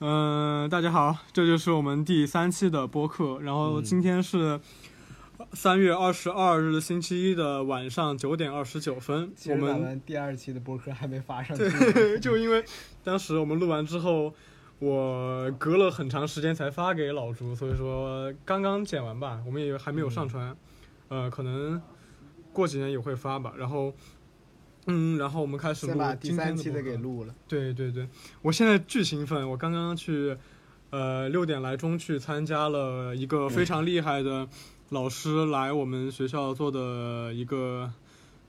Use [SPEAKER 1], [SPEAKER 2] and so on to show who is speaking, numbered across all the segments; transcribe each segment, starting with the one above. [SPEAKER 1] 嗯、大家好，这就是我们第三期的播客。然
[SPEAKER 2] 嗯
[SPEAKER 1] 后今天是三月二十二日星期一的晚上九点二十九分。
[SPEAKER 2] 其
[SPEAKER 1] 我
[SPEAKER 2] 实嗯咱
[SPEAKER 1] 们
[SPEAKER 2] 们第二期的播客还没发 上 去，
[SPEAKER 1] 对，就因为当时我们录完之后，我隔了很长时间才发给老朱，所以说刚刚剪完吧，我们也还没有
[SPEAKER 2] 嗯
[SPEAKER 1] 上传，呃，可能过几年也会发吧。然后，嗯，然后我们开始
[SPEAKER 2] 先
[SPEAKER 1] 录
[SPEAKER 2] 把第
[SPEAKER 1] 今天
[SPEAKER 2] 三期
[SPEAKER 1] 的
[SPEAKER 2] 的
[SPEAKER 1] 播
[SPEAKER 2] 给
[SPEAKER 1] 客。
[SPEAKER 2] 录了。
[SPEAKER 1] 对对对，我现在巨兴奋，我刚刚去，呃，六点来钟去参加了一个非常厉害的老师来我们学校做的一个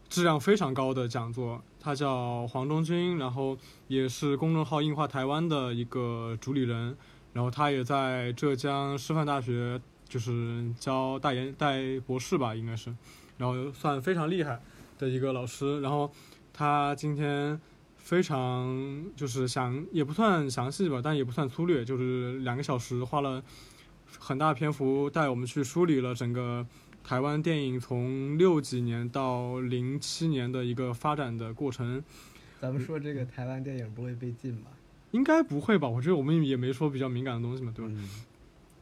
[SPEAKER 1] 质量非常高的讲座，他叫黄忠军，然后也是公众号“硬化台湾”的一个主理人，然后他也在浙江师范大学就是教大研带博士吧，应该是，然后算非常厉害的一个老师，然后他今天。非常就是详也不算详细吧，但也不算粗略，就是两个小时花了很大篇幅带我们去梳理了整个台湾电影从六几年到零七年的一个发展的过程。
[SPEAKER 2] 咱们说这个台湾电影不会被禁吧？
[SPEAKER 1] 应该不会吧？我觉得我们也没说比较敏感的东西嘛，对吧？
[SPEAKER 2] 嗯，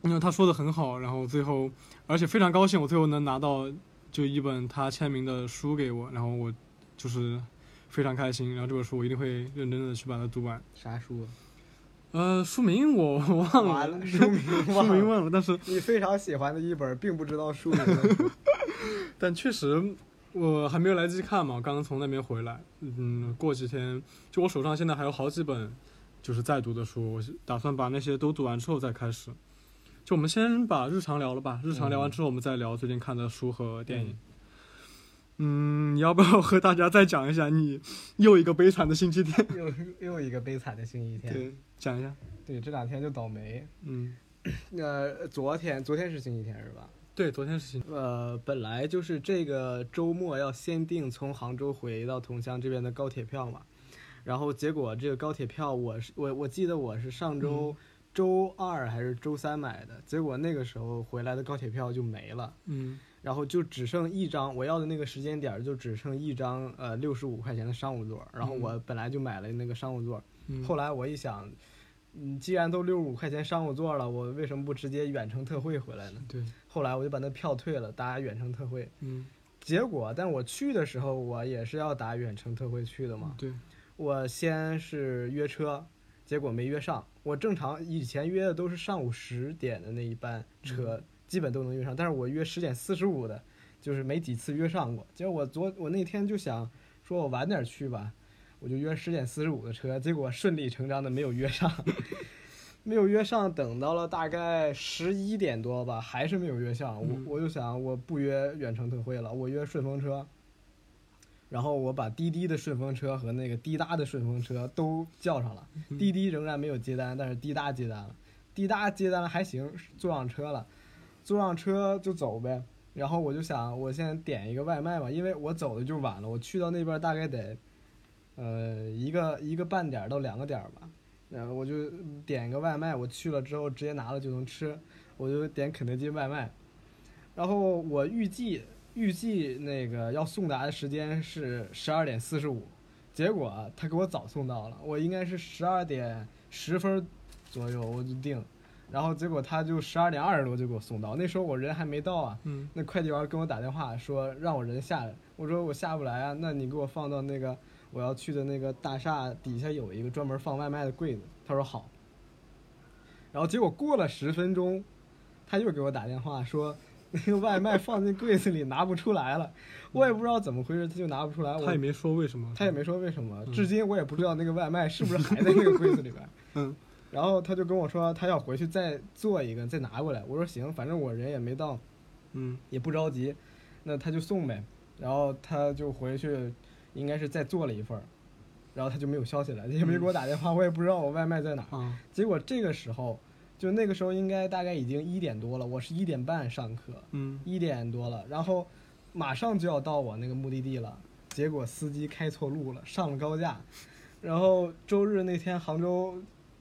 [SPEAKER 1] 因为他说的很好，然后最后，而且非常高兴，我最后能拿到就一本他签名的书给我，然后我就是非常开心，然后这本书我一定会认真的去把它读完。
[SPEAKER 2] 啥书？
[SPEAKER 1] 呃，书名我 忘了，
[SPEAKER 2] 完了，书名
[SPEAKER 1] 书
[SPEAKER 2] 忘
[SPEAKER 1] 名
[SPEAKER 2] 了。
[SPEAKER 1] 忘了，但是
[SPEAKER 2] 你非常喜欢的一本，并不知道书名 的书。
[SPEAKER 1] 但确实我还没有来得及看嘛，我刚刚从那边回来，嗯，过几天就我手上现在还有好几本就是在读的书，我是打算把那些都读完之后再开始。就我们先把日常聊了吧，日常聊
[SPEAKER 2] 嗯
[SPEAKER 1] 完之后，我们再聊最近看的书和电影。嗯，你要不要和大家再讲一下你又一个悲惨的星期天？
[SPEAKER 2] 又又一个悲惨的星期天。
[SPEAKER 1] 对，讲一下。
[SPEAKER 2] 对，这两天就倒霉。
[SPEAKER 1] 嗯，
[SPEAKER 2] 呃，昨天昨天是星期天是吧？
[SPEAKER 1] 对，昨天是星期，
[SPEAKER 2] 呃，本来就是这个周末要先订从杭州回到桐乡这边的高铁票嘛，然后结果这个高铁票我是我我记得我是上周周二还是周三买的，结果那个时候回来的高铁票就没了，
[SPEAKER 1] 嗯
[SPEAKER 2] 然后就只剩一张我要的那个时间点儿就只剩一张呃六十五块钱的商务座儿，然后我本来就买了那个商务座儿，
[SPEAKER 1] 嗯，
[SPEAKER 2] 后来我一想，嗯，既然都六十五块钱商务座儿了，我为什么不直接远程特惠回来呢？
[SPEAKER 1] 对，
[SPEAKER 2] 后来我就把那票退了，打远程特惠。
[SPEAKER 1] 嗯
[SPEAKER 2] 结果，但我去的时候，我也是要打远程特惠去的嘛。
[SPEAKER 1] 对，
[SPEAKER 2] 我先是约车，结果没约上。我正常以前约的都是上午十点的那一班车，基本都能约上，但是我约十点四十五的，就是没几次约上过。结果我昨我那天就想说我晚点去吧，我就约十点四十五的车，结果顺理成章的没有约上。 没有约上，等到了大概十一点多吧，还是没有约上。我
[SPEAKER 1] 嗯
[SPEAKER 2] 我就想，我不约远程特惠了，我约顺风车。然后我把滴滴的顺风车和那个滴答的顺风车都叫上了，
[SPEAKER 1] 嗯
[SPEAKER 2] 滴滴仍然没有接单，但是滴答接单了，滴答接单了还行，坐上车了，坐上车就走呗。然后我就想，我先点一个外卖吧，因为我走的就晚了，我去到那边大概得，呃，一个一个半点儿到两个点儿吧。然后我就点个外卖，我去了之后直接拿了就能吃，我就点肯德基外卖。然后我预计预计那个要送达的时间是十二点四十五，结果啊他给我早送到了，我应该是十二点十分左右我就定，然后结果他就十二点二十多就给我送到，那时候我人还没到啊。
[SPEAKER 1] 嗯
[SPEAKER 2] 那快递员跟我打电话说让我人下来，我说我下不来啊，那你给我放到那个我要去的那个大厦底下有一个专门放外卖的柜子。他说好。然后结果过了十分钟，他又给我打电话说那个外卖放进柜子里拿不出来了，我也不知道怎么回事，他就拿不出来。
[SPEAKER 1] 他
[SPEAKER 2] 我
[SPEAKER 1] 也没说为什么，
[SPEAKER 2] 他也没说为什么，至
[SPEAKER 1] 嗯
[SPEAKER 2] 今我也不知道那个外卖是不是还在那个柜子里边。
[SPEAKER 1] 嗯
[SPEAKER 2] 然后他就跟我说他要回去再做一个再拿过来，我说行，反正我人也没到，
[SPEAKER 1] 嗯
[SPEAKER 2] 也不着急，那他就送呗。然后他就回去，应该是再做了一份儿，然后他就没有消息了，也没给我打电话，我也不知道我外卖在哪儿。
[SPEAKER 1] 啊
[SPEAKER 2] 结果这个时候，就那个时候应该大概已经一点多了，我是一点半上课，
[SPEAKER 1] 嗯
[SPEAKER 2] 一点多了，然后马上就要到我那个目的地了，结果司机开错路了，上了高架，然后周日那天杭州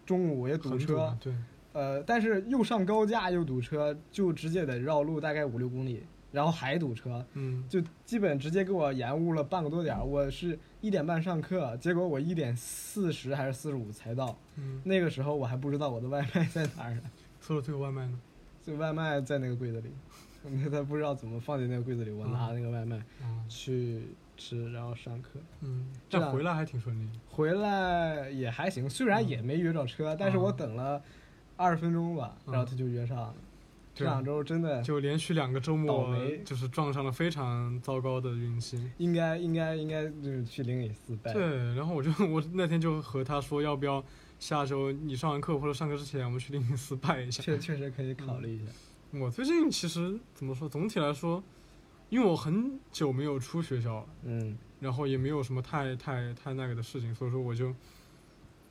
[SPEAKER 2] 中午也堵
[SPEAKER 1] 很啊
[SPEAKER 2] 车，
[SPEAKER 1] 对，
[SPEAKER 2] 呃，但是又上高架又堵车，就直接得绕路大概五六公里，然后还堵车，
[SPEAKER 1] 嗯，
[SPEAKER 2] 就基本直接给我延误了半个多点儿。我是一点半上课，结果我一点四十还是四十五才到。
[SPEAKER 1] 嗯，
[SPEAKER 2] 那个时候我还不知道我的外卖在哪儿呢，
[SPEAKER 1] 搜了这个外卖呢，
[SPEAKER 2] 所以外卖在那个柜子里， 他不知道怎么放进那个柜子里。我拿那个外卖
[SPEAKER 1] 嗯
[SPEAKER 2] 去吃，然后上课。
[SPEAKER 1] 嗯，
[SPEAKER 2] 这
[SPEAKER 1] 但
[SPEAKER 2] 样
[SPEAKER 1] 回来还挺顺利，
[SPEAKER 2] 回来也还行，虽然也没约着车，但是我等了二十分钟吧，
[SPEAKER 1] 嗯
[SPEAKER 2] 然后他就约上了。这两周真的
[SPEAKER 1] 就连续两个周
[SPEAKER 2] 倒
[SPEAKER 1] 末
[SPEAKER 2] 霉
[SPEAKER 1] 就是撞上了非常糟糕的运气。
[SPEAKER 2] 应该应该应该就是去灵隐寺拜。
[SPEAKER 1] 对，然后我就我那天就和他说，要不要下周你上完课或者上课之前，我们去 灵隐寺拜一下。
[SPEAKER 2] 确确实可以考虑一下。
[SPEAKER 1] 我最近其实怎么说，总体来说，因为我很久没有出学校了，
[SPEAKER 2] 嗯，
[SPEAKER 1] 然后也没有什么太太太那个的事情，所以说我就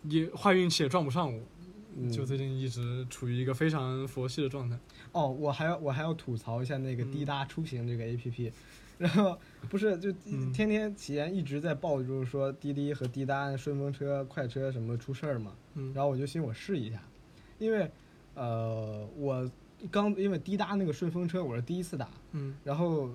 [SPEAKER 1] 也坏运气也撞不上我，
[SPEAKER 2] 嗯
[SPEAKER 1] 就最近一直处于一个非常佛系的状态。
[SPEAKER 2] 哦，我还要我还要吐槽一下那个
[SPEAKER 1] 嗯
[SPEAKER 2] 滴答出行这个 A P P，、然 后不是就
[SPEAKER 1] 嗯
[SPEAKER 2] 天天起源一直在报，就是说滴滴和滴答、顺风车、快车什么出事儿嘛，
[SPEAKER 1] 嗯，
[SPEAKER 2] 然后我就寻思我试一下，因为呃我刚因为滴答那个顺风车我是第一次打，
[SPEAKER 1] 嗯
[SPEAKER 2] 然后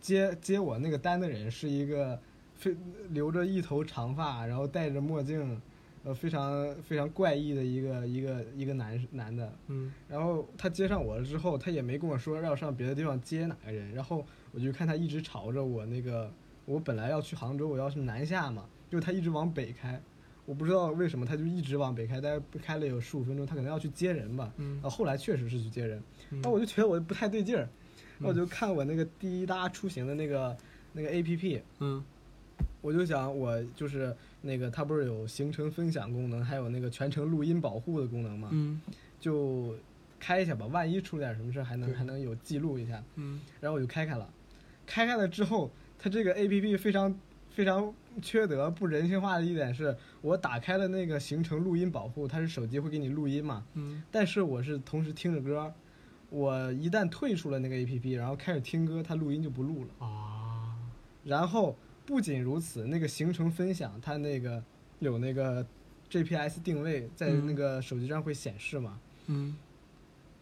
[SPEAKER 2] 接接我那个单的人是一个非留着一头长发，然后戴着墨镜，呃非常非常怪异的一个一个一个男男的，
[SPEAKER 1] 嗯
[SPEAKER 2] 然后他接上我了之后，他也没跟我说让我上别的地方接哪个人，然后我就看他一直朝着我那个，我本来要去杭州，我要是南下嘛，就他一直往北开，我不知道为什么他就一直往北开，大概开了有十五分钟，他可能要去接人吧，
[SPEAKER 1] 嗯
[SPEAKER 2] 啊，后来确实是去接人，
[SPEAKER 1] 嗯
[SPEAKER 2] 然后我就觉得我不太对劲儿，然后我就看我那个滴答出行的那个那个 A P P，
[SPEAKER 1] 嗯
[SPEAKER 2] 我就想我就是那个它不是有行程分享功能，还有那个全程录音保护的功能嘛，
[SPEAKER 1] 嗯
[SPEAKER 2] 就开一下吧，万一出点什么事儿还能
[SPEAKER 1] 对
[SPEAKER 2] 还能有记录一下。
[SPEAKER 1] 嗯
[SPEAKER 2] 然后我就开开了，开开了之后，它这个 A P P 非常非常缺德、不人性化的一点是，我打开了那个行程录音保护，它是手机会给你录音嘛，
[SPEAKER 1] 嗯
[SPEAKER 2] 但是我是同时听着歌，我一旦退出了那个 A P P，然后开始听歌，它录音就不录了。
[SPEAKER 1] 啊，
[SPEAKER 2] 然后不仅如此，那个行程分享它那个有那个 G P S 定位在
[SPEAKER 1] 嗯
[SPEAKER 2] 那个手机上会显示嘛。
[SPEAKER 1] 嗯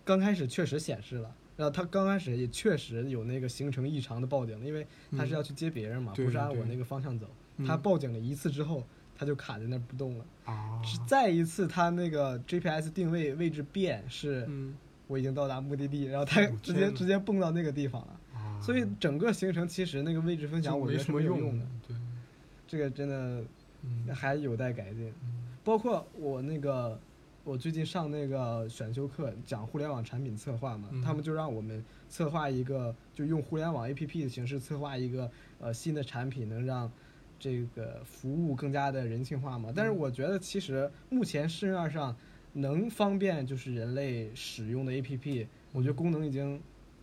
[SPEAKER 2] 刚开始确实显示了，然后他刚开始也确实有那个行程异常的报警了，因为他是要去接别人嘛，
[SPEAKER 1] 嗯对
[SPEAKER 2] 不是按
[SPEAKER 1] 对
[SPEAKER 2] 我那个方向走。
[SPEAKER 1] 嗯
[SPEAKER 2] 他报警了一次之后，他就卡在那儿不动了。
[SPEAKER 1] 啊，
[SPEAKER 2] 是再一次他那个 GPS 定位位置变，是
[SPEAKER 1] 嗯
[SPEAKER 2] 我已经到达目的地，然后他
[SPEAKER 1] 哦
[SPEAKER 2] 直
[SPEAKER 1] 天
[SPEAKER 2] 接
[SPEAKER 1] 哪
[SPEAKER 2] 直接蹦到那个地方了。
[SPEAKER 1] 啊，
[SPEAKER 2] 所以整个行程其实那个位置分享，
[SPEAKER 1] 就
[SPEAKER 2] 我觉
[SPEAKER 1] 没
[SPEAKER 2] 得是
[SPEAKER 1] 什么
[SPEAKER 2] 没有
[SPEAKER 1] 用
[SPEAKER 2] 的，，
[SPEAKER 1] 对，
[SPEAKER 2] 这个真的
[SPEAKER 1] 嗯
[SPEAKER 2] 还有待改进。
[SPEAKER 1] 嗯
[SPEAKER 2] 包括我那个，我最近上那个选修课讲互联网产品策划嘛，
[SPEAKER 1] 嗯
[SPEAKER 2] 他们就让我们策划一个，就用互联网 APP 的形式策划一个呃新的产品，能让这个服务更加的人性化嘛。但是
[SPEAKER 1] 嗯
[SPEAKER 2] 我觉得其实目前市面上能方便就是人类使用的 APP，我觉得功能已经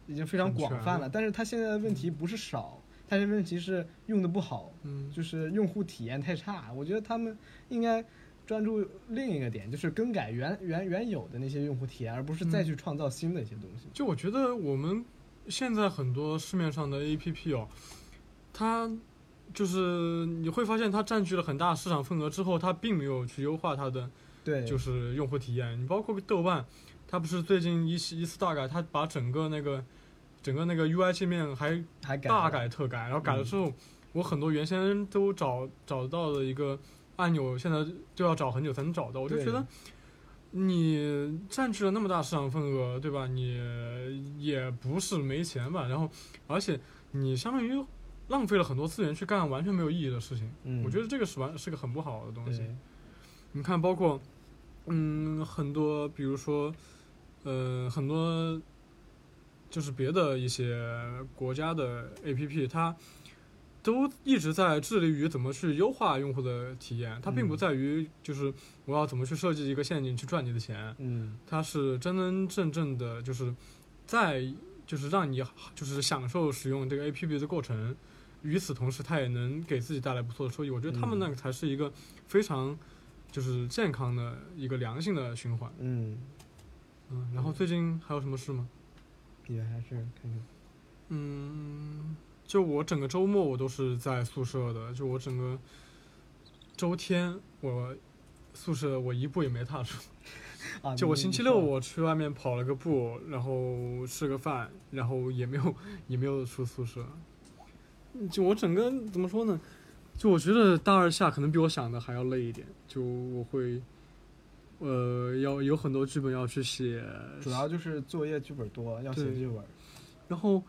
[SPEAKER 2] 已经非常
[SPEAKER 1] 很嗯
[SPEAKER 2] 广
[SPEAKER 1] 全
[SPEAKER 2] 泛
[SPEAKER 1] 了
[SPEAKER 2] 了。但是它现在的问题不是少，它的问题是用的不好。
[SPEAKER 1] 嗯
[SPEAKER 2] 就是用户体验太差。我觉得他们应该专注另一个点，就是更改原原原有的那些用户体验，而不是再去创造新的一些东西。
[SPEAKER 1] 就我觉得我们现在很多市面上的 APP 哦，它就是你会发现它占据了很大市场份额之后，它并没有去优化它的
[SPEAKER 2] 对，
[SPEAKER 1] 就是用户体验。你包括豆瓣，它不是最近一系一次大改，它把整个那个整个那个 UI 界面还
[SPEAKER 2] 还改
[SPEAKER 1] 大
[SPEAKER 2] 了嗯
[SPEAKER 1] 改特改，然后改了之后，我很多原先都找找到的一个按钮，现在都要找很久才能找到。我就
[SPEAKER 2] 对
[SPEAKER 1] 觉得你占据了那么大市场份额，对吧？你也不是没钱吧？然后，而且你相当于浪费了很多资源去干完全没有意义的事情。
[SPEAKER 2] 嗯，
[SPEAKER 1] 我觉得这个是完是个很不好的东西。
[SPEAKER 2] 对，
[SPEAKER 1] 你看，包括嗯很多，比如说呃很多就是别的一些国家的 APP，它都一直在致力于怎么去优化用户的体验，它并不
[SPEAKER 2] 嗯
[SPEAKER 1] 在于就是我要怎么去设计一个陷阱去赚你的钱，
[SPEAKER 2] 嗯，
[SPEAKER 1] 它是真真正正的就是在就是让你就是享受使用这个 APP 的过程，与此同时，它也能给自己带来不错的收益。我觉得他们
[SPEAKER 2] 嗯
[SPEAKER 1] 那个才是一个非常就是健康的一个良性的循环。
[SPEAKER 2] 嗯，
[SPEAKER 1] 嗯，然后最近还有什么事吗？
[SPEAKER 2] 也还是看看，
[SPEAKER 1] 嗯，就我整个周末我都是在宿舍的，就我整个周天我宿舍我一步也没踏出。
[SPEAKER 2] 啊，
[SPEAKER 1] 就我
[SPEAKER 2] 你
[SPEAKER 1] 星期六我去外面跑了个步，然后吃个饭，然后也没有也没有出宿舍。嗯就我整个怎么说呢？就我觉得大二下可能比我想的还要累一点。就我会，呃，要有很多剧本要去写，
[SPEAKER 2] 主要就是作业剧本多，要写
[SPEAKER 1] 对
[SPEAKER 2] 剧本。
[SPEAKER 1] 然后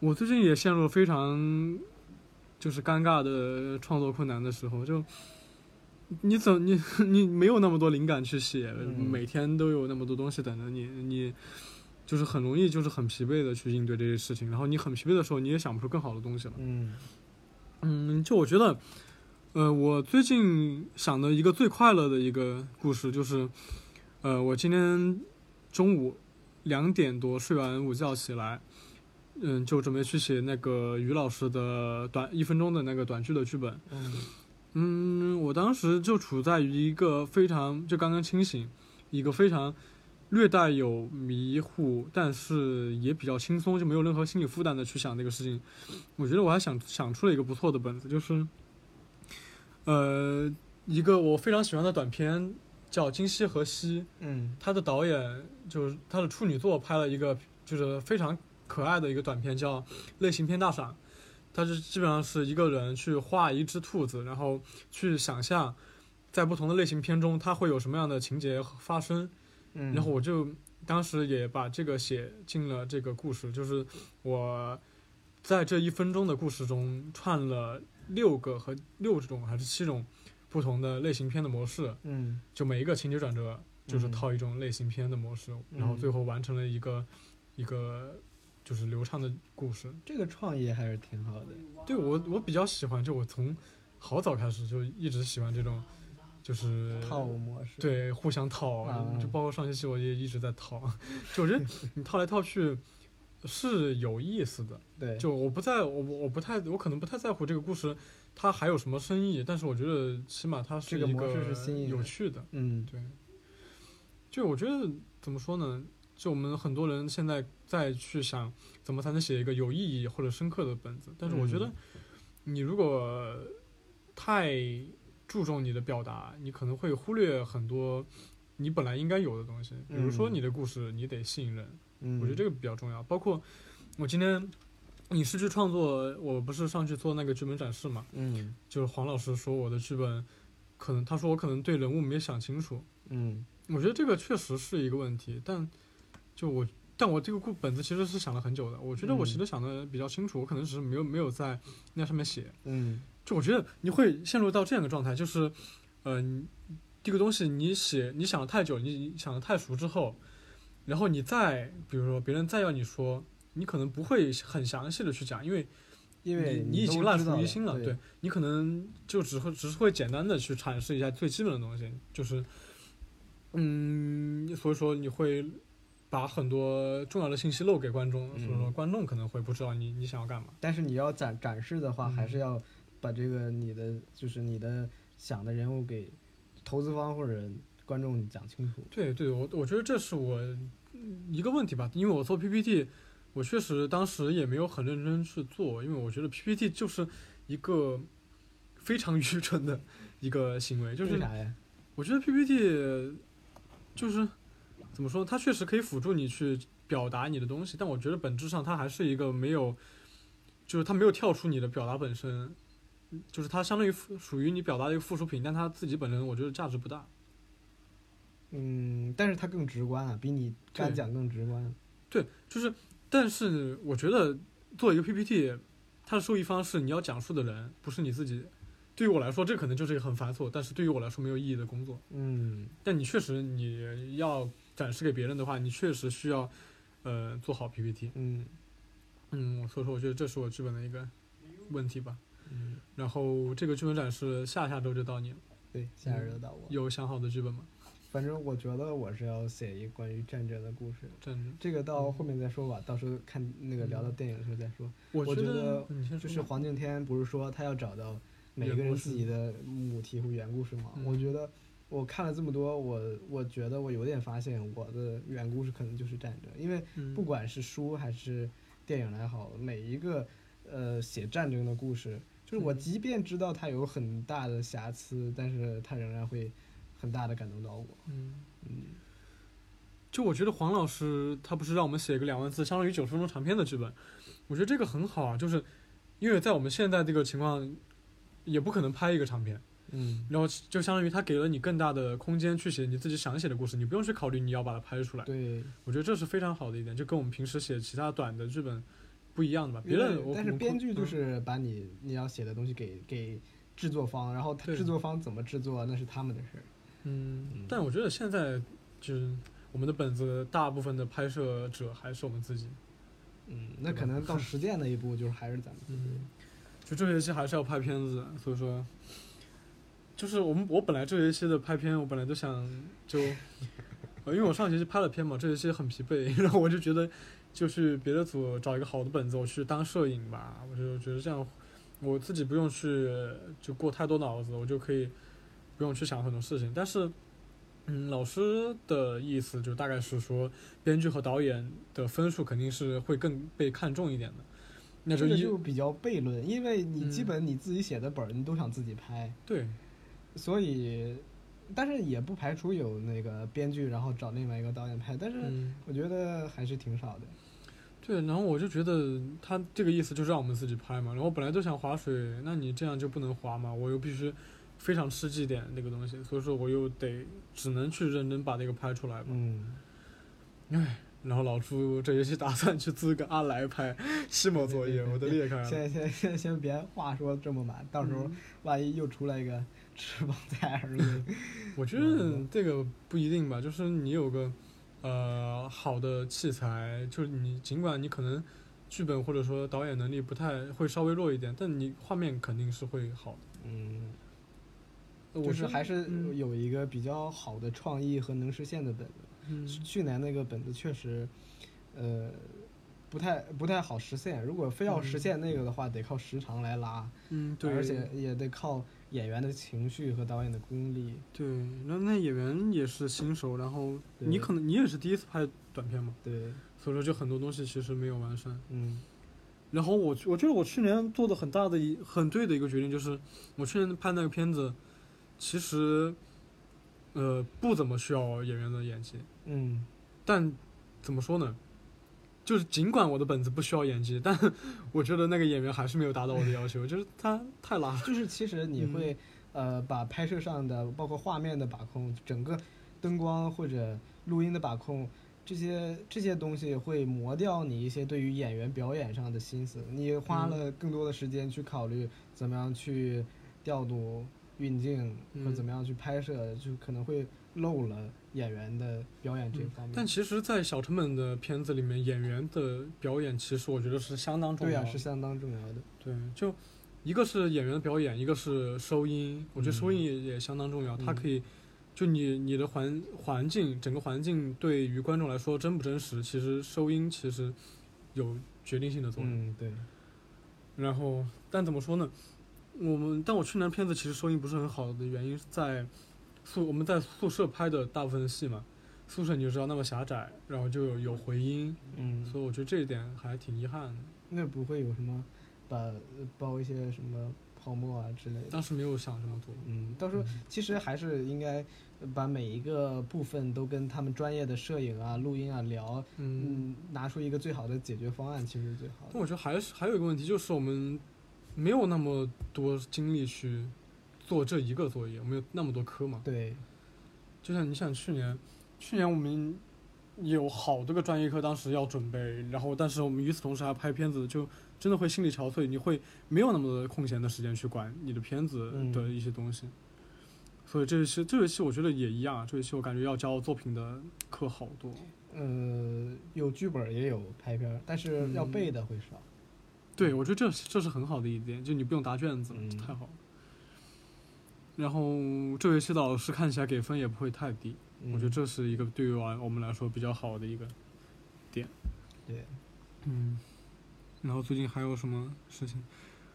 [SPEAKER 1] 我最近也陷入了非常就是尴尬的创作困难的时候，就你怎你 你没有那么多灵感去写，
[SPEAKER 2] 嗯
[SPEAKER 1] 每天都有那么多东西等着你，你就是很容易就是很疲惫的去应对这些事情，然后你很疲惫的时候，你也想不出更好的东西了。
[SPEAKER 2] 嗯
[SPEAKER 1] 嗯，就我觉得，呃，我最近想的一个最快乐的一个故事就是，呃，我今天中午两点多睡完午觉起来，嗯，就准备去写那个于老师的短一分钟的那个短剧的剧本。
[SPEAKER 2] 嗯
[SPEAKER 1] 嗯，我当时就处在于一个非常就刚刚清醒，一个非常略带有迷糊，但是也比较轻松，就没有任何心理负担的去想这个事情。我觉得我还想想出了一个不错的本子，就是呃一个我非常喜欢的短片叫《今夕何夕》，
[SPEAKER 2] 嗯
[SPEAKER 1] 它的导演就是他的处女作拍了一个就是非常可爱的一个短片叫《类型片大赏》。它是基本上是一个人去画一只兔子，然后去想象，在不同的类型片中，它会有什么样的情节发生。
[SPEAKER 2] 嗯，
[SPEAKER 1] 然后我就当时也把这个写进了这个故事，就是我在这一分钟的故事中串了六个和六种还是七种不同的类型片的模式，
[SPEAKER 2] 嗯
[SPEAKER 1] 就每一个情节转折就是
[SPEAKER 2] 嗯
[SPEAKER 1] 套一种类型片的模式，然后
[SPEAKER 2] 嗯
[SPEAKER 1] 最后完成了一个一个就是流畅的故事。
[SPEAKER 2] 这个创意还是挺好的。
[SPEAKER 1] 对我我比较喜欢，就我从好早开始就一直喜欢这种，就是
[SPEAKER 2] 套路模式。，
[SPEAKER 1] 对，互相套，
[SPEAKER 2] 啊
[SPEAKER 1] 就包括上学期我也一直在套，就我觉得你套来套去是有意思的。
[SPEAKER 2] 对，
[SPEAKER 1] 就我不在我我我不太我可能不太在乎这个故事它还有什么深意，但是我觉得起码它是
[SPEAKER 2] 这个
[SPEAKER 1] 一
[SPEAKER 2] 模式
[SPEAKER 1] 个
[SPEAKER 2] 是新颖
[SPEAKER 1] 有
[SPEAKER 2] 的
[SPEAKER 1] 趣的。
[SPEAKER 2] 嗯
[SPEAKER 1] 对，就我觉得怎么说呢？就我们很多人现在在去想怎么才能写一个有意义或者深刻的本子，但是我觉得
[SPEAKER 2] 嗯
[SPEAKER 1] 你如果太注重你的表达，你可能会忽略很多你本来应该有的东西。比如说
[SPEAKER 2] 嗯
[SPEAKER 1] 你的故事，你得吸引人，
[SPEAKER 2] 嗯，
[SPEAKER 1] 我觉得这个比较重要。包括我今天影视剧创作，我不是上去做那个剧本展示嘛，
[SPEAKER 2] 嗯
[SPEAKER 1] 就是黄老师说我的剧本可能他说我可能对人物没想清楚，
[SPEAKER 2] 嗯
[SPEAKER 1] 我觉得这个确实是一个问题，但就我，但我这个故本子其实是想了很久的。我觉得我
[SPEAKER 2] 嗯
[SPEAKER 1] 其实想的比较清楚，我可能只是没有没有在那上面写。
[SPEAKER 2] 嗯
[SPEAKER 1] 就我觉得你会陷入到这样的状态，就是，呃，你这个东西你写你想的太久，你你想的太熟之后，然后你再比如说别人再要你说，你可能不会很详细的去讲，因为
[SPEAKER 2] 因为
[SPEAKER 1] 你你已
[SPEAKER 2] 都
[SPEAKER 1] 经烂
[SPEAKER 2] 知道
[SPEAKER 1] 熟于心了，
[SPEAKER 2] 了，
[SPEAKER 1] 对，你可能就只会只是会简单的去阐释一下最基本的东西，就是，嗯，所以说你会把很多重要的信息漏给观众，所以说
[SPEAKER 2] 嗯
[SPEAKER 1] 观众可能会不知道你你想要干嘛。
[SPEAKER 2] 但是你要展展示的话，
[SPEAKER 1] 嗯
[SPEAKER 2] 还是要把这个你的就是你的想的人物给投资方或者观众讲清楚。
[SPEAKER 1] 对对，我我觉得这是我嗯一个问题吧，因为我做 PPT，我确实当时也没有很认真去做，因为我觉得 PPT 就是一个非常愚蠢的一个行为，就
[SPEAKER 2] 为
[SPEAKER 1] 是
[SPEAKER 2] 啥呀？
[SPEAKER 1] 我觉得 PPT 就是怎么说，它确实可以辅助你去表达你的东西，但我觉得本质上它还是一个没有，就是它没有跳出你的表达本身，就是它相当于附属于你表达的一个附属品，但它自己本身我觉得价值不大。
[SPEAKER 2] 嗯，但是它更直观啊，比你干
[SPEAKER 1] 对
[SPEAKER 2] 讲更直观。
[SPEAKER 1] 对，就是，但是我觉得做一个 PPT，它的受益方是你要讲述的人，不是你自己。对于我来说，这可能就是一个很繁琐，但是对于我来说没有意义的工作。
[SPEAKER 2] 嗯
[SPEAKER 1] 但你确实你要展示给别人的话，你确实需要，呃，做好 PPT。
[SPEAKER 2] 嗯
[SPEAKER 1] 嗯，所以说我觉得这是我剧本的一个问题吧。
[SPEAKER 2] 嗯，
[SPEAKER 1] 然后这个剧本展示下下周就到你了，
[SPEAKER 2] 对，下一轮轮到我。
[SPEAKER 1] 有想好的剧本吗？
[SPEAKER 2] 反正我觉得我是要写一个关于战争的故事，
[SPEAKER 1] 这样
[SPEAKER 2] 这个到后面再说吧，到时候看那个聊到电影的时候再说。
[SPEAKER 1] 我
[SPEAKER 2] 我
[SPEAKER 1] 觉
[SPEAKER 2] 觉
[SPEAKER 1] 得嗯
[SPEAKER 2] 得
[SPEAKER 1] 你先
[SPEAKER 2] 就是
[SPEAKER 1] 说吧
[SPEAKER 2] 黄敬天不是说他要找到每一个
[SPEAKER 1] 原
[SPEAKER 2] 人
[SPEAKER 1] 故事
[SPEAKER 2] 自己的母题或原故事吗？
[SPEAKER 1] 嗯
[SPEAKER 2] 我觉得我看了这么多，我我觉得我有点发现我的原故事可能就是战争，因为
[SPEAKER 1] 嗯
[SPEAKER 2] 不管是书还是电影来好，每一个呃写战争的故事，就是我
[SPEAKER 1] 嗯
[SPEAKER 2] 即便知道它有很大的瑕疵，但是它仍然会很大的感动到我。
[SPEAKER 1] 嗯，就我觉得黄老师他不是让我们写个两万字，相当于九十分钟长篇的剧本，我觉得这个很好啊，就是因为在我们现在这个情况，也不可能拍一个长篇，
[SPEAKER 2] 嗯，
[SPEAKER 1] 然后就相当于他给了你更大的空间去写你自己想写的故事，你不用去考虑你要把它拍出来。
[SPEAKER 2] 对，
[SPEAKER 1] 我觉得这是非常好的一点，就跟我们平时写其他短的剧本不一样的吧。啊别人
[SPEAKER 2] 因为
[SPEAKER 1] 我
[SPEAKER 2] 嗯但是
[SPEAKER 1] 我
[SPEAKER 2] 编剧就
[SPEAKER 1] 嗯
[SPEAKER 2] 是把你你要写的东西给给制作方，然后他
[SPEAKER 1] 对
[SPEAKER 2] 制作方怎么制作那是他们的事儿。
[SPEAKER 1] 嗯，但我觉得现在就是我们的本子，大部分的拍摄者还是我们自己。
[SPEAKER 2] 嗯，那
[SPEAKER 1] 对
[SPEAKER 2] 可
[SPEAKER 1] 吧
[SPEAKER 2] 能 到实践那一步就是还是咱们。
[SPEAKER 1] 嗯，就这学期还是要拍片子，所以说，就是我们我本来这学期的拍片，我本来就想就，呃，因为我上学期拍了片嘛，这学期很疲惫， 然后我就觉得就去别的组找一个好的本子，我去当摄影吧，我就觉得这样我自己不用去就过太多脑子，我就可以不用去想很多事情，但是。嗯，老师的意思就大概是说，编剧和导演的分数肯定是会更被看重一点的。那就
[SPEAKER 2] 这个
[SPEAKER 1] 一
[SPEAKER 2] 就比较悖论，因为你基
[SPEAKER 1] 嗯
[SPEAKER 2] 本你自己写的本儿，你都想自己拍，
[SPEAKER 1] 对，
[SPEAKER 2] 所以，但是也不排除有那个编剧，然后找另外一个导演拍，但是
[SPEAKER 1] 嗯，
[SPEAKER 2] 我觉得还是挺少的。
[SPEAKER 1] 对，然后我就觉得他这个意思就是让我们自己拍嘛，然后本来就想划水，那你这样就不能划嘛，我又必须非常吃这点那个东西，所以说我又得只能去认真把这个拍出来嘛。
[SPEAKER 2] 嗯，
[SPEAKER 1] 然后老朱这学期打算去租个阿莱拍期末作业，我都裂开了。
[SPEAKER 2] 先先先先别话说这么满，到时
[SPEAKER 1] 嗯
[SPEAKER 2] 候万一又出来一个 翅膀在 儿子，
[SPEAKER 1] 我觉得这个不一定吧，就是你有个呃好的器材，就是你尽管你可能剧本或者说导演能力不太会稍微弱一点，但你画面肯定是会好的。
[SPEAKER 2] 嗯，
[SPEAKER 1] 呃
[SPEAKER 2] 就
[SPEAKER 1] 我
[SPEAKER 2] 是还是
[SPEAKER 1] 嗯
[SPEAKER 2] 有一个比较好的创意和能实现的本子。
[SPEAKER 1] 嗯
[SPEAKER 2] 去年那个本子确实，呃，不太不太好实现。如果非要实现那个的话，得靠时长来拉，
[SPEAKER 1] 嗯，对，
[SPEAKER 2] 而且也得靠演员的情绪和导演的功力。
[SPEAKER 1] 对，那那演员也是新手，然后
[SPEAKER 2] 对
[SPEAKER 1] 你可能你也是第一次拍短片嘛，
[SPEAKER 2] 对，
[SPEAKER 1] 所以说就很多东西其实没有完善。
[SPEAKER 2] 嗯
[SPEAKER 1] 然后我我觉得我去年做的很大的一很对的一个决定就是，我去年拍那个片子，其实，呃，不怎么需要演员的演技，
[SPEAKER 2] 嗯，
[SPEAKER 1] 但怎么说呢，就是尽管我的本子不需要演技，但 我觉得那个演员还是没有达到我的要求，就是他太拉了。
[SPEAKER 2] 就是其实你
[SPEAKER 1] 嗯
[SPEAKER 2] 会、呃把拍摄上的，包括画面的把控，整个灯光或者录音的把控。这些这些东西会磨掉你一些对于演员表演上的心思，你花
[SPEAKER 1] 嗯
[SPEAKER 2] 了更多的时间去考虑怎么样去调度运镜或者
[SPEAKER 1] 嗯
[SPEAKER 2] 怎么样去拍摄，就可能会漏了演员的表演这
[SPEAKER 1] 嗯
[SPEAKER 2] 方面。
[SPEAKER 1] 但其实，在小成本的片子里面，演员的表演其实我觉得是相当重
[SPEAKER 2] 对
[SPEAKER 1] 要
[SPEAKER 2] 呀、
[SPEAKER 1] 的。
[SPEAKER 2] 是相当重要的。
[SPEAKER 1] 对就一个是演员的表演，一个是收音。我觉得收音也、也相当重要，它
[SPEAKER 2] 嗯
[SPEAKER 1] 可以就你你的环环境，整个环境对于观众来说真不真实，其实收音其实有决定性的作用。
[SPEAKER 2] 嗯，对，
[SPEAKER 1] 然后，但怎么说呢？我们但我去年片子其实收音不是很好的原因是在宿我们在宿舍拍的大部分戏嘛，宿舍你就知道那么狭窄，然后就有有回音，
[SPEAKER 2] 嗯，
[SPEAKER 1] 所以我觉得这一点还挺遗憾的。
[SPEAKER 2] 那不会有什么把呃包一些什么泡沫啊之类的。
[SPEAKER 1] 当时没有想这么多。
[SPEAKER 2] 嗯，到时候其实还是应该把每一个部分都跟他们专业的摄影啊、录音啊聊，
[SPEAKER 1] 嗯，
[SPEAKER 2] 嗯，拿出一个最好的解决方案，其实是最好
[SPEAKER 1] 但
[SPEAKER 2] 的。
[SPEAKER 1] 我觉得还是还有一个问题，就是我们没有那么多精力去做这一个作业，没有那么多科嘛。
[SPEAKER 2] 对，
[SPEAKER 1] 就像你想去年，去年我们有好多个专业课，当时要准备，然后但是我们与此同时还要拍片子，就真的会心力憔悴，你会没有那么多空闲的时间去管你的片子
[SPEAKER 2] 嗯
[SPEAKER 1] 的一些东西。所以这一期这一期我觉得也一样，这一期我感觉要教作品的课好多。
[SPEAKER 2] 呃，有剧本儿也有拍片儿，但是要
[SPEAKER 1] 嗯
[SPEAKER 2] 背的会少。
[SPEAKER 1] 对，我觉得这是这是很好的一点，就你不用答卷子了，
[SPEAKER 2] 嗯
[SPEAKER 1] 太好了。然后这学期的老师看起来给分也不会太低，
[SPEAKER 2] 嗯、
[SPEAKER 1] 我觉得这是一个对于我我们来说比较好的一个
[SPEAKER 2] 对
[SPEAKER 1] 嗯，然后最近还有什么事情？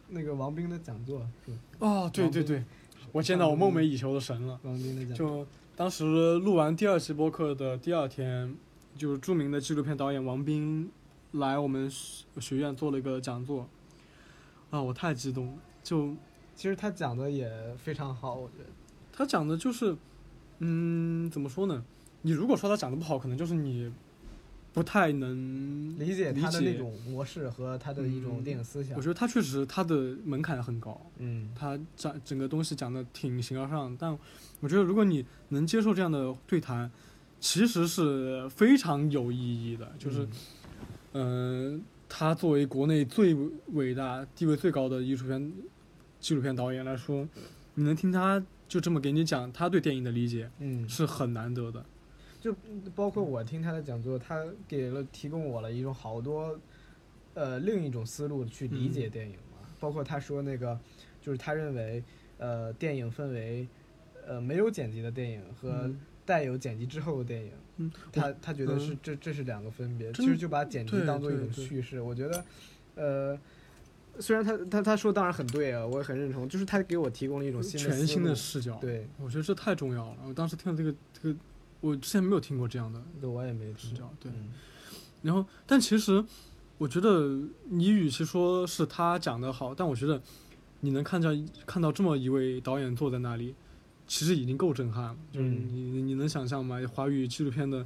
[SPEAKER 2] 那个王冰的讲座是吧
[SPEAKER 1] 哦，对对对，我见到我梦寐以求的神了。
[SPEAKER 2] 王冰的讲座，
[SPEAKER 1] 就当时录完第二期播客的第二天，就是著名的纪录片导演王斌来我们学学院做了一个讲座。啊，我太激动了！就
[SPEAKER 2] 其实他讲的也非常好，我觉得。
[SPEAKER 1] 他讲的就是嗯，怎么说呢？你如果说他讲的不好，可能就是你不太能
[SPEAKER 2] 理解
[SPEAKER 1] 理
[SPEAKER 2] 他的那
[SPEAKER 1] 解
[SPEAKER 2] 种模式和他的一种
[SPEAKER 1] 嗯
[SPEAKER 2] 电影思想
[SPEAKER 1] 我。觉得他确实他的门槛很高，
[SPEAKER 2] 嗯
[SPEAKER 1] 他讲整个东西讲的挺形而上，但我觉得如果你能接受这样的对谈，其实是非常有意义的。就是，嗯、他作为国内最伟大、地位最高的艺术片纪录片导演来说，你能听他就这么给你讲他对电影的理解，
[SPEAKER 2] 嗯，
[SPEAKER 1] 是很难得的。
[SPEAKER 2] 包括我听他的讲座，他给了提供我了一种好多，呃，另一种思路去理解电影
[SPEAKER 1] 嗯
[SPEAKER 2] 嘛。包括他说那个，就是他认为，呃，电影分为，呃，没有剪辑的电影和
[SPEAKER 1] 嗯
[SPEAKER 2] 带有剪辑之后的电影。
[SPEAKER 1] 嗯
[SPEAKER 2] 他他觉得是
[SPEAKER 1] 嗯
[SPEAKER 2] 这这是两个分别，其
[SPEAKER 1] 真
[SPEAKER 2] 实就把剪辑
[SPEAKER 1] 对
[SPEAKER 2] 当做一
[SPEAKER 1] 对
[SPEAKER 2] 种
[SPEAKER 1] 对
[SPEAKER 2] 叙事。我觉得，呃。虽然他他他说当然很对啊，我也很认同，就是他给我提供了一种新的
[SPEAKER 1] 全
[SPEAKER 2] 思
[SPEAKER 1] 新的
[SPEAKER 2] 路
[SPEAKER 1] 视角，
[SPEAKER 2] 对，
[SPEAKER 1] 我觉得这太重要了。我当时听了这个这个，我之前没有听过这样的
[SPEAKER 2] 那我也没
[SPEAKER 1] 视
[SPEAKER 2] 听
[SPEAKER 1] 角，对。
[SPEAKER 2] 嗯
[SPEAKER 1] 然后，但其实我觉得你与其说是他讲的好，但我觉得你能看见看到这么一位导演坐在那里，其实已经够震撼了。就是
[SPEAKER 2] 嗯
[SPEAKER 1] 你你你能想象吗？华语纪录片的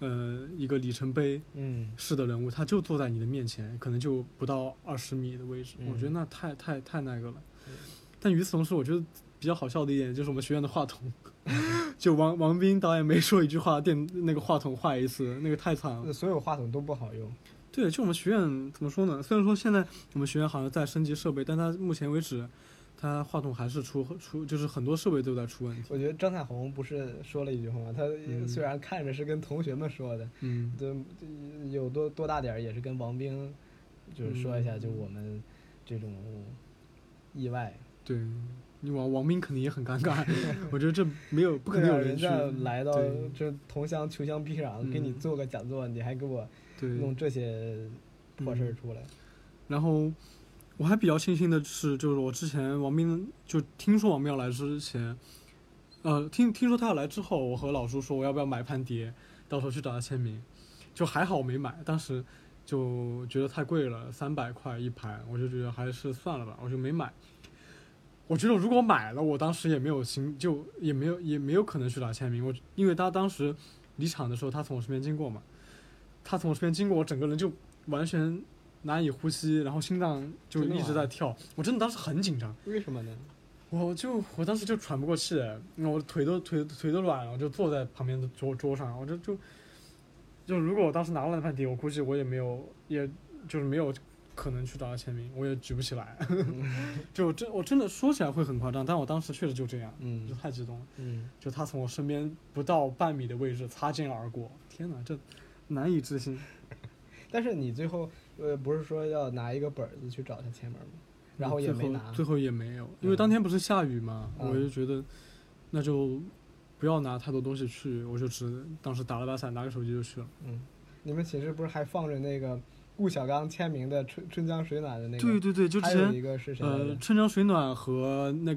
[SPEAKER 1] 呃一个里程碑
[SPEAKER 2] 嗯，
[SPEAKER 1] 式的人物，他就坐在你的面前，可能就不到二十米的位置，我觉得
[SPEAKER 2] 嗯
[SPEAKER 1] 那太太太那个了
[SPEAKER 2] 对。
[SPEAKER 1] 但与此同时，我觉得比较好笑的一点就是我们学院的话筒，
[SPEAKER 2] 嗯
[SPEAKER 1] 就王王斌导演每说一句话，电那个话筒坏一次，那个太惨了
[SPEAKER 2] 那。所有话筒都不好用。
[SPEAKER 1] 对，就我们学院怎么说呢？虽然说现在我们学院好像在升级设备，但它目前为止，它话筒还是出出，就是很多设备都在出问题。
[SPEAKER 2] 我觉得张彩虹不是说了一句话吗？他
[SPEAKER 1] 嗯
[SPEAKER 2] 虽然看着是跟同学们说的，
[SPEAKER 1] 嗯，
[SPEAKER 2] 这这有多多大点儿也是跟王兵，就是说一下，
[SPEAKER 1] 嗯
[SPEAKER 2] 就我们这种意外，
[SPEAKER 1] 对，你王王斌肯定也很尴尬，我觉得这没有不可能有
[SPEAKER 2] 嗯啊人
[SPEAKER 1] 人去
[SPEAKER 2] 家来到
[SPEAKER 1] 对
[SPEAKER 2] 这同乡穷乡僻壤，给你
[SPEAKER 1] 嗯
[SPEAKER 2] 做个讲座，你还给我
[SPEAKER 1] 对
[SPEAKER 2] 弄。这些破事儿
[SPEAKER 1] 嗯
[SPEAKER 2] 出来，
[SPEAKER 1] 然后我还比较庆幸的是，就是我之前王斌就听说王斌要来之前，呃，听听说他要来之后，我和老叔说我要不要买盘碟，到时候去找他签名，就还好我没买，当时就觉得太贵了，三百块一盘，我就觉得还是算了吧，我就没买。我觉得如果买了，我当时也没有心，就也没有也没有可能去找他签名。我因为他当时离场的时候，他从我身边经过嘛，他从我身边经过，我整个人就完全难以呼吸，然后心脏就
[SPEAKER 2] 真的
[SPEAKER 1] 一直
[SPEAKER 2] 吗
[SPEAKER 1] 在跳。我真的当时很紧张。
[SPEAKER 2] 为什么呢？
[SPEAKER 1] 我就我当时就喘不过气来，我腿都腿腿都软了，我就坐在旁边的桌桌上，我就就就如果我当时拿了那盘碟，我估计我也没有，也就是没有可能去找他签名，我也举不起来。 就真我真的说起来会很夸张，但我当时确实就这样，就
[SPEAKER 2] 嗯
[SPEAKER 1] 太激动了。
[SPEAKER 2] 嗯，
[SPEAKER 1] 就他从我身边不到半米的位置擦肩而过，天哪，这难以置信。
[SPEAKER 2] 但是你最后呃不是说要拿一个本儿子去找他签名吗？然后也
[SPEAKER 1] 最
[SPEAKER 2] 没拿
[SPEAKER 1] 最后也没有，因为当天不是下雨嘛，
[SPEAKER 2] 嗯
[SPEAKER 1] 我就觉得那就不要拿太多东西去，我就只当时打了把伞，拿个手机就去了。
[SPEAKER 2] 嗯，你们寝室不是还放着那个顾晓刚签名的《春春江水暖》的那个？
[SPEAKER 1] 对对对，就之
[SPEAKER 2] 还有一
[SPEAKER 1] 前
[SPEAKER 2] 个是谁来
[SPEAKER 1] 呃，
[SPEAKER 2] 着？
[SPEAKER 1] 春江水暖和那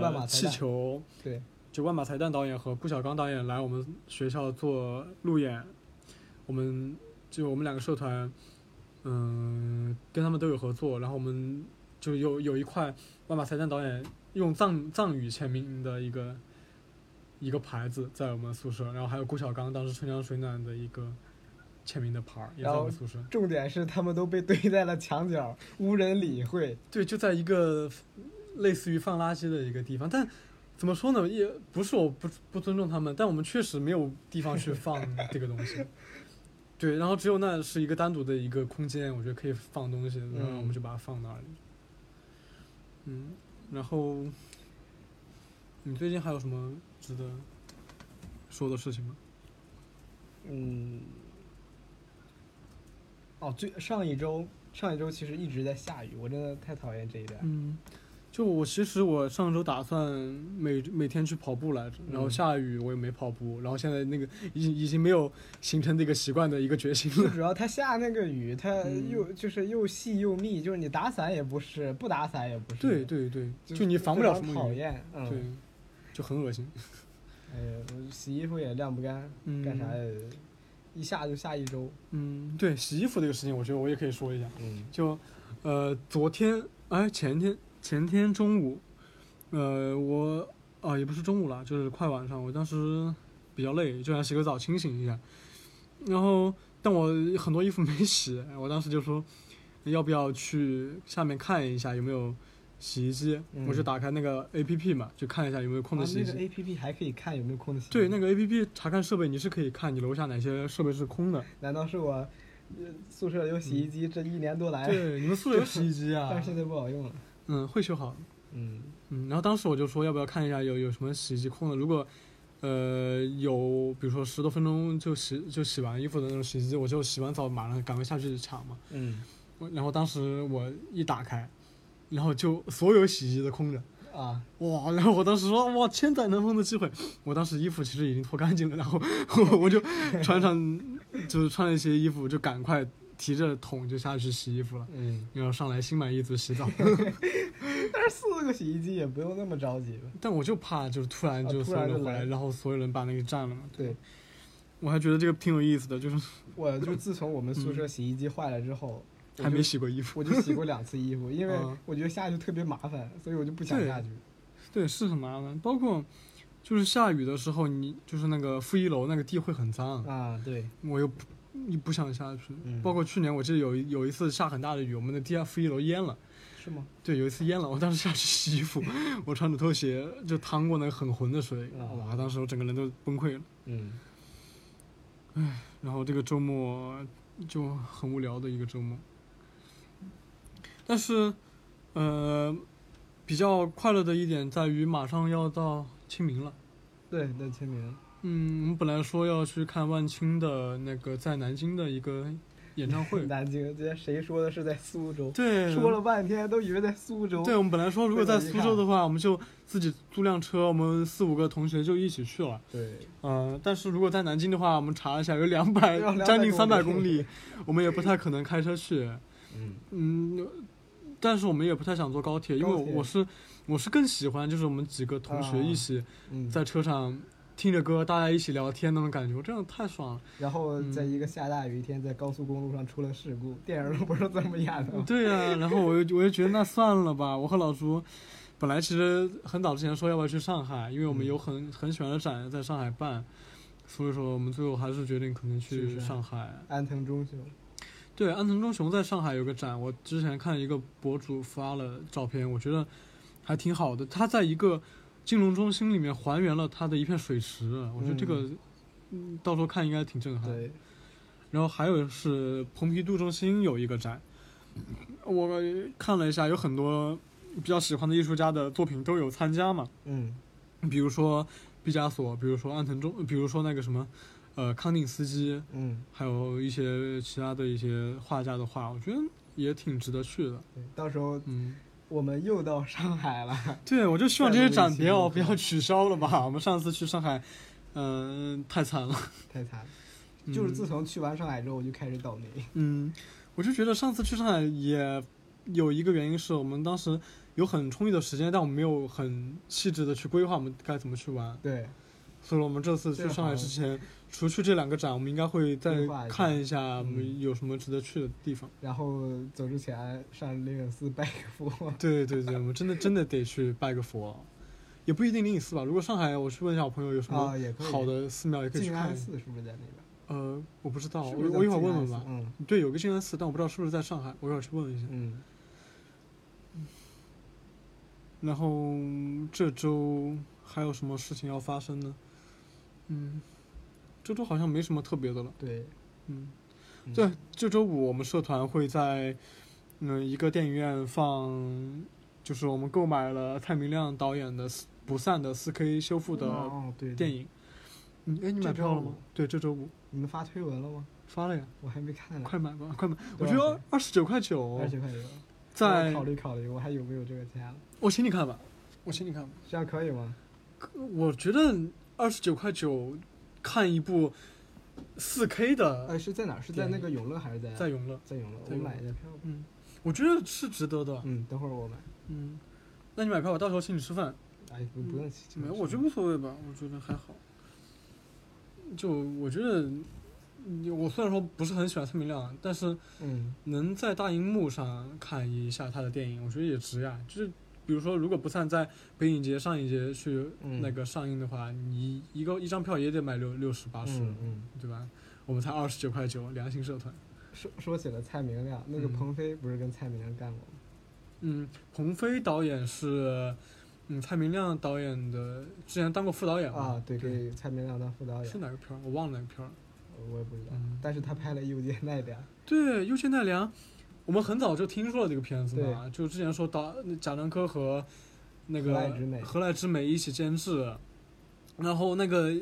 [SPEAKER 2] 万马
[SPEAKER 1] 个
[SPEAKER 2] 才
[SPEAKER 1] 气
[SPEAKER 2] 旦
[SPEAKER 1] 球，
[SPEAKER 2] 对，
[SPEAKER 1] 就万马才旦导演和顾晓刚导演来我们学校做路演，我们就我们两个社团，嗯、跟他们都有合作，然后我们就有有一块万马才旦导演用藏藏语签名的一个一个牌子在我们宿舍，然后还有顾晓刚当时春江水暖的一个签名的牌儿也在我们宿舍，
[SPEAKER 2] 重点是他们都被堆在了墙角，无人理会。
[SPEAKER 1] 对，就在一个类似于放垃圾的一个地方，但怎么说呢，也不是我不不尊重他们，但我们确实没有地方去放这个东西。对，然后只有那是一个单独的一个空间，我觉得可以放东西，然后我们就把它放那里。嗯，然后你最近还有什么值得说的事情吗？
[SPEAKER 2] 嗯，哦，最上一周上一周其实一直在下雨，我真的太讨厌这 一点。
[SPEAKER 1] 嗯，就我其实我上周打算每每天去跑步来着，然后
[SPEAKER 2] 嗯
[SPEAKER 1] 下雨我也没跑步，然后现在那个已经已经没有形成这个习惯的一个决心
[SPEAKER 2] 最
[SPEAKER 1] 了。
[SPEAKER 2] 主要它下那个雨，它
[SPEAKER 1] 嗯
[SPEAKER 2] 又、就是又细又密，就是你打伞也不是，不打伞也不是。
[SPEAKER 1] 对，对对，就你防不
[SPEAKER 2] 非
[SPEAKER 1] 了
[SPEAKER 2] 常
[SPEAKER 1] 什么
[SPEAKER 2] 讨
[SPEAKER 1] 雨，
[SPEAKER 2] 厌，嗯，
[SPEAKER 1] 对，就很恶心。
[SPEAKER 2] 哎呀，我洗衣服也晾不干，
[SPEAKER 1] 嗯，
[SPEAKER 2] 干啥？也一下就下一周。
[SPEAKER 1] 嗯，对，洗衣服这个事情，我觉得我也可以说一下。
[SPEAKER 2] 嗯
[SPEAKER 1] 就呃，昨天哎，前天前天中午，呃，我啊、也不是中午了，就是快晚上。我当时比较累，就想洗个澡清醒一下。然后，但我很多衣服没洗，我当时就说，要不要去下面看一下有没有洗衣机？
[SPEAKER 2] 嗯
[SPEAKER 1] 我就打开那个 A P P 嘛，就看一下有没有空的
[SPEAKER 2] 啊
[SPEAKER 1] 洗衣
[SPEAKER 2] 那
[SPEAKER 1] 机。
[SPEAKER 2] 个 A P P 还可以看有没有空的洗衣
[SPEAKER 1] 对，
[SPEAKER 2] 机
[SPEAKER 1] 那个 A P P 查看设备，你是可以看你楼下哪些设备是空的。
[SPEAKER 2] 难道是我呃宿舍有洗衣机？这一年多来，
[SPEAKER 1] 对，你们宿舍有洗衣机啊
[SPEAKER 2] 哎 但？是现在不好用了。
[SPEAKER 1] 嗯，会修好。
[SPEAKER 2] 嗯，
[SPEAKER 1] 嗯，然后当时我就说要不要看一下有有什么洗衣机空的，如果呃有比如说十多分钟就洗就洗完衣服的那种洗衣机，我就洗完澡马上赶快下去抢嘛。
[SPEAKER 2] 嗯
[SPEAKER 1] 我然后当时我一打开，然后就所有洗衣机都空着，
[SPEAKER 2] 啊，
[SPEAKER 1] 哇！然后我当时说哇，千载难逢的机会，我当时衣服其实已经脱干净了，然后我我就穿上就是穿了一些衣服，就赶快提着桶就下去洗衣服了，
[SPEAKER 2] 嗯，
[SPEAKER 1] 然后上来心满意足洗澡。
[SPEAKER 2] 但是四个洗衣机也不用那么着急吧？
[SPEAKER 1] 但我就怕就是突然
[SPEAKER 2] 啊
[SPEAKER 1] 就
[SPEAKER 2] 突
[SPEAKER 1] 所有
[SPEAKER 2] 然
[SPEAKER 1] 人
[SPEAKER 2] 就
[SPEAKER 1] 回来，
[SPEAKER 2] 来
[SPEAKER 1] 然后所有人把那个占了嘛。
[SPEAKER 2] 对，
[SPEAKER 1] 我还觉得这个挺有意思的，就是
[SPEAKER 2] 我就自从我们宿舍洗衣机坏了之后，我
[SPEAKER 1] 还
[SPEAKER 2] 就
[SPEAKER 1] 没洗过衣服。
[SPEAKER 2] 我就洗过两次衣服，因为
[SPEAKER 1] 嗯
[SPEAKER 2] 我觉得下去特别麻烦，所以我就不想
[SPEAKER 1] 对
[SPEAKER 2] 下去。
[SPEAKER 1] 对，是很麻烦。包括就是下雨的时候，你就是那个负一楼那个地会很脏，
[SPEAKER 2] 啊，对，
[SPEAKER 1] 我又不你不想下去。
[SPEAKER 2] 嗯
[SPEAKER 1] 包括去年我记得有一有一次下很大的雨，我们的地下负一楼淹了。
[SPEAKER 2] 是吗？
[SPEAKER 1] 对，有一次淹了，我当时下去洗衣服， 我穿着拖鞋就趟过那个很浑的水，
[SPEAKER 2] 啊
[SPEAKER 1] 哇，当时我整个人都崩溃了。
[SPEAKER 2] 嗯，
[SPEAKER 1] 然后这个周末就很无聊的一个周末。但是，呃，比较快乐的一点在于马上要到清明了。
[SPEAKER 2] 对，那签名
[SPEAKER 1] 嗯，我们本来说要去看万青的那个在南京的一个演唱 会，
[SPEAKER 2] 南京，这谁说的是在苏州？
[SPEAKER 1] 对，
[SPEAKER 2] 说了半天都以为在苏州。
[SPEAKER 1] 嗯对，我们本来说如果在苏州的话，我们就自己租辆车，我们四五个同学就一起去了。
[SPEAKER 2] 对，
[SPEAKER 1] 嗯、但是如果在南京的话，我们查一下有两百
[SPEAKER 2] 要200
[SPEAKER 1] 将近三百
[SPEAKER 2] 公里
[SPEAKER 1] 公里，我们也不太可能开车去。
[SPEAKER 2] 嗯，
[SPEAKER 1] 嗯，但是我们也不太想坐高铁，因为
[SPEAKER 2] 高铁
[SPEAKER 1] 我是我是更喜欢就是我们几个同学
[SPEAKER 2] 啊
[SPEAKER 1] 一起
[SPEAKER 2] 嗯，
[SPEAKER 1] 在车上听着歌，大家一起聊天那种感觉，我这样太爽了。
[SPEAKER 2] 然后在一个
[SPEAKER 1] 嗯
[SPEAKER 2] 下大雨天，在高速公路上出了事故，电影都不是这么演的吗。
[SPEAKER 1] 对呀、然后我就我就觉得那算了吧，我和老朱。本来其实很早之前说要不要去上海，因为我们
[SPEAKER 2] 嗯
[SPEAKER 1] 有很很喜欢的展在上海办，所以说我们最后还是决定可能
[SPEAKER 2] 去
[SPEAKER 1] 去
[SPEAKER 2] 上
[SPEAKER 1] 上
[SPEAKER 2] 海
[SPEAKER 1] 海。
[SPEAKER 2] 安藤忠雄，
[SPEAKER 1] 对，安藤忠雄在上海有个展，我之前看一个博主发了照片，我觉得还挺好的。他在一个金融中心里面还原了他的一片水池，我觉得这个，嗯，到时候看应该挺震撼。
[SPEAKER 2] 对，
[SPEAKER 1] 然后还有是蓬皮杜中心有一个展，我看了一下，有很多比较喜欢的艺术家的作品都有参加嘛，
[SPEAKER 2] 嗯，
[SPEAKER 1] 比如说毕加索，比如说安藤忠，比如说那个什么，呃，康定斯基，
[SPEAKER 2] 嗯，
[SPEAKER 1] 还有一些其他的一些画家的画，我觉得也挺值得去的。
[SPEAKER 2] 对，到时候
[SPEAKER 1] 嗯，
[SPEAKER 2] 我们又到上海了，
[SPEAKER 1] 对，我就希望这些展
[SPEAKER 2] 再录一期
[SPEAKER 1] 不要
[SPEAKER 2] 录
[SPEAKER 1] 不要取消了吧。我们上次去上海，嗯、太惨了。
[SPEAKER 2] 太惨了。
[SPEAKER 1] 嗯
[SPEAKER 2] 就是自从去完上海之后，我就开始倒霉。
[SPEAKER 1] 嗯，我就觉得上次去上海也有一个原因是我们当时有很充裕的时间，但我们没有很细致的去规划我们该怎么去玩。
[SPEAKER 2] 对，
[SPEAKER 1] 所以我们这次去上海之前，除去这两个展，我们应该会再
[SPEAKER 2] 规划一下
[SPEAKER 1] 看一下我们
[SPEAKER 2] 嗯
[SPEAKER 1] 有什么值得去的地方。
[SPEAKER 2] 然后走之前上灵隐寺拜个佛。
[SPEAKER 1] 对对对，我们真的真的得去拜个佛，也不一定灵隐寺吧。如果上海，我去问一下我朋友有什么
[SPEAKER 2] 啊，也可以。
[SPEAKER 1] 好，的寺庙，也可以去
[SPEAKER 2] 静
[SPEAKER 1] 看
[SPEAKER 2] 安
[SPEAKER 1] 一下。
[SPEAKER 2] 寺是不是在那边？
[SPEAKER 1] 呃，我不知道，我
[SPEAKER 2] 是不是叫
[SPEAKER 1] 我一会儿
[SPEAKER 2] 静
[SPEAKER 1] 问
[SPEAKER 2] 安
[SPEAKER 1] 问
[SPEAKER 2] 寺
[SPEAKER 1] 吧。
[SPEAKER 2] 嗯
[SPEAKER 1] 对，有个静安寺，但我不知道是不是在上海，我一会儿去问一下。
[SPEAKER 2] 嗯，
[SPEAKER 1] 然后这周还有什么事情要发生呢？嗯，这周好像没什么特别的了。
[SPEAKER 2] 对，
[SPEAKER 1] 嗯，
[SPEAKER 2] 嗯
[SPEAKER 1] 对，这周五我们社团会在嗯一个电影院放，就是我们购买了蔡明亮导演的《不散》的四 K 修复的
[SPEAKER 2] 哦，对，对
[SPEAKER 1] 电，影。嗯，哎，你买
[SPEAKER 2] 这周
[SPEAKER 1] 票了吗
[SPEAKER 2] 五？
[SPEAKER 1] 对，这周五
[SPEAKER 2] 你们发推文了吗？
[SPEAKER 1] 发了呀，
[SPEAKER 2] 我还没看呢。
[SPEAKER 1] 快买吧，快买！我
[SPEAKER 2] 多
[SPEAKER 1] 觉
[SPEAKER 2] 少
[SPEAKER 1] 得
[SPEAKER 2] 钱
[SPEAKER 1] 二十九块九
[SPEAKER 2] 二，十块钱，
[SPEAKER 1] 在
[SPEAKER 2] 啊我考虑考虑，我还有没有这个钱了？啊
[SPEAKER 1] 我请你看吧，我请你看吧。
[SPEAKER 2] 这样可以吗？
[SPEAKER 1] 我觉得二十九块九看一部四 K 的，
[SPEAKER 2] 呃，是在哪儿？是在那个永乐还是在？
[SPEAKER 1] 在永乐，
[SPEAKER 2] 在永乐，
[SPEAKER 1] 在
[SPEAKER 2] 我
[SPEAKER 1] 永乐
[SPEAKER 2] 买的票吧。
[SPEAKER 1] 嗯，我觉得是值得的。
[SPEAKER 2] 嗯，等会儿我买。
[SPEAKER 1] 嗯，那你买票，我到时候请你吃饭。
[SPEAKER 2] 哎，不不用
[SPEAKER 1] 没
[SPEAKER 2] 请
[SPEAKER 1] 有，
[SPEAKER 2] 我吃
[SPEAKER 1] 我觉得
[SPEAKER 2] 饭。
[SPEAKER 1] 无所谓吧，我觉得还好。就我觉得，嗯我虽然说不是很喜欢蔡明亮，但是
[SPEAKER 2] 嗯，
[SPEAKER 1] 能在大荧幕上看一下他的电影，我觉得也值呀。就是比如说如果不算在北影节、上影节去
[SPEAKER 2] 嗯
[SPEAKER 1] 那个上映的话，你一个一张票也得买六六十八十，
[SPEAKER 2] 嗯嗯。
[SPEAKER 1] 对吧？我们才二十九块九，良心社团。
[SPEAKER 2] 说说起了蔡明亮，那个
[SPEAKER 1] 嗯
[SPEAKER 2] 鹏飞不是跟蔡明亮干过吗？
[SPEAKER 1] 嗯，鹏飞导演是，嗯，蔡明亮导演的，之前当过副导演嘛
[SPEAKER 2] 啊，对，
[SPEAKER 1] 对，
[SPEAKER 2] 给蔡明亮当副导演呃
[SPEAKER 1] 是，哪个片儿？我忘了哪个片儿了。
[SPEAKER 2] 我也不知道
[SPEAKER 1] 嗯，
[SPEAKER 2] 但是他拍了《又见奈良》，
[SPEAKER 1] 对，《优先奈良》，我们很早就听说了这个片子嘛，就之前说导那贾樟柯和那个
[SPEAKER 2] 何濑直美
[SPEAKER 1] 何濑直美一起监制，然后那个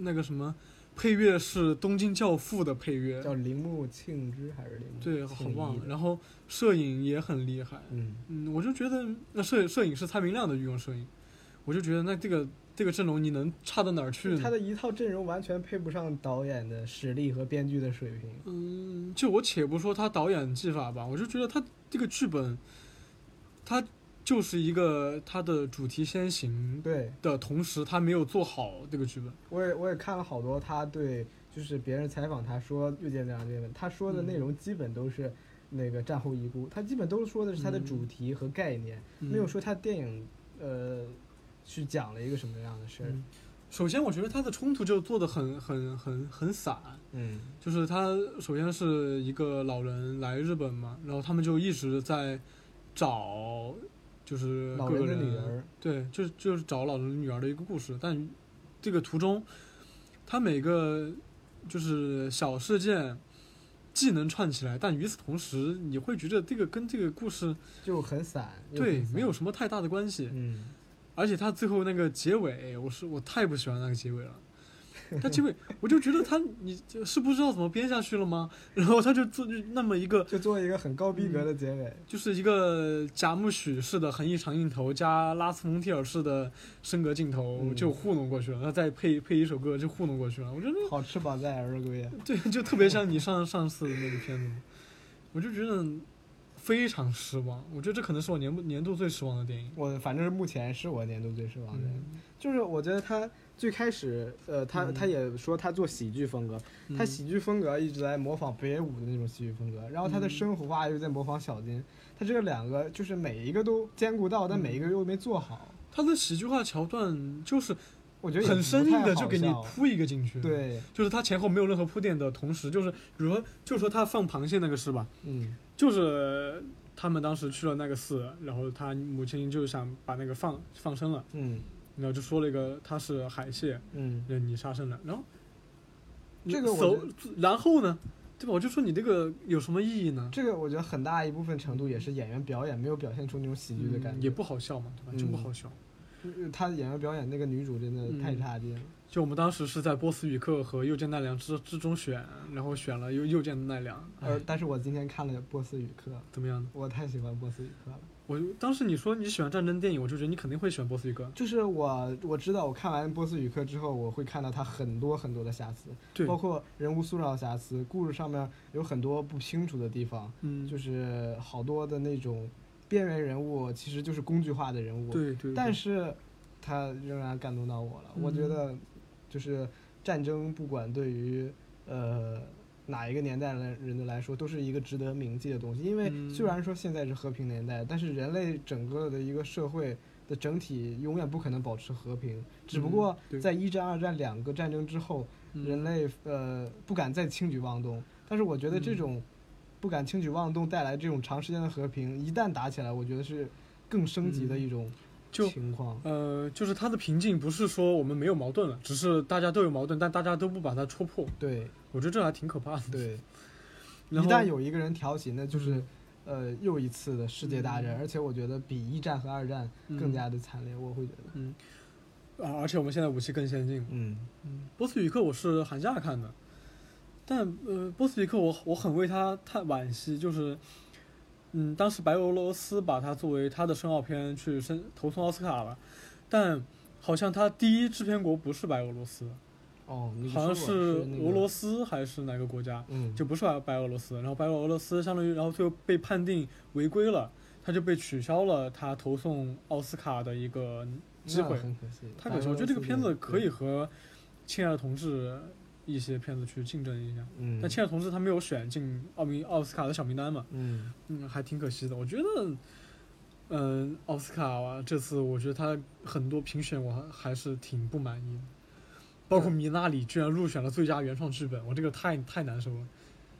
[SPEAKER 1] 那个什么配乐是《东京教父》的配乐，
[SPEAKER 2] 叫铃木庆之还是铃木？
[SPEAKER 1] 对，好忘了。
[SPEAKER 2] 后，
[SPEAKER 1] 然后摄影也很厉害，
[SPEAKER 2] 嗯，
[SPEAKER 1] 嗯，我就觉得那摄摄影是蔡明亮的御用摄影，我就觉得那这个这个阵容你能差到哪儿去呢？
[SPEAKER 2] 他的一套阵容完全配不上导演的实力和编剧的水平。
[SPEAKER 1] 嗯，就我且不说他导演技法吧，我就觉得他这个剧本，他就是一个他的主题先行
[SPEAKER 2] 对，
[SPEAKER 1] 的同时，他没有做好这个剧本。
[SPEAKER 2] 我也我也看了好多他对，就是别人采访他说又见两这问，他说的内容基本都是那个战后遗孤，他基本都说的是他的
[SPEAKER 1] 嗯
[SPEAKER 2] 主题和概念，
[SPEAKER 1] 嗯
[SPEAKER 2] 没有说他电影呃去讲了一个什么样的事儿。
[SPEAKER 1] 嗯首先，我觉得他的冲突就做的很很很很散，
[SPEAKER 2] 嗯
[SPEAKER 1] 就是他首先是一个老人来日本嘛，然后他们就一直在找，就是
[SPEAKER 2] 老
[SPEAKER 1] 各个
[SPEAKER 2] 人的女儿，
[SPEAKER 1] 对，就是就是找老人女儿的一个故事，但这个途中，他每个就是小事件既能串起来，但与此同时，你会觉得这个跟这个故事
[SPEAKER 2] 就很散，又
[SPEAKER 1] 对
[SPEAKER 2] 很散
[SPEAKER 1] 没有，什么太大的关系。
[SPEAKER 2] 嗯，
[SPEAKER 1] 而且他最后那个结尾，我是我太不喜欢那个结尾了。他结尾，我就觉得他你是不知道怎么编下去了吗？然后他就做就那么一个，
[SPEAKER 2] 就做一个很高逼格的结尾，
[SPEAKER 1] 就是一个贾木许式的横移长镜头加拉斯蒙蒂尔式的升格镜头
[SPEAKER 2] 嗯
[SPEAKER 1] 就糊弄过去了，然后再配配一首歌就糊弄过去了。我觉得
[SPEAKER 2] 好吃饱在而归呀。
[SPEAKER 1] 对，就特别像你上上次那个片子，我就觉得非常失望。我觉得这可能是我年年度最失望的电影。
[SPEAKER 2] 我反正是目前是我年度最失望的，
[SPEAKER 1] 嗯，
[SPEAKER 2] 就是我觉得他最开始，呃，他、
[SPEAKER 1] 嗯
[SPEAKER 2] 他也说他做喜剧风格，他喜剧风格一直在模仿北野武的那种喜剧风格，然后他的
[SPEAKER 1] 嗯
[SPEAKER 2] 生活化又在模仿小金，他这个两个就是每一个都兼顾到，但每一个又没做好，
[SPEAKER 1] 他的喜剧化桥段就是
[SPEAKER 2] 我觉得也
[SPEAKER 1] 很
[SPEAKER 2] 不
[SPEAKER 1] 生硬
[SPEAKER 2] 太
[SPEAKER 1] 的
[SPEAKER 2] 好
[SPEAKER 1] 就给你
[SPEAKER 2] 笑
[SPEAKER 1] 铺一个进去，，
[SPEAKER 2] 对，
[SPEAKER 1] 就是他前后没有任何铺垫的同时，就是比如说就说他放螃蟹那个是吧？
[SPEAKER 2] 嗯，
[SPEAKER 1] 就是他们当时去了那个寺，然后他母亲就想把那个放放生了，
[SPEAKER 2] 嗯
[SPEAKER 1] 然后就说了一个他是海蟹，
[SPEAKER 2] 嗯，
[SPEAKER 1] 那你杀生了，然后你
[SPEAKER 2] 这个我
[SPEAKER 1] 手，然后呢，对吧？我嗯就说你这个有什么意义呢？
[SPEAKER 2] 这个我觉得很大一部分程度也是演员表演没有表现出那种喜剧的感
[SPEAKER 1] 嗯
[SPEAKER 2] 觉，
[SPEAKER 1] 也不好笑嘛，对吧？
[SPEAKER 2] 嗯
[SPEAKER 1] 真不好笑。
[SPEAKER 2] 呃他演员表演那个女主真的太
[SPEAKER 1] 嗯
[SPEAKER 2] 差劲了，
[SPEAKER 1] 就我们当时是在波斯语课和右键奈良之之中选，然后选了右右键奈良，
[SPEAKER 2] 呃，但是我今天看了波斯语课，
[SPEAKER 1] 哎怎么样呢？
[SPEAKER 2] 我太喜欢波斯语课了。
[SPEAKER 1] 我当时你说你喜欢战争电影，我就觉得你肯定会选波斯语课。
[SPEAKER 2] 就是我我知道，我看完波斯语课之后，我会看到他很多很多的瑕疵，
[SPEAKER 1] 对
[SPEAKER 2] 包，括人物塑造瑕疵，故事上面有很多不清楚的地方，
[SPEAKER 1] 嗯，
[SPEAKER 2] 就是好多的那种边缘人物其实就是工具化的人物，
[SPEAKER 1] 对对对。
[SPEAKER 2] 但是他仍然感动到我了。我觉
[SPEAKER 1] 嗯
[SPEAKER 2] 得就是战争，不管对于呃。哪一个年代的人的来说，都是一个值得铭记的东西。因为
[SPEAKER 1] 嗯
[SPEAKER 2] 虽然说现在是和平年代，但是人类整个的一个社会的整体永远不可能保持和平。只不
[SPEAKER 1] 嗯
[SPEAKER 2] 过
[SPEAKER 1] 对
[SPEAKER 2] 在一战、二战两个战争之后，
[SPEAKER 1] 嗯
[SPEAKER 2] 人类呃不敢再轻举妄动。但是我觉得这
[SPEAKER 1] 嗯
[SPEAKER 2] 种不敢轻举妄动带来这种长时间的和平，一旦打起来，我觉得是更升级的一种
[SPEAKER 1] 嗯就
[SPEAKER 2] 情况。
[SPEAKER 1] 呃，就是它的瓶颈不是说我们没有矛盾了，只是大家都有矛盾，但大家都不把它戳破。
[SPEAKER 2] 对
[SPEAKER 1] 我觉得这还挺可怕的。
[SPEAKER 2] 对，一
[SPEAKER 1] 然后
[SPEAKER 2] 旦有一个人挑起，那就是
[SPEAKER 1] 嗯
[SPEAKER 2] 呃又一次的世界大战，
[SPEAKER 1] 嗯
[SPEAKER 2] 而且我觉得比一战和二战更加的惨烈，我会觉得。
[SPEAKER 1] 嗯啊，而且我们现在武器更先进了。
[SPEAKER 2] 嗯
[SPEAKER 1] 嗯，波斯语课我是寒假看的，但呃，波斯语课我我很为他叹惋惜，就是嗯，当时白俄罗斯把它作为他的申奥片去申投送奥斯卡了，但好像他第一制片国不是白俄罗斯，
[SPEAKER 2] 哦，你
[SPEAKER 1] 好像
[SPEAKER 2] 说
[SPEAKER 1] 是
[SPEAKER 2] 我那
[SPEAKER 1] 俄
[SPEAKER 2] 个
[SPEAKER 1] 罗斯还是哪个国家？
[SPEAKER 2] 嗯
[SPEAKER 1] 就不是白白俄罗斯，然后白俄罗斯相当于，然后最后被判定违规了，他就被取消了他投送奥斯卡的一个机
[SPEAKER 2] 那
[SPEAKER 1] 会。
[SPEAKER 2] 很可惜。
[SPEAKER 1] 太
[SPEAKER 2] 白
[SPEAKER 1] 可惜了，
[SPEAKER 2] 俄
[SPEAKER 1] 我觉得
[SPEAKER 2] 罗
[SPEAKER 1] 这个
[SPEAKER 2] 斯
[SPEAKER 1] 片子
[SPEAKER 2] 的
[SPEAKER 1] 可以
[SPEAKER 2] 对
[SPEAKER 1] 和《亲爱的同志》一些片子去竞争一下。
[SPEAKER 2] 嗯
[SPEAKER 1] 但《亲爱的同志》他没有选进奥名奥斯卡的小名单嘛，
[SPEAKER 2] 嗯
[SPEAKER 1] 嗯，还挺可惜的。我觉得嗯，奥斯卡啊，这次我觉得他很多评选我还还是挺不满意的，包括米拉里居然入选了最佳原创剧本，我这个太太难受了。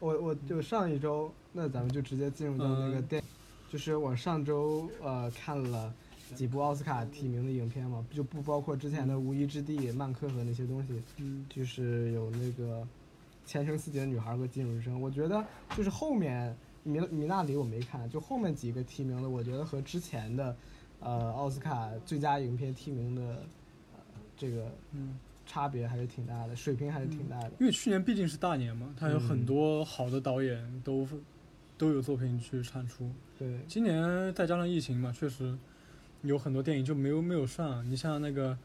[SPEAKER 2] 我我就上一周，那咱们就直接进入到那个
[SPEAKER 1] 嗯
[SPEAKER 2] 电，就是我上周呃看了几部奥斯卡提名的影片嘛，就不包括之前的《无依之地》、《曼克》和那些东西，
[SPEAKER 1] 嗯
[SPEAKER 2] 就是有那个《前程似锦的女孩》和《今日之声》。我觉得就是后面米米纳里我没看，就后面几个提名的，我觉得和之前的呃奥斯卡最佳影片提名的、呃、这个
[SPEAKER 1] 嗯，
[SPEAKER 2] 差别还是挺大的，水平还是挺大的。
[SPEAKER 1] 因为去年毕竟是大年嘛，他有很多好的导演都、都有作品去产出。
[SPEAKER 2] 对，
[SPEAKER 1] 今年再加上疫情嘛，确实有很多电影就没有没有上。你像那个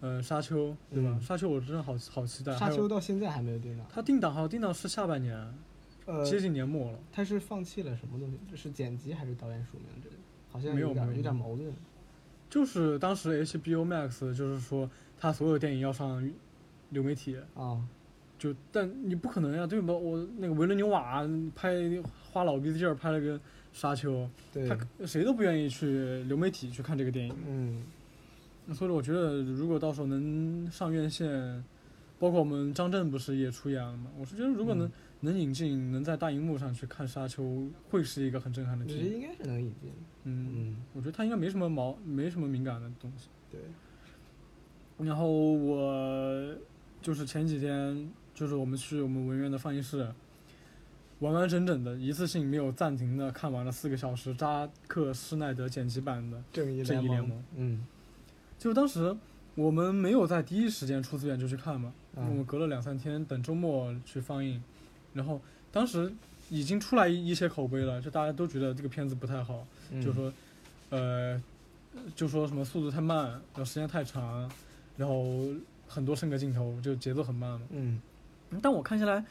[SPEAKER 1] 呃《沙丘》，对吧？
[SPEAKER 2] 嗯
[SPEAKER 1] 沙丘》我真的好好期待。
[SPEAKER 2] 沙
[SPEAKER 1] 还
[SPEAKER 2] 丘
[SPEAKER 1] 有
[SPEAKER 2] 到现在还没有定档。
[SPEAKER 1] 它定档好像定档是下半年，
[SPEAKER 2] 呃，
[SPEAKER 1] 接近年末了。
[SPEAKER 2] 他是放弃了什么东西？这是剪辑还是导演署名之类的？好像
[SPEAKER 1] 没有
[SPEAKER 2] 点
[SPEAKER 1] 没有
[SPEAKER 2] 有点矛盾。
[SPEAKER 1] 就是当时 HBO Max 就是说它所有电影要上流媒体，
[SPEAKER 2] 啊，
[SPEAKER 1] 就但你不可能呀，对吧？我那个维伦纽瓦拍花老鼻子劲儿拍了个《沙丘》，
[SPEAKER 2] 对，
[SPEAKER 1] 他谁都不愿意去流媒体去看这个电影。
[SPEAKER 2] 嗯，
[SPEAKER 1] 所以我觉得，如果到时候能上院线，包括我们张震不是也出演了嘛？我是觉得，如果能、
[SPEAKER 2] 嗯
[SPEAKER 1] 能引进，能在大荧幕上去看《沙丘》，会是一个很震撼的
[SPEAKER 2] 我
[SPEAKER 1] 体
[SPEAKER 2] 觉得
[SPEAKER 1] 验。
[SPEAKER 2] 应该是能引进。
[SPEAKER 1] 嗯，
[SPEAKER 2] 嗯，
[SPEAKER 1] 我觉得他应该没什么毛，没什么敏感的东西。
[SPEAKER 2] 对，
[SPEAKER 1] 然后我就是前几天，就是我们去我们文苑的放映室，完完整整的一次性没有暂停的看完了四个小时扎克施耐德剪辑版的。
[SPEAKER 2] 正义
[SPEAKER 1] 正义联
[SPEAKER 2] 盟
[SPEAKER 1] 盟。
[SPEAKER 2] 嗯，
[SPEAKER 1] 就当时我们没有在第一时间出资源就去看嘛，
[SPEAKER 2] 嗯
[SPEAKER 1] 我们隔了两三天等周末去放映，然后当时已经出来一些口碑了，就大家都觉得这个片子不太好，
[SPEAKER 2] 嗯
[SPEAKER 1] 就说，呃，就说什么速度太慢，然后时间太长，然后很多升格镜头，就节奏很慢嘛。
[SPEAKER 2] 嗯
[SPEAKER 1] 但我看下来，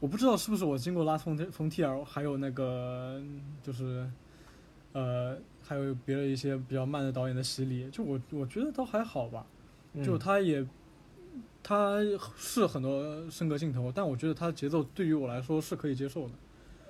[SPEAKER 1] 我不知道是不是我经过拉风风 T L，还有那个就是，呃，还有别的一些比较慢的导演的洗礼，就我我觉得倒还好吧，
[SPEAKER 2] 嗯
[SPEAKER 1] 就他也。他是很多升格镜头，但我觉得他节奏对于我来说是可以接受的。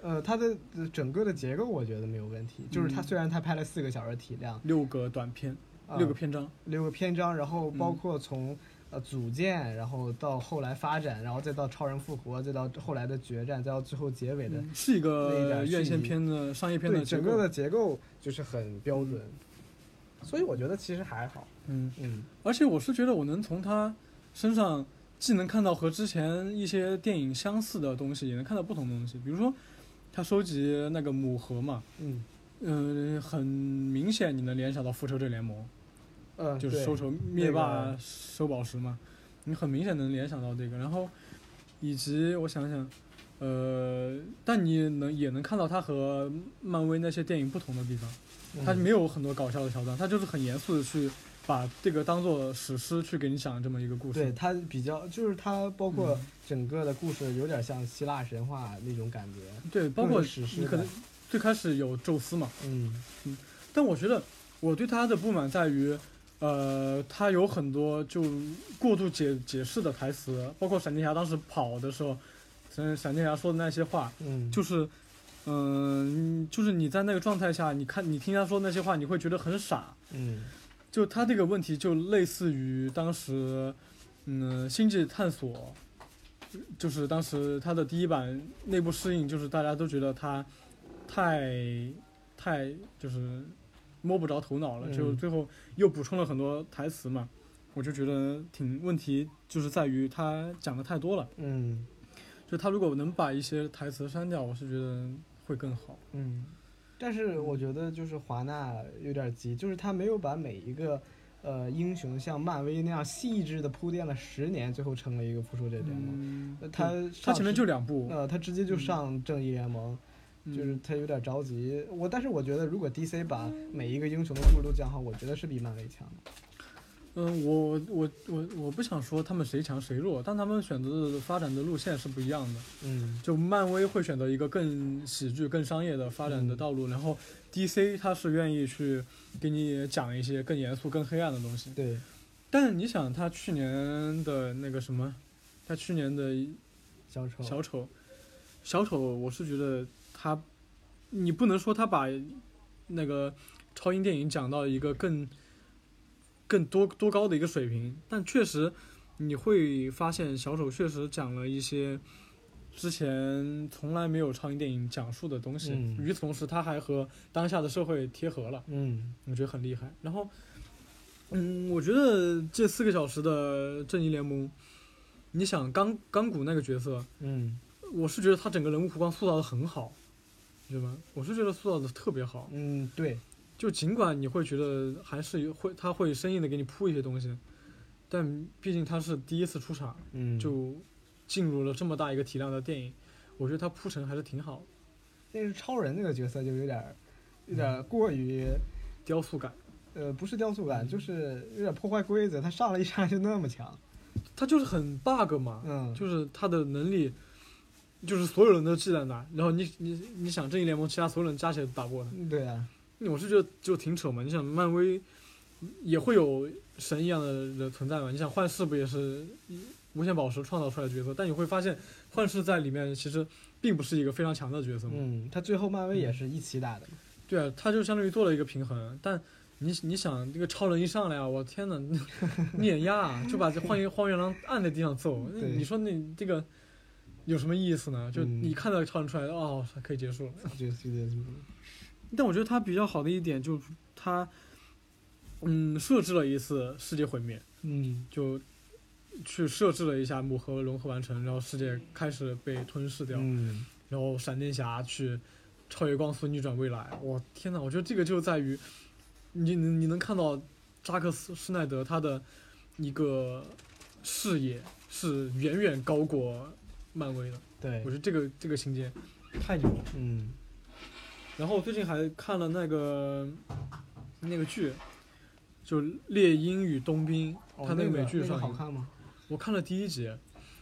[SPEAKER 2] 呃，它的呃整个的结构我觉得没有问题，就是它
[SPEAKER 1] 嗯
[SPEAKER 2] 虽然它拍了四个小时体量，
[SPEAKER 1] 六个短片，
[SPEAKER 2] 啊
[SPEAKER 1] 六个篇章，
[SPEAKER 2] 六个篇章，然后包
[SPEAKER 1] 嗯
[SPEAKER 2] 括从呃组建，然后到后来发展，然后再到超人复活，再到后来的决战，再到最后结尾的
[SPEAKER 1] 嗯是一
[SPEAKER 2] 那一
[SPEAKER 1] 个
[SPEAKER 2] 点
[SPEAKER 1] 院线
[SPEAKER 2] 距离
[SPEAKER 1] 片的商业片
[SPEAKER 2] 对
[SPEAKER 1] 的结
[SPEAKER 2] 整
[SPEAKER 1] 构
[SPEAKER 2] 个的结构就是很标准，所以我觉得其实还好。
[SPEAKER 1] 嗯，
[SPEAKER 2] 嗯
[SPEAKER 1] 而且我是觉得我能从他身上既能看到和之前一些电影相似的东西，也能看到不同的东西。比如说，他收集那个母盒嘛，
[SPEAKER 2] 嗯
[SPEAKER 1] 嗯、很明显你能联想到《复仇者联盟》，
[SPEAKER 2] 呃，
[SPEAKER 1] 就是收
[SPEAKER 2] 对
[SPEAKER 1] 仇灭霸、
[SPEAKER 2] 那个
[SPEAKER 1] 收宝石嘛，你很明显能联想到这个。然后，以及我想想，呃，但你能也能看到他和漫威那些电影不同的地方。它
[SPEAKER 2] 嗯
[SPEAKER 1] 没有很多搞笑的桥段，它就是很严肃的去把这个当做史诗去给你讲这么一个故事。
[SPEAKER 2] 对它比较就是它包括
[SPEAKER 1] 嗯
[SPEAKER 2] 整个的故事有点像希腊神话那种感觉，
[SPEAKER 1] 对包括
[SPEAKER 2] 更是史诗
[SPEAKER 1] 你可能
[SPEAKER 2] 感
[SPEAKER 1] 最开始有宙斯嘛，
[SPEAKER 2] 嗯
[SPEAKER 1] 但我觉得我对他的不满在于，呃，他有很多就过度解解释的台词，包括闪电侠当时跑的时候，闪闪电侠说的那些话，
[SPEAKER 2] 嗯，
[SPEAKER 1] 就是，嗯、就是你在那个状态下，你看你听他说那些话，你会觉得很傻，
[SPEAKER 2] 嗯
[SPEAKER 1] 就他这个问题就类似于当时，嗯，星际探索，就是当时嗯它的第一版内部适应，就是大家都觉得它太太就是摸不着头脑了，
[SPEAKER 2] 嗯
[SPEAKER 1] 就最后又补充了很多台词嘛，我就觉得挺问题就是在于他讲的太多了，
[SPEAKER 2] 嗯
[SPEAKER 1] 就他如果能把一些台词删掉，我是觉得会更好。
[SPEAKER 2] 嗯，但是我觉得就是华纳有点急，就是他没有把每一个。呃，英雄像漫威那样细致的铺垫了十年，最后成了一个复仇者联盟。
[SPEAKER 1] 嗯
[SPEAKER 2] 呃他
[SPEAKER 1] 他
[SPEAKER 2] 上
[SPEAKER 1] 前面
[SPEAKER 2] 市
[SPEAKER 1] 就两部，
[SPEAKER 2] 呃，他直接就
[SPEAKER 1] 嗯
[SPEAKER 2] 上正义联盟，
[SPEAKER 1] 嗯
[SPEAKER 2] 就是他有点着急。我但是我觉得，如果 DC 把每一个英雄的故事都讲好，我觉得是比漫威强的。
[SPEAKER 1] 嗯，我我我我不想说他们谁强谁弱，但他们选择的发展的路线是不一样的。
[SPEAKER 2] 嗯
[SPEAKER 1] 就漫威会选择一个更喜剧、更商业的发展的道路，然后 DC 它是愿意去给你讲一些更严肃、更黑暗的东西，。
[SPEAKER 2] 对，
[SPEAKER 1] 但你想，他去年的那个什么，他去年的
[SPEAKER 2] 小丑，
[SPEAKER 1] 小丑，小丑，我是觉得他，你不能说他把那个超英电影讲到一个更更多多高的一个水平，但确实你会发现小丑确实讲了一些之前从来没有超英电影讲述的东西，
[SPEAKER 2] 嗯
[SPEAKER 1] 与此同时他还和当下的社会贴合了。
[SPEAKER 2] 嗯
[SPEAKER 1] 我觉得很厉害。然后，嗯，我觉得这四个小时的正义联盟，你想钢钢骨那个角色，
[SPEAKER 2] 嗯
[SPEAKER 1] 我是觉得他整个人物弧光塑造的很好，你知道吗？我是觉得塑造的特别好。
[SPEAKER 2] 嗯，对，
[SPEAKER 1] 就尽管你会觉得还是有会他会生硬的给你铺一些东西，但毕竟他是第一次出场
[SPEAKER 2] 嗯，
[SPEAKER 1] 就进入了这么大一个体量的电影，我觉得他铺陈还是挺好的，
[SPEAKER 2] 但是超人那个角色就有点儿有点
[SPEAKER 1] 嗯
[SPEAKER 2] 儿过于。
[SPEAKER 1] 雕塑感。
[SPEAKER 2] 呃，不是雕塑
[SPEAKER 1] 嗯
[SPEAKER 2] 感，就是有点破坏规则。他上来一上来就那么强，
[SPEAKER 1] 他就是很 bug 嘛，
[SPEAKER 2] 嗯，
[SPEAKER 1] 就是他的能力，就是所有人都记在那儿，然后你你你想正义联盟其他所有人加起来都打不过他，
[SPEAKER 2] 嗯对啊，
[SPEAKER 1] 我是觉得就挺扯嘛。你想漫威也会有神一样的人存在嘛？你想幻视不也是无限宝石创造出来的角色？但你会发现幻视在里面其实并不是一个非常强的角色嘛。
[SPEAKER 2] 嗯，他最后漫威也是一起打的嘛，
[SPEAKER 1] 对啊，他就相当于做了一个平衡，但。你你想这个超人一上来啊，我天哪， 碾压啊、就把这荒原荒原狼按在地上揍，那
[SPEAKER 2] 对
[SPEAKER 1] 你说那这个有什么意思呢？就
[SPEAKER 2] 嗯
[SPEAKER 1] 你看到超人出来，哦，可以结束了。
[SPEAKER 2] 就就就
[SPEAKER 1] 但我觉得他比较好的一点就是他，嗯，设置了一次世界毁灭，
[SPEAKER 2] 嗯
[SPEAKER 1] 就去设置了一下母核融合完成，然后世界开始被吞噬掉，
[SPEAKER 2] 嗯，
[SPEAKER 1] 然后闪电侠去超越光速逆转未来。我天哪！我觉得这个就在于你你你能看到扎克斯施耐德他的一个视野是远远高过漫威的。
[SPEAKER 2] 对
[SPEAKER 1] 我觉，得这个这个情节太牛了。
[SPEAKER 2] 嗯
[SPEAKER 1] 然后我最近还看了那个那个剧，就《猎鹰与冬兵》，
[SPEAKER 2] 哦
[SPEAKER 1] 它
[SPEAKER 2] 那
[SPEAKER 1] 个美
[SPEAKER 2] 个
[SPEAKER 1] 剧
[SPEAKER 2] 那
[SPEAKER 1] 上
[SPEAKER 2] 个好
[SPEAKER 1] 映，
[SPEAKER 2] 看吗？
[SPEAKER 1] 我看了第一集。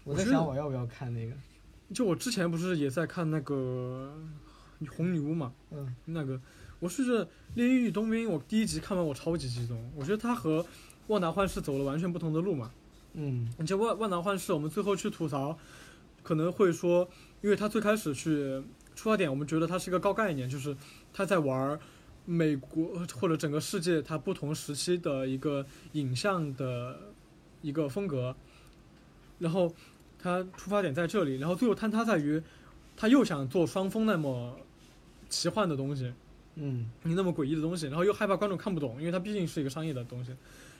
[SPEAKER 2] 我
[SPEAKER 1] 我
[SPEAKER 2] 在
[SPEAKER 1] 觉
[SPEAKER 2] 想
[SPEAKER 1] 得
[SPEAKER 2] 我要不要看那个，
[SPEAKER 1] 就我之前不是也在看那个《红女巫》嘛，
[SPEAKER 2] 嗯
[SPEAKER 1] 那个我是《猎鹰与冬兵》，我第一集看完我超级激动，我觉得它和《万达幻视》走了完全不同的路嘛。
[SPEAKER 2] 嗯
[SPEAKER 1] 而且《万万达幻视》，我们最后去吐槽，可能会说，因为它最开始去出发点，我们觉得它是一个高概念，就是它在玩儿美国或者整个世界它不同时期的一个影像的一个风格，然后它出发点在这里，然后最后坍塌在于，他又想做双峰那么奇幻的东西，
[SPEAKER 2] 嗯
[SPEAKER 1] 你那么诡异的东西，然后又害怕观众看不懂，因为它毕竟是一个商业的东西，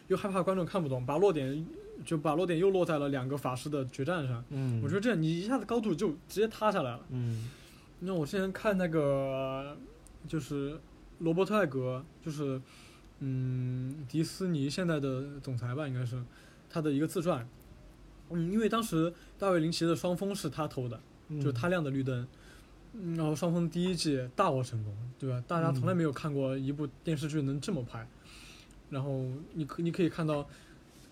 [SPEAKER 1] 又害怕观众看不懂，把落点就把落点又落在了两个法师的决战上。
[SPEAKER 2] 嗯，
[SPEAKER 1] 我觉得这样你一下子高度就直接塌下来了。
[SPEAKER 2] 嗯
[SPEAKER 1] 那我之前看那个就是罗伯特艾格，就是嗯迪斯尼现在的总裁吧，应该是他的一个自传。嗯，因为当时大卫林奇的双峰是他投的，
[SPEAKER 2] 嗯
[SPEAKER 1] 就他亮的绿灯，嗯然后双峰第一季大获成功，对吧？大家从来
[SPEAKER 2] 嗯
[SPEAKER 1] 没有看过一部电视剧能这么拍，然后你可你可以看到，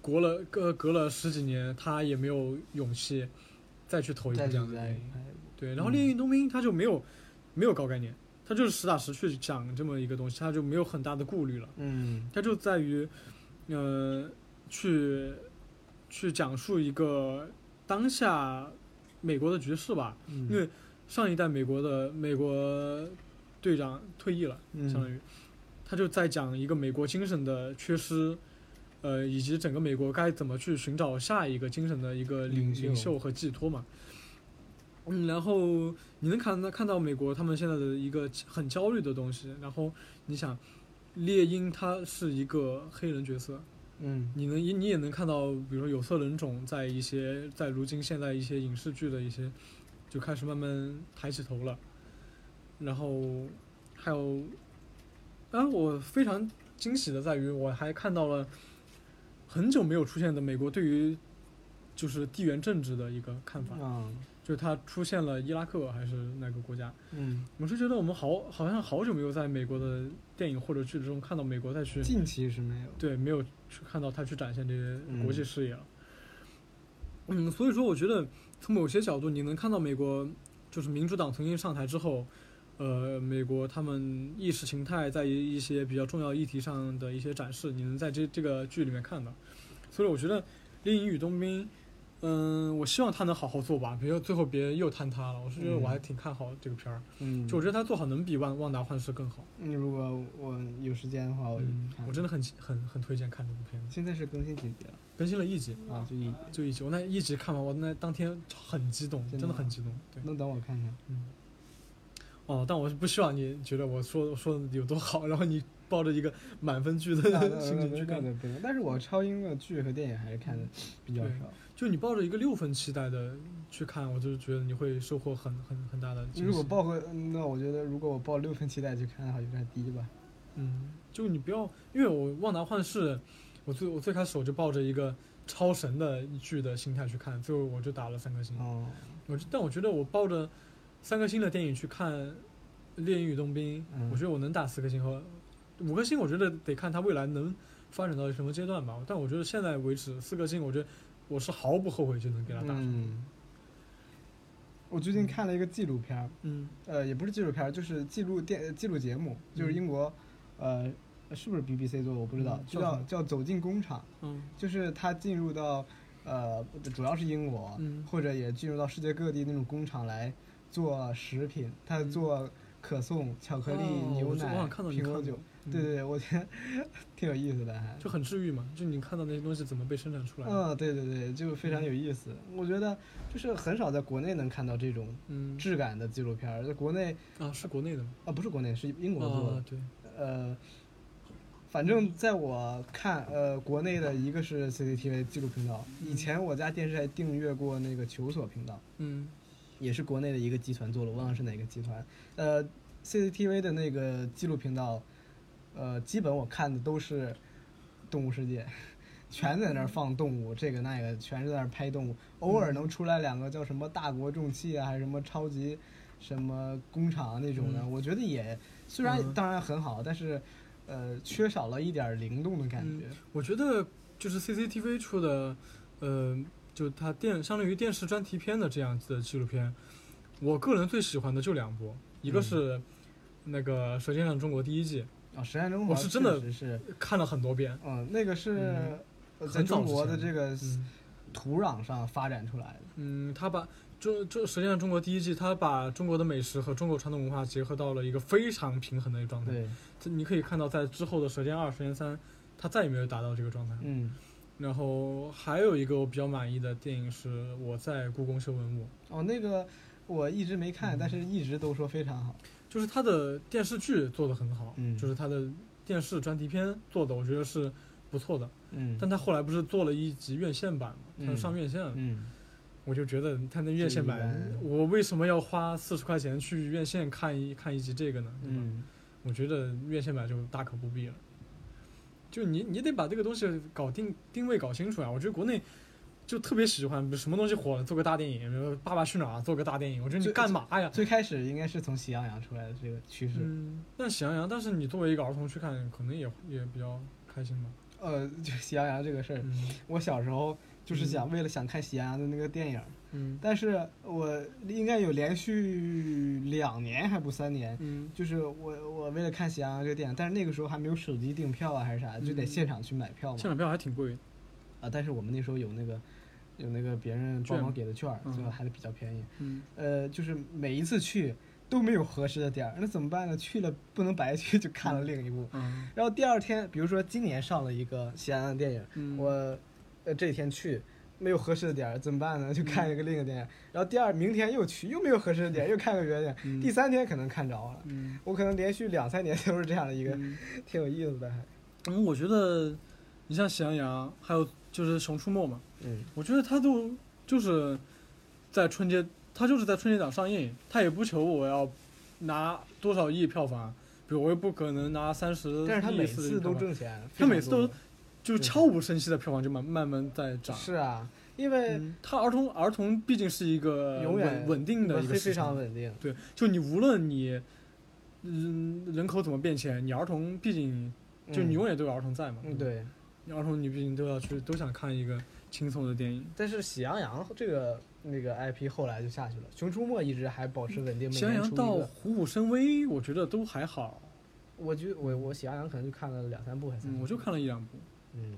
[SPEAKER 1] 隔了隔隔了十几年，他也没有勇气再去投一部
[SPEAKER 2] 再
[SPEAKER 1] 这样
[SPEAKER 2] 去
[SPEAKER 1] 的
[SPEAKER 2] 再
[SPEAKER 1] 电影，
[SPEAKER 2] 拍，
[SPEAKER 1] 对。然后《
[SPEAKER 2] 嗯
[SPEAKER 1] 猎鹰与冬兵》他就没有没有高概念，他就是实打实去讲这么一个东西，他就没有很大的顾虑了。
[SPEAKER 2] 嗯
[SPEAKER 1] 它就在于，呃，去去讲述一个当下美国的局势吧。
[SPEAKER 2] 嗯，
[SPEAKER 1] 因为上一代美国的美国队长退役了，相当
[SPEAKER 2] 嗯
[SPEAKER 1] 于，他就在讲一个美国精神的缺失，呃，以及整个美国该怎么去寻找下一个精神的一个领
[SPEAKER 2] 领袖
[SPEAKER 1] 领袖和寄托嘛。嗯，然后你能看到看到美国他们现在的一个很焦虑的东西，然后你想，猎鹰他是一个黑人角色，
[SPEAKER 2] 嗯
[SPEAKER 1] 你能你你也能看到，比如说有色人种在一些在如今现在一些影视剧的一些就开始慢慢抬起头了，然后还有，啊，我非常惊喜的在于我还看到了很久没有出现的美国对于就是地缘政治的一个看法，
[SPEAKER 2] 啊
[SPEAKER 1] 就是它出现了伊拉克还是哪个国家，
[SPEAKER 2] 嗯，
[SPEAKER 1] 我是觉得我们好好像好久没有在美国的电影或者剧中看到美国再去
[SPEAKER 2] 近期是没有，
[SPEAKER 1] 对，没有去看到他去展现这些国际
[SPEAKER 2] 嗯
[SPEAKER 1] 视野了。嗯所以说我觉得从某些角度，你能看到美国就是民主党重新上台之后，呃，美国他们意识形态在一一些比较重要议题上的一些展示，你能在这这个剧里面看到。所以我觉得《猎鹰与冬兵》嗯，我希望他能好好做吧，别最后别又坍塌了。我是觉得我还挺看好这个片儿，
[SPEAKER 2] 嗯，
[SPEAKER 1] 就我觉得他做好能比万《旺达幻视》更好。
[SPEAKER 2] 你如果我有时间的话，我就
[SPEAKER 1] 嗯
[SPEAKER 2] 看。
[SPEAKER 1] 我真的很很很推荐看这部片子，
[SPEAKER 2] 现在是更新几集了
[SPEAKER 1] 更新了一集，
[SPEAKER 2] 啊？就一集。
[SPEAKER 1] 就一集。我那一集看完，我那当天很激动，
[SPEAKER 2] 真的
[SPEAKER 1] 真的很激动。对，
[SPEAKER 2] 那等我看看。
[SPEAKER 1] 嗯。哦，但我是不希望你觉得我说我说的有多好，然后你抱着一个满分剧的心情去看，
[SPEAKER 2] 对，但是我超英的剧和电影还是看的比较少。
[SPEAKER 1] 就你抱着一个六分期待的去看，我就觉得你会收获很很很大的惊喜。
[SPEAKER 2] 如果报个，嗯那我觉得如果我报六分期待去看的话，有点低吧。
[SPEAKER 1] 嗯，就你不要，因为我《旺达幻视》，我最我最开始我就抱着一个超神的剧的心态去看，最后我就打了三颗星。
[SPEAKER 2] 哦，
[SPEAKER 1] 我就但我觉得我抱着三颗星的电影去看《猎鹰与冬兵》
[SPEAKER 2] 嗯
[SPEAKER 1] 我觉得我能打四颗星和五颗星，我觉得得看它未来能发展到什么阶段吧。但我觉得现在为止四颗星，我觉得我是毫不后悔就能给它打上。
[SPEAKER 2] 嗯。我最近看了一个纪录片儿，
[SPEAKER 1] 嗯
[SPEAKER 2] 呃，也不是纪录片儿，就是记录电记录节目，就是
[SPEAKER 1] 嗯
[SPEAKER 2] 英国，呃，是不是 BBC 做的我不知道，
[SPEAKER 1] 嗯叫
[SPEAKER 2] 就叫
[SPEAKER 1] 什么
[SPEAKER 2] 叫《走进工厂》，
[SPEAKER 1] 嗯
[SPEAKER 2] 就是他进入到，呃，主要是英国，
[SPEAKER 1] 嗯
[SPEAKER 2] 或者也进入到世界各地那种工厂来做食品，他
[SPEAKER 1] 嗯
[SPEAKER 2] 做可颂、巧克力、
[SPEAKER 1] 哦
[SPEAKER 2] 牛
[SPEAKER 1] 我知我好
[SPEAKER 2] 奶、
[SPEAKER 1] 像看到你
[SPEAKER 2] 苹果
[SPEAKER 1] 看
[SPEAKER 2] 酒，
[SPEAKER 1] 嗯
[SPEAKER 2] 对对对，我觉得 挺有意思的还。
[SPEAKER 1] 就很治愈嘛，就你看到那些东西怎么被生产出来的。
[SPEAKER 2] 嗯，对对对，就非常有意思。我觉得就是很少在国内能看到这种
[SPEAKER 1] 嗯
[SPEAKER 2] 质感的纪录片儿，在国内
[SPEAKER 1] 啊，是国内的吗？
[SPEAKER 2] 啊、不是国内，是英国做的。
[SPEAKER 1] 啊，对，
[SPEAKER 2] 呃，反正在我看，呃，国内的一个是 CCTV 纪录频道，以前我家电视还订阅过那个求索频道，
[SPEAKER 1] 嗯
[SPEAKER 2] 也是国内的一个集团做了，我忘了是哪个集团。呃，CCTV 的那个纪录频道，呃，基本我看的都是《动物世界》， 全在那儿放动物，这个那个，全是在那儿拍动物。偶尔能出来两个叫什么“大国重器”啊，还是什么超级什么工厂那种的，
[SPEAKER 1] 嗯
[SPEAKER 2] 我觉得也虽然
[SPEAKER 1] 嗯
[SPEAKER 2] 当然很好，但是呃，缺少了一点儿灵动的感觉。
[SPEAKER 1] 我觉得就是 CCTV 出的，呃，就它电相当于电视专题片的这样子的纪录片，我个人最喜欢的就两部，一个是那个《舌尖上的中国》第一季，
[SPEAKER 2] 啊、实验中
[SPEAKER 1] 我哦是真的
[SPEAKER 2] 是，
[SPEAKER 1] 看了很多遍。
[SPEAKER 2] 嗯，那个是
[SPEAKER 1] 嗯
[SPEAKER 2] 呃在
[SPEAKER 1] 很早
[SPEAKER 2] 中
[SPEAKER 1] 之
[SPEAKER 2] 国的
[SPEAKER 1] 前
[SPEAKER 2] 这个
[SPEAKER 1] 嗯
[SPEAKER 2] 土壤上发展出来的。
[SPEAKER 1] 嗯，他把中中《舌尖上的中国》第一季，他把中国的美食和中国传统文化结合到了一个非常平衡的一个状态。
[SPEAKER 2] 对，
[SPEAKER 1] 这你可以看到，在之后的《舌尖二》《舌尖三》，他再也没有达到这个状态。
[SPEAKER 2] 嗯，
[SPEAKER 1] 然后还有一个我比较满意的电影是《我在故宫修文物》。
[SPEAKER 2] 哦，那个我一直没看，但是
[SPEAKER 1] 嗯
[SPEAKER 2] 一直都说非常好。
[SPEAKER 1] 就是他的电视剧做的很好，
[SPEAKER 2] 嗯
[SPEAKER 1] 就是他的电视专题片做的，我觉得是不错的。
[SPEAKER 2] 嗯
[SPEAKER 1] 但他后来不是做了一集院线版嘛，
[SPEAKER 2] 嗯
[SPEAKER 1] 他上院线了，
[SPEAKER 2] 嗯，
[SPEAKER 1] 我就觉得他那院线
[SPEAKER 2] 这
[SPEAKER 1] 版
[SPEAKER 2] 一，般
[SPEAKER 1] 我为什么要花四十块钱去院线看一看一集这个呢？对吧？
[SPEAKER 2] 嗯，
[SPEAKER 1] 我觉得院线版就大可不必了。就你你得把这个东西搞定定位搞清楚啊！我觉得国内就特别喜欢什么东西火了做个大电影，比如说《爸爸去哪儿》做个大电影，我觉得你
[SPEAKER 2] 最
[SPEAKER 1] 干嘛呀？
[SPEAKER 2] 最开始应该是从《喜羊羊》出来的这个趋势，
[SPEAKER 1] 嗯，但喜羊羊，但是你作为一个儿童去看，可能也也比较开心吧。
[SPEAKER 2] 呃，就《喜羊羊》这个事儿，
[SPEAKER 1] 嗯
[SPEAKER 2] 我小时候就是想为了想看《喜羊羊》的那个电影，
[SPEAKER 1] 嗯
[SPEAKER 2] 但是我应该有连续两年还不三年。
[SPEAKER 1] 嗯
[SPEAKER 2] 就是我，我为了看《喜羊羊》这个电影，但是那个时候还没有手机订票啊，还是啥，就得
[SPEAKER 1] 嗯
[SPEAKER 2] 现场去买票嘛。
[SPEAKER 1] 现场票还挺贵的。
[SPEAKER 2] 啊，但是我们那时候有那个，有那个别人帮
[SPEAKER 1] 券
[SPEAKER 2] 忙
[SPEAKER 1] 吗
[SPEAKER 2] 给的券儿，
[SPEAKER 1] 嗯
[SPEAKER 2] 就还是比较便宜。
[SPEAKER 1] 嗯，
[SPEAKER 2] 呃，就是每一次去都没有合适的点儿，那怎么办呢？去了不能白去，就看了另一部。
[SPEAKER 1] 啊，
[SPEAKER 2] 然后第二天，比如说今年上了一个西安的电影，
[SPEAKER 1] 嗯
[SPEAKER 2] 我呃这天去没有合适的点儿，怎么办呢？就
[SPEAKER 1] 嗯
[SPEAKER 2] 看一个另一个电影。然后第二明天又去，又没有合适的点儿，又看个别的电影。
[SPEAKER 1] 嗯
[SPEAKER 2] 第三天可能看着了。
[SPEAKER 1] 嗯，
[SPEAKER 2] 我可能连续两三年都是这样的一
[SPEAKER 1] 一
[SPEAKER 2] 个，挺有意思的还。
[SPEAKER 1] 嗯，我觉得你像喜羊羊，还有就是《熊出没》嘛，
[SPEAKER 2] 嗯
[SPEAKER 1] 我觉得它都就是在春节，它就是在春节档上映，它也不求我要拿多少亿票房，比如我也不可能拿三十，
[SPEAKER 2] 但是他每次都挣钱，
[SPEAKER 1] 他
[SPEAKER 2] 非
[SPEAKER 1] 每
[SPEAKER 2] 常
[SPEAKER 1] 次
[SPEAKER 2] 多
[SPEAKER 1] 都就悄无声息的票房就慢慢慢在涨。
[SPEAKER 2] 是啊，因为
[SPEAKER 1] 嗯，他儿童儿童毕竟是一个
[SPEAKER 2] 永远
[SPEAKER 1] 嗯稳稳定的一个
[SPEAKER 2] 非
[SPEAKER 1] 市
[SPEAKER 2] 非常
[SPEAKER 1] 场，
[SPEAKER 2] 稳定。
[SPEAKER 1] 对，就你无论你嗯人口怎么变迁，你儿童毕竟就你
[SPEAKER 2] 嗯
[SPEAKER 1] 永远都有儿童在嘛，
[SPEAKER 2] 嗯，对，
[SPEAKER 1] 你儿童你毕竟都要去都想看一个轻松的电影。
[SPEAKER 2] 但是《喜羊羊》这个那个 IP 后来就下去了，《熊出没》一直还保持稳定，每
[SPEAKER 1] 喜羊
[SPEAKER 2] 年
[SPEAKER 1] 羊
[SPEAKER 2] 出一
[SPEAKER 1] 到
[SPEAKER 2] 个。
[SPEAKER 1] 虎虎生威，我觉得都还好，
[SPEAKER 2] 我就我我《喜羊羊》可能就看了两三部还是三
[SPEAKER 1] 嗯，
[SPEAKER 2] 部
[SPEAKER 1] 我就看了一两部，
[SPEAKER 2] 嗯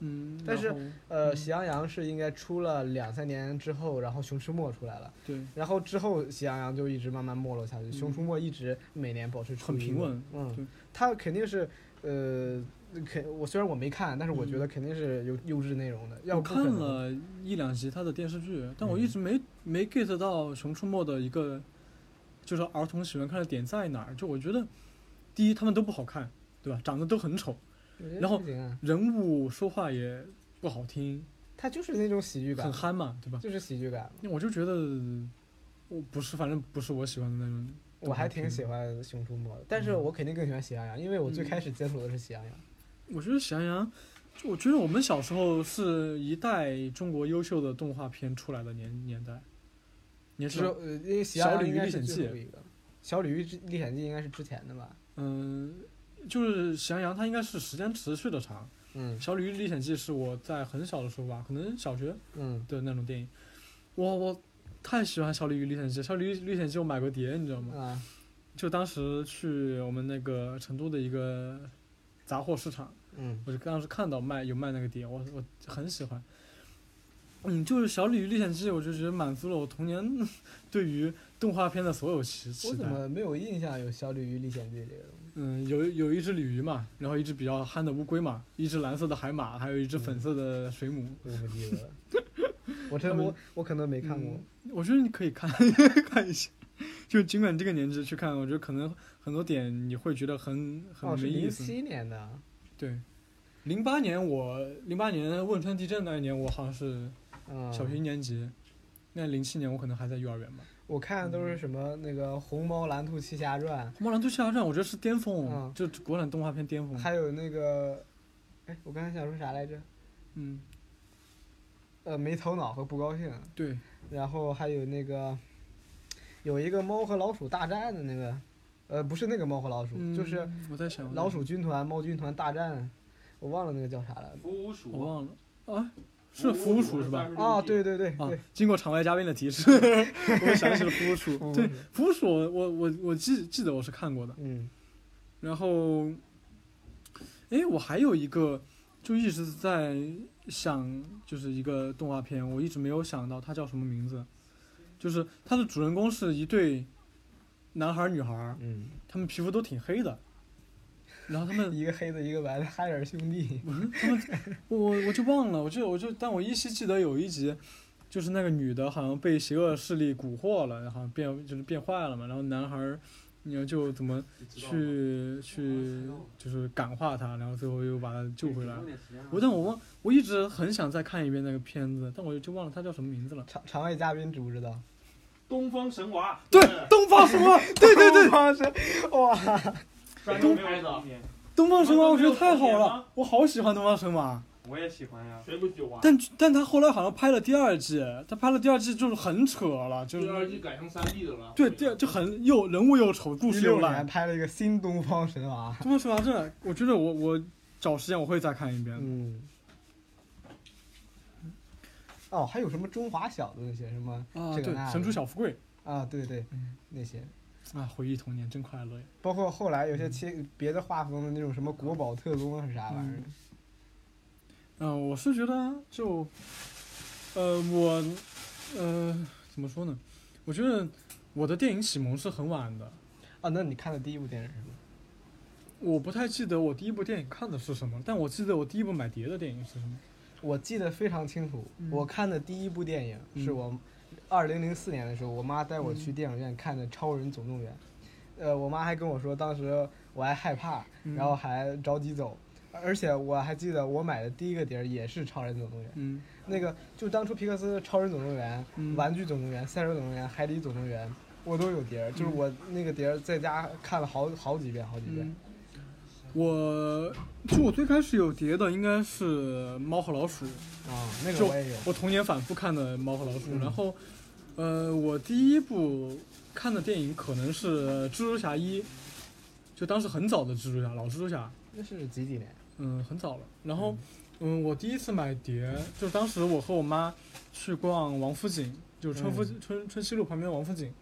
[SPEAKER 1] 嗯，
[SPEAKER 2] 但是
[SPEAKER 1] 然后
[SPEAKER 2] 呃，
[SPEAKER 1] 嗯
[SPEAKER 2] 喜羊羊是应该出了两三年之后，然后熊出没出来了，
[SPEAKER 1] 对，
[SPEAKER 2] 然后之后喜羊羊就一直慢慢没落下去，熊出没一直每年保持出
[SPEAKER 1] 嗯很
[SPEAKER 2] 一
[SPEAKER 1] 平
[SPEAKER 2] 个
[SPEAKER 1] 稳对
[SPEAKER 2] 嗯，它肯定是呃，肯我虽然我没看，但是我觉得肯定是有优质内容的，
[SPEAKER 1] 嗯
[SPEAKER 2] 要
[SPEAKER 1] 我
[SPEAKER 2] 不
[SPEAKER 1] 看
[SPEAKER 2] 可能嗯
[SPEAKER 1] 了一两集他的电视剧，但我一直没、没 get 到《熊出没》的一个，就是儿童喜欢看的点在哪儿。就我觉得，第一他们都不好看，对吧？长得都很丑，
[SPEAKER 2] 我觉得
[SPEAKER 1] 然后
[SPEAKER 2] 不行啊，
[SPEAKER 1] 人物说话也不好听，
[SPEAKER 2] 它就是那种喜剧感
[SPEAKER 1] 很，憨嘛，对吧？
[SPEAKER 2] 就是喜剧感。
[SPEAKER 1] 我就觉得，我不是，反正不是我喜欢的那种。
[SPEAKER 2] 我还挺喜欢《熊出没》
[SPEAKER 1] 嗯
[SPEAKER 2] 的，但是我肯定更喜欢《喜羊羊》，因为我最开始接触的是《喜羊羊》。
[SPEAKER 1] 嗯我觉得《喜羊羊》，就我觉得我们小时候是一代中国优秀的动画片出来的年年代，年
[SPEAKER 2] 只有
[SPEAKER 1] 是
[SPEAKER 2] 呃，因为《喜羊
[SPEAKER 1] 小
[SPEAKER 2] 羊》
[SPEAKER 1] 鲤鱼
[SPEAKER 2] 应该
[SPEAKER 1] 历
[SPEAKER 2] 是
[SPEAKER 1] 险
[SPEAKER 2] 最
[SPEAKER 1] 记
[SPEAKER 2] 后一个，《小鲤鱼历险记》应该是之前的吧？
[SPEAKER 1] 嗯，就是《喜羊羊》，它应该是时间持续的长。
[SPEAKER 2] 嗯
[SPEAKER 1] 《小鲤鱼历险记》是我在很小的时候吧，可能小学
[SPEAKER 2] 嗯，
[SPEAKER 1] 的那种电影。我我太喜欢《小鲤鱼历险记》，《小鲤鱼历险记》我买过碟，你知道吗？
[SPEAKER 2] 啊，
[SPEAKER 1] 就当时去我们那个成都的一个杂货市场，
[SPEAKER 2] 嗯
[SPEAKER 1] 我就当时看到卖有卖那个碟，我我很喜欢。嗯，就是《小鲤鱼历险记》，我就觉得满足了我童年 对于动画片的所有期
[SPEAKER 2] 我
[SPEAKER 1] 期
[SPEAKER 2] 怎
[SPEAKER 1] 待。
[SPEAKER 2] 么没有印象有《小鲤鱼历险记》这个东西？
[SPEAKER 1] 嗯，有有一只鲤鱼嘛，然后一只比较憨的乌龟嘛，一只蓝色的海马，还有一只
[SPEAKER 2] 嗯
[SPEAKER 1] 粉色的水母。
[SPEAKER 2] 我不记得了， 我真
[SPEAKER 1] 他们嗯
[SPEAKER 2] 我我可能没看过。
[SPEAKER 1] 我觉得你可以看 看一下，就尽管这个年纪去看，我觉得可能很多点你会觉得很
[SPEAKER 2] 哦，
[SPEAKER 1] 很
[SPEAKER 2] 是
[SPEAKER 1] 没意
[SPEAKER 2] 零
[SPEAKER 1] 思。
[SPEAKER 2] 七年的，啊
[SPEAKER 1] 对，零八年我零八年汶川地震那一年，我好像是
[SPEAKER 2] 嗯，
[SPEAKER 1] 小学一年级。那零七年我可能还在幼儿园吧。
[SPEAKER 2] 我看都是
[SPEAKER 1] 嗯
[SPEAKER 2] 什么那个《红猫蓝兔七侠传
[SPEAKER 1] 《红猫蓝兔侠传》我觉得是巅峰，
[SPEAKER 2] 嗯
[SPEAKER 1] 就国产动画片巅》，峰。
[SPEAKER 2] 还有那个，哎，我刚才想说啥来着？
[SPEAKER 1] 嗯，
[SPEAKER 2] 呃，没头脑和不高兴，
[SPEAKER 1] 对，
[SPEAKER 2] 然后还有那个，有一个猫和老鼠大战的那个，呃，不是那个猫和老鼠，
[SPEAKER 1] 嗯
[SPEAKER 2] 就是
[SPEAKER 1] 我在想
[SPEAKER 2] 老，鼠军团、猫军团大战，我忘了那个叫啥了。
[SPEAKER 3] 服务鼠
[SPEAKER 1] 我忘了啊，
[SPEAKER 2] 哦
[SPEAKER 1] 是服务鼠是吧？？
[SPEAKER 2] 啊，对对对
[SPEAKER 1] 啊
[SPEAKER 2] 对，，
[SPEAKER 1] 经过场外嘉宾的提 示，我想起了服务鼠。
[SPEAKER 2] 嗯
[SPEAKER 1] 对，服务鼠我，我我我记记得我是看过的。
[SPEAKER 2] 嗯
[SPEAKER 1] 然后，哎，我还有一个，就一直在想，就是一个动画片，我一直没有想到它叫什么名字。就是它的主人公是一对男孩儿女孩儿，
[SPEAKER 2] 嗯，
[SPEAKER 1] 他们皮肤都挺黑的，然后他们
[SPEAKER 2] 一个黑的，一个白的，海尔兄弟。
[SPEAKER 1] 嗯 我我我就忘了，我就我就，但我依稀记得有一集，就是那个女的好像被邪恶势力蛊惑了，然后变就是变坏了嘛，然后男孩儿，你要就怎么去去就是感化她，然后最后又把她救回来。我但我忘，我一直很想再看一遍那个片子，但我就忘了它叫什么名字了。
[SPEAKER 2] 场场外嘉宾知不知道？
[SPEAKER 3] 东方神娃，
[SPEAKER 1] 对，东方神 话，对对对，
[SPEAKER 2] 当时 哇，
[SPEAKER 3] 山东拍的，
[SPEAKER 1] 东方神话，我觉得太好了，我好喜欢东方神话。
[SPEAKER 4] 我也喜欢呀。
[SPEAKER 3] 谁不喜欢？
[SPEAKER 1] 但但他后来好像拍了第二季，他拍了第二季就是很扯了，就是
[SPEAKER 3] 第二季啊改成三 D 的了。
[SPEAKER 1] 对，对，就很又人物又丑，故
[SPEAKER 2] 一
[SPEAKER 1] 事又
[SPEAKER 2] 六年
[SPEAKER 1] 烂。
[SPEAKER 2] 拍了一个新东方神娃。
[SPEAKER 1] 东方神话真的，我觉得我我找时间我会再看一遍。
[SPEAKER 2] 嗯。哦，还有什么中华小的那些什么
[SPEAKER 1] 啊，
[SPEAKER 2] 这个
[SPEAKER 1] 对
[SPEAKER 2] 那，的
[SPEAKER 1] 神厨小富贵
[SPEAKER 2] 啊，对对，
[SPEAKER 1] 嗯
[SPEAKER 2] 那些，
[SPEAKER 1] 啊，回忆童年真快乐呀。
[SPEAKER 2] 包括后来有些切别的画风的那种什么国宝特工是啥玩意儿，
[SPEAKER 1] 嗯、我是觉得就，呃，我，呃，怎么说呢？我觉得我的电影启蒙是很晚的，
[SPEAKER 2] 啊，那你看的第一部电影是什么？
[SPEAKER 1] 我不太记得我第一部电影看的是什么，但我记得我第一部买碟的电影是什么。
[SPEAKER 2] 我记得非常清楚，
[SPEAKER 1] 嗯
[SPEAKER 2] 我看的第一部电影是
[SPEAKER 1] 嗯
[SPEAKER 2] 我二零零四年的时候，我妈带我去电影院看的《超人总动员》，呃，我妈还跟我说，当时我还害怕，
[SPEAKER 1] 嗯
[SPEAKER 2] 然后还着急走，而且我还记得我买的第一个碟儿也是《超人总动员》，
[SPEAKER 1] 嗯
[SPEAKER 2] 那个就当初皮克斯的《超人总动员》
[SPEAKER 1] 嗯
[SPEAKER 2] 玩具总动员》《赛车总动员》《海底总动员》，我都有碟儿，就是我那个碟儿在家看了好好几遍，好几遍
[SPEAKER 1] 嗯。，我就我最开始有碟的应该是《猫和老鼠》。
[SPEAKER 2] 啊，那
[SPEAKER 1] 嗯
[SPEAKER 2] 个
[SPEAKER 1] 就
[SPEAKER 2] 我也有。
[SPEAKER 1] 我童年反复看的《猫和老鼠》
[SPEAKER 2] 嗯
[SPEAKER 1] 然后，呃，我第一部看的电影可能是呃《蜘蛛侠一》，就当时很早的蜘蛛侠，老蜘蛛侠，
[SPEAKER 2] 那是几几年？
[SPEAKER 1] 嗯，很早了。然后，嗯，我第一次买碟，就当时我和我妈去逛王府井，就是春福、
[SPEAKER 2] 嗯
[SPEAKER 1] 春春熙路旁边的王府井，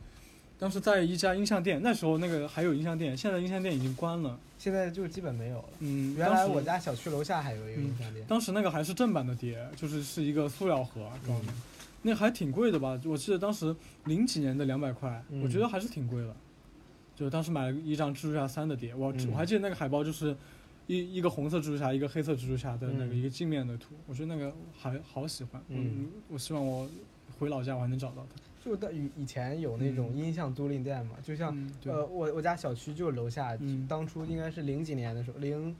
[SPEAKER 1] 当时在一家音像店，那时候那个还有音像店，现在音像店已经关了。
[SPEAKER 2] 现在就基本没有了。
[SPEAKER 1] 嗯，
[SPEAKER 2] 原来
[SPEAKER 1] 当时嗯
[SPEAKER 2] 我家小区楼下还有一个音像店，
[SPEAKER 1] 当时那个还是正版的碟，就是是一个塑料盒装的，
[SPEAKER 2] 嗯
[SPEAKER 1] 那还挺贵的吧？我记得当时零几年的两百块，
[SPEAKER 2] 嗯
[SPEAKER 1] 我觉得还是挺贵的。就当时买了一张蜘蛛侠三的碟，我、
[SPEAKER 2] 嗯
[SPEAKER 1] 我还记得那个海报就是一一个红色蜘蛛侠，一个黑色蜘蛛侠的那个
[SPEAKER 2] 嗯
[SPEAKER 1] 一个镜面的图，我觉得那个还好喜欢。
[SPEAKER 2] 嗯
[SPEAKER 1] 我，我希望我回老家我还能找到它。
[SPEAKER 2] 就到以以前有那种
[SPEAKER 1] 嗯
[SPEAKER 2] 音像租赁店嘛，就像
[SPEAKER 1] 嗯，对，
[SPEAKER 2] 呃，我我家小区就楼下，
[SPEAKER 1] 嗯
[SPEAKER 2] 当初应该是零几年的时候，零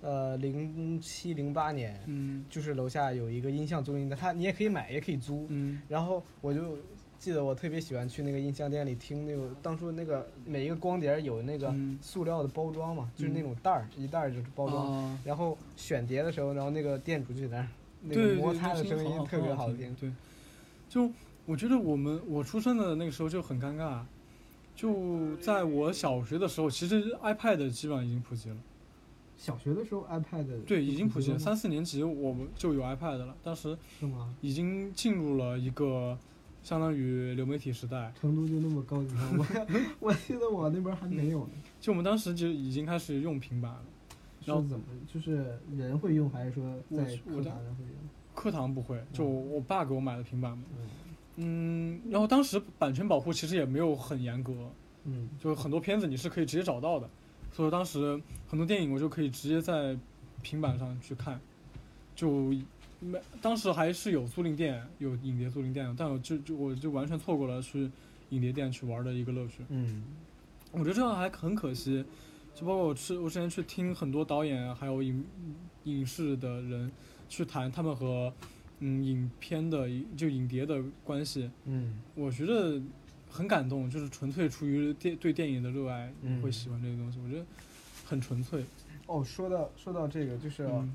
[SPEAKER 2] 呃零七零八年，
[SPEAKER 1] 嗯
[SPEAKER 2] 就是楼下有一个音像租赁店，它你也可以买，也可以租。
[SPEAKER 1] 嗯
[SPEAKER 2] 然后我就记得我特别喜欢去那个音像店里听那个，当初那个每一个光碟儿有那个
[SPEAKER 1] 嗯
[SPEAKER 2] 塑料的包装嘛，就是那
[SPEAKER 1] 嗯
[SPEAKER 2] 种袋儿，一袋儿就是包装。
[SPEAKER 1] 啊
[SPEAKER 2] 然后选碟的时候，然后那个店主就在那儿，那
[SPEAKER 1] 对
[SPEAKER 2] 个
[SPEAKER 1] 对
[SPEAKER 2] 摩
[SPEAKER 1] 对
[SPEAKER 2] 擦的
[SPEAKER 1] 那
[SPEAKER 2] 声音
[SPEAKER 1] 好
[SPEAKER 2] 特别
[SPEAKER 1] 很好
[SPEAKER 2] 好听。
[SPEAKER 1] 对，就我觉得我们我出生的那个时候就很尴尬，就在我小学的时候，其实 iPad 基本上已经普及了，
[SPEAKER 2] 小学的时候 iPad
[SPEAKER 1] 对，已经普及了。
[SPEAKER 2] 了
[SPEAKER 1] 三四年级我们就有 iPad 了，当时
[SPEAKER 2] 是吗？
[SPEAKER 1] 已经进入了一个相当于流媒体时代。
[SPEAKER 2] 成都就那么高级吗？我我 记得我那边还
[SPEAKER 1] 没
[SPEAKER 2] 有呢。
[SPEAKER 1] 就我们当时就已经开始用平板了，然后
[SPEAKER 2] 是怎么？就是人会用，还是说
[SPEAKER 1] 我
[SPEAKER 2] 在
[SPEAKER 1] 我
[SPEAKER 2] 课
[SPEAKER 1] 的
[SPEAKER 2] 堂上会用？
[SPEAKER 1] 课堂不会，就我我爸给我买的平板嘛。
[SPEAKER 2] 嗯
[SPEAKER 1] 嗯，然后当时版权保护其实也没有很严格，
[SPEAKER 2] 嗯
[SPEAKER 1] 就很多片子你是可以直接找到的，所以当时很多电影我就可以直接在平板上去看，就没当时还是有租赁店有影碟租赁店的，但我就就我就完全错过了去影碟店去玩的一个乐趣，
[SPEAKER 2] 嗯
[SPEAKER 1] 我觉得这样还很可惜，就包括我去我之前去听很多导演还有影影视的人去谈他们和嗯影片的就影碟的关系，
[SPEAKER 2] 嗯
[SPEAKER 1] 我觉得很感动，就是纯粹出于电对电影的热爱，
[SPEAKER 2] 嗯
[SPEAKER 1] 会喜欢这个东西。我觉得很纯粹。
[SPEAKER 2] 哦，说到说到这个，就是、
[SPEAKER 1] 嗯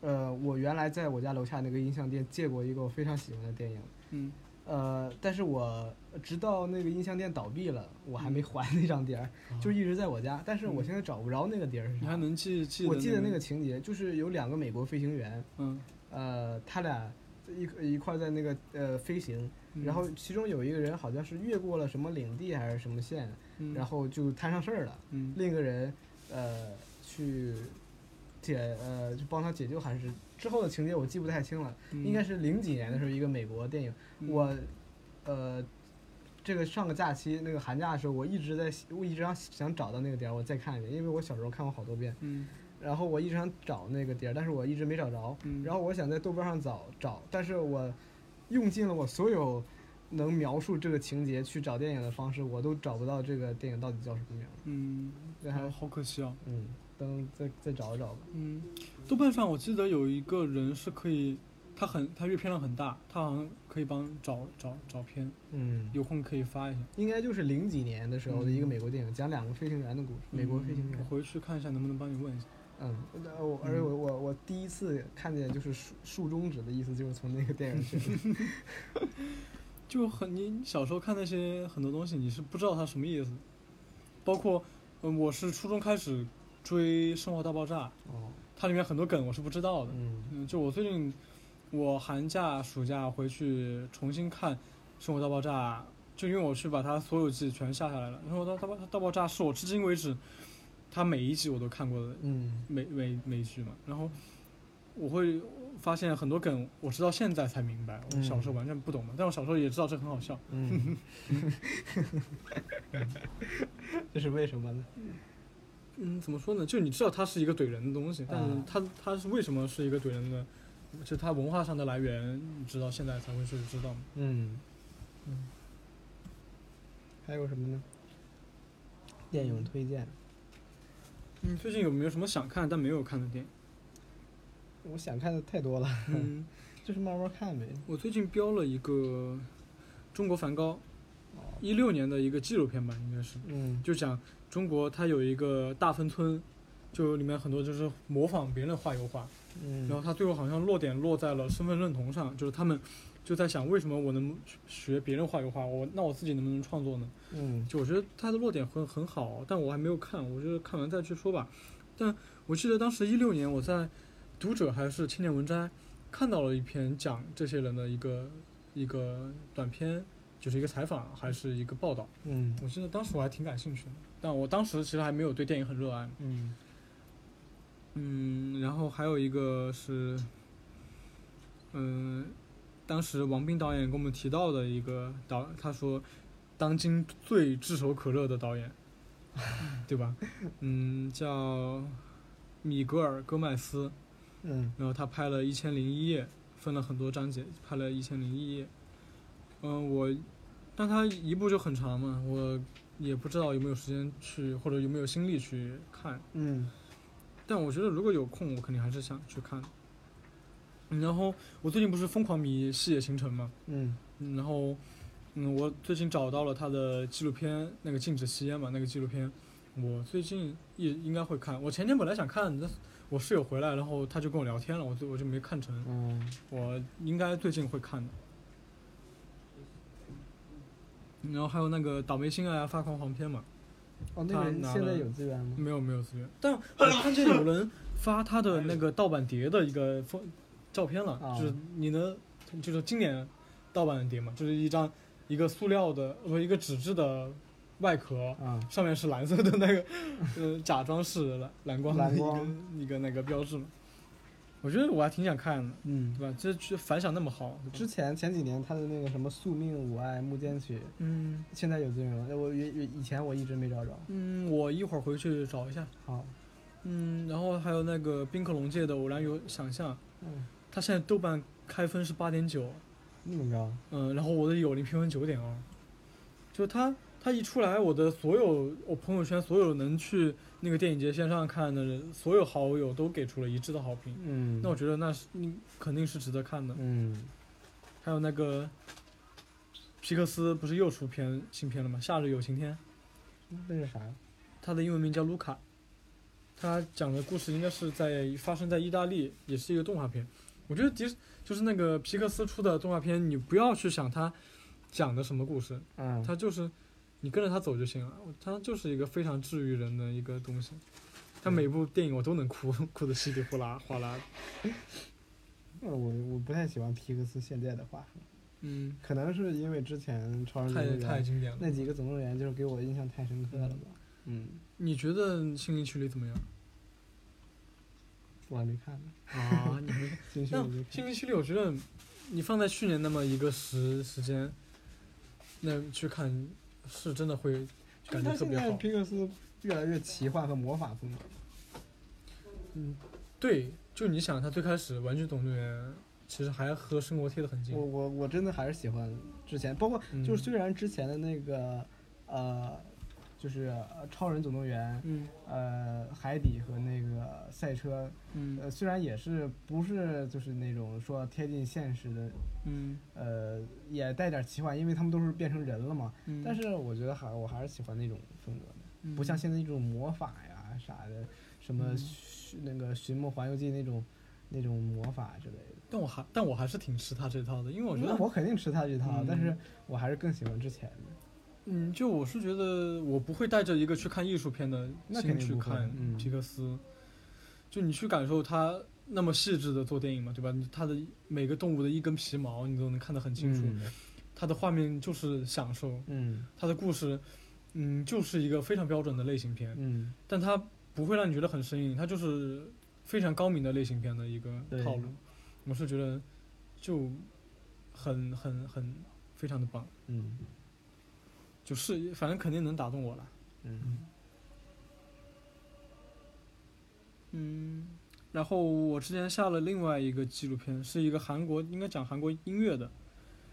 [SPEAKER 2] 呃，我原来在我家楼下那个音像店借过一个我非常喜欢的电影，
[SPEAKER 1] 嗯
[SPEAKER 2] 呃，但是我直到那个音像店倒闭了，我还没
[SPEAKER 1] 嗯啊
[SPEAKER 2] 还那张碟儿，就一直在我家，但是我
[SPEAKER 1] 嗯
[SPEAKER 2] 现在找不着那个碟儿是
[SPEAKER 1] 你
[SPEAKER 2] 啥。
[SPEAKER 1] 还能记记得、
[SPEAKER 2] 我记得那个情节，就是有两个美国飞行员，
[SPEAKER 1] 嗯，
[SPEAKER 2] 呃，他俩一一块儿在那个呃飞行，
[SPEAKER 1] 嗯，
[SPEAKER 2] 然后其中有一个人好像是越过了什么领地还是什么线，
[SPEAKER 1] 嗯
[SPEAKER 2] 然后就摊上事儿了。
[SPEAKER 1] 嗯
[SPEAKER 2] 另一个人呃去解呃就帮他解救，还是之后的情节我记不太清了，
[SPEAKER 1] 嗯
[SPEAKER 2] 应该是零几年的时候一个美国电影，
[SPEAKER 1] 嗯
[SPEAKER 2] 我呃。这个上个假期，那个寒假的时候，我一直在，我一直想想找到那个点儿，我再看一遍，因为我小时候看过好多遍，
[SPEAKER 1] 嗯
[SPEAKER 2] 然后我一直想找那个碟儿，但是我一直没找着。
[SPEAKER 1] 嗯，
[SPEAKER 2] 然
[SPEAKER 1] 后
[SPEAKER 2] 后我想在豆瓣上找找，但是我用尽了我所有能描述这个情节去找电影的方式，我都找不到这个电影到底叫什么名儿。
[SPEAKER 1] 嗯，
[SPEAKER 2] 这还
[SPEAKER 1] 好可惜啊。
[SPEAKER 2] 嗯，等再再找一找吧。
[SPEAKER 1] 嗯，豆瓣上我记得有一个人是可以，他很他阅片量很大，他好像可以帮找找找片，
[SPEAKER 2] 嗯，
[SPEAKER 1] 有空可以发一下。
[SPEAKER 2] 应该就是零几年的时候的一个美国电影，讲两个飞行员的故事，美国飞行
[SPEAKER 1] 嗯我
[SPEAKER 2] 员。
[SPEAKER 1] 回去看一下能不能帮你问一下。
[SPEAKER 2] 嗯，呃我而且我我我第一次看见就是竖竖中指的意思，就是从那个电 影学的。
[SPEAKER 1] 就很你小时候看那些很多东西，你是不知道它什么意思，包括嗯，我是初中开始追《生活大爆炸》，
[SPEAKER 2] 哦，
[SPEAKER 1] 它里面很多梗我是不知道的。
[SPEAKER 2] 嗯
[SPEAKER 1] 嗯，就我最近我寒假暑假回去重新看《生活大爆炸》，就因为我去把它所有季全下下来了，《生活大大爆大爆炸》是我至今为止它每一集我都看过的
[SPEAKER 2] 嗯
[SPEAKER 1] 美美美剧嘛，然后我会发现很多梗，我直到现在才明白，我小时候完全不懂嘛，但我小时候也知道这很好笑。
[SPEAKER 2] 嗯， 这是为什么呢？
[SPEAKER 1] 嗯，怎么说呢？就你知道它是一个怼人的东西，但是
[SPEAKER 2] 啊
[SPEAKER 1] 它它是为什么是一个怼人的？就它文化上的来源，你直到现在才会去知道嘛。
[SPEAKER 2] 嗯，嗯，还有什么呢？电影推荐，
[SPEAKER 1] 你嗯最近有没有什么想看但没有看的电影？
[SPEAKER 2] 我想看的太多了，
[SPEAKER 1] 嗯，
[SPEAKER 2] 就是慢慢看呗。
[SPEAKER 1] 我最近标了一个中国梵高，
[SPEAKER 2] 哦，
[SPEAKER 1] 一六年的一个纪录片吧，应该是。
[SPEAKER 2] 嗯
[SPEAKER 1] 就讲中国，它有一个大芬村，就里面很多就是模仿别人画油画，
[SPEAKER 2] 嗯，
[SPEAKER 1] 然后他最后好像落点落在了身份认同上，就是他们就在想，为什么我能学别人画油画，我那我自己能不能创作呢？
[SPEAKER 2] 嗯
[SPEAKER 1] 就我觉得他的落点很很好，但我还没有看，我觉得看完再去说吧。但我记得当时一六年我在读者还是青年文摘看到了一篇讲这些人的一个一个短片，就是一个采访还是一个报道。
[SPEAKER 2] 嗯
[SPEAKER 1] 我记得当时我还挺感兴趣的，但我当时其实还没有对电影很热爱。
[SPEAKER 2] 嗯，
[SPEAKER 1] 嗯，然后还有一个是，嗯、当时王斌导演跟我们提到的一个导，他说，当今最炙手可热的导 演，对吧？嗯，叫米格尔·戈麦斯，
[SPEAKER 2] 嗯
[SPEAKER 1] 然后他拍了一千零一夜，分了很多章节，拍了一千零一夜。嗯、我，但他一部就很长嘛，我也不知道有没有时间去，或者有没有心力去看。
[SPEAKER 2] 嗯
[SPEAKER 1] 但我觉得如果有空，我肯定还是想去看的。嗯然后我最近不是疯狂迷《细野行程》嘛，
[SPEAKER 2] 嗯
[SPEAKER 1] 嗯然后，嗯，我最近找到了他的纪录片，那个禁止吸烟嘛，那个纪录片，我最近也应该会看。我前天本来想看，但是我室友回来，然后他就跟我聊天了，我就我就没看成。
[SPEAKER 2] 嗯
[SPEAKER 1] 我应该最近会看的。嗯然后还有那个倒霉星啊、发狂黄片嘛，
[SPEAKER 2] 哦，那
[SPEAKER 1] 他
[SPEAKER 2] 个人
[SPEAKER 1] 拿
[SPEAKER 2] 现在
[SPEAKER 1] 了
[SPEAKER 2] 有资源吗？
[SPEAKER 1] 没有没有资源，但我看见有人发他的那个盗版碟的一个封照片了，
[SPEAKER 2] 啊
[SPEAKER 1] 就是你能，就是经典盗版碟嘛，就是一张一个塑料的不一个纸质的外壳，
[SPEAKER 2] 啊，
[SPEAKER 1] 上面是蓝色的那个， 呃，假装是蓝蓝光的
[SPEAKER 2] 蓝
[SPEAKER 1] 一个
[SPEAKER 2] 光
[SPEAKER 1] 一个那个标志嘛。我觉得我还挺想看的，
[SPEAKER 2] 嗯
[SPEAKER 1] 对，吧？这这反响那么好，对吧
[SPEAKER 2] 之前前几年他的那个什么《宿命我爱木间曲》，
[SPEAKER 1] 嗯
[SPEAKER 2] 现在有资源了，我以以前我一直没找着。
[SPEAKER 1] 嗯，我一会儿回去找一下。
[SPEAKER 2] 好，
[SPEAKER 1] 嗯，然后还有那个冰可龙界的偶然有想象，
[SPEAKER 2] 嗯，
[SPEAKER 1] 它现在豆瓣开分是八点九，
[SPEAKER 2] 那么高，
[SPEAKER 1] 嗯，然后我的友邻评分九点二，就它它一出来，我的所有我朋友圈所有能去那个电影节线上看的人，所有好友都给出了一致的好评。
[SPEAKER 2] 嗯
[SPEAKER 1] 那我觉得那是你肯定是值得看的。
[SPEAKER 2] 嗯
[SPEAKER 1] 还有那个皮克斯不是又出片新片了吗？《夏日有晴天》。
[SPEAKER 2] 那是啥？
[SPEAKER 1] 他的英文名叫卢卡，他讲的故事应该是在发生在意大利，也是一个动画片。我觉得迪士就是那个皮克斯出的动画片，你不要去想它讲的什么故事，
[SPEAKER 2] 嗯，
[SPEAKER 1] 它就是你跟着它走就行了。它就是一个非常治愈人的一个东西。它每部电影我都能哭， 哭得稀里哗啦哗啦。
[SPEAKER 2] 那我我不太喜欢皮克斯现在的画风，
[SPEAKER 1] 嗯，
[SPEAKER 2] 可能是因为之前《超人总
[SPEAKER 1] 太
[SPEAKER 2] 动
[SPEAKER 1] 太
[SPEAKER 2] 员》
[SPEAKER 1] 经典了。
[SPEAKER 2] 那几个总动员就是给我印象太深刻了吧？嗯，
[SPEAKER 1] 你觉得《心灵奇旅》怎么样？
[SPEAKER 2] 我还没看呢，哦
[SPEAKER 1] 啊，你没
[SPEAKER 2] 进去
[SPEAKER 1] 那《
[SPEAKER 2] 我就
[SPEAKER 1] 心
[SPEAKER 2] 看。
[SPEAKER 1] 灵奇旅》，我觉得你放在去年那么一个时时间，那去看是真的会感觉
[SPEAKER 2] 他
[SPEAKER 1] 特
[SPEAKER 2] 现
[SPEAKER 1] 别
[SPEAKER 2] 在
[SPEAKER 1] 好。
[SPEAKER 2] 皮克斯越来越奇幻和魔法风格。
[SPEAKER 1] 嗯，对，就你想，他最开始《玩具总动员》其实还和生活贴得很近
[SPEAKER 2] 我，我我真的还是喜欢之前，包括就是
[SPEAKER 1] 嗯
[SPEAKER 2] 虽然之前的那个、呃，就是呃超人总动员，
[SPEAKER 1] 嗯
[SPEAKER 2] 呃海底和那个赛车，
[SPEAKER 1] 嗯
[SPEAKER 2] 呃虽然也是不是就是那种说贴近现实的，
[SPEAKER 1] 嗯
[SPEAKER 2] 呃也带点奇幻，因为他们都是变成人了嘛。
[SPEAKER 1] 嗯
[SPEAKER 2] 但是嗯我觉得还我还是喜欢那种风格的，不像现在那种魔法呀啥的，什么
[SPEAKER 1] 嗯
[SPEAKER 2] 寻、那个《寻梦环游记》那种那种魔法之类的。
[SPEAKER 1] 但我还但我还是挺吃他这套的，因为我觉
[SPEAKER 2] 那
[SPEAKER 1] 得，
[SPEAKER 2] 我肯定吃他这套，但是
[SPEAKER 1] 嗯
[SPEAKER 2] 我还是更喜欢之前的。
[SPEAKER 1] 嗯，就我是觉得我不会带着一个去看艺术片的
[SPEAKER 2] 那肯
[SPEAKER 1] 心
[SPEAKER 2] 定
[SPEAKER 1] 去
[SPEAKER 2] 不会
[SPEAKER 1] 看
[SPEAKER 2] 嗯
[SPEAKER 1] 皮克斯，就你去感受他那么细致的做电影嘛，对吧？他的每个动物的一根皮毛你都能看得很清楚。它的画面就是享受，
[SPEAKER 2] 嗯
[SPEAKER 1] 它的故事，嗯，就是一个非常标准的类型片，
[SPEAKER 2] 嗯，
[SPEAKER 1] 但它不会让你觉得很生硬，它就是非常高明的类型片的一个
[SPEAKER 2] 对
[SPEAKER 1] 套路。我是觉得就很很很非常的棒，
[SPEAKER 2] 嗯
[SPEAKER 1] 就是反正肯定能打动我了。
[SPEAKER 2] 嗯
[SPEAKER 1] 嗯，然后我之前下了另外一个纪录片，是一个韩国应该讲韩国音乐的，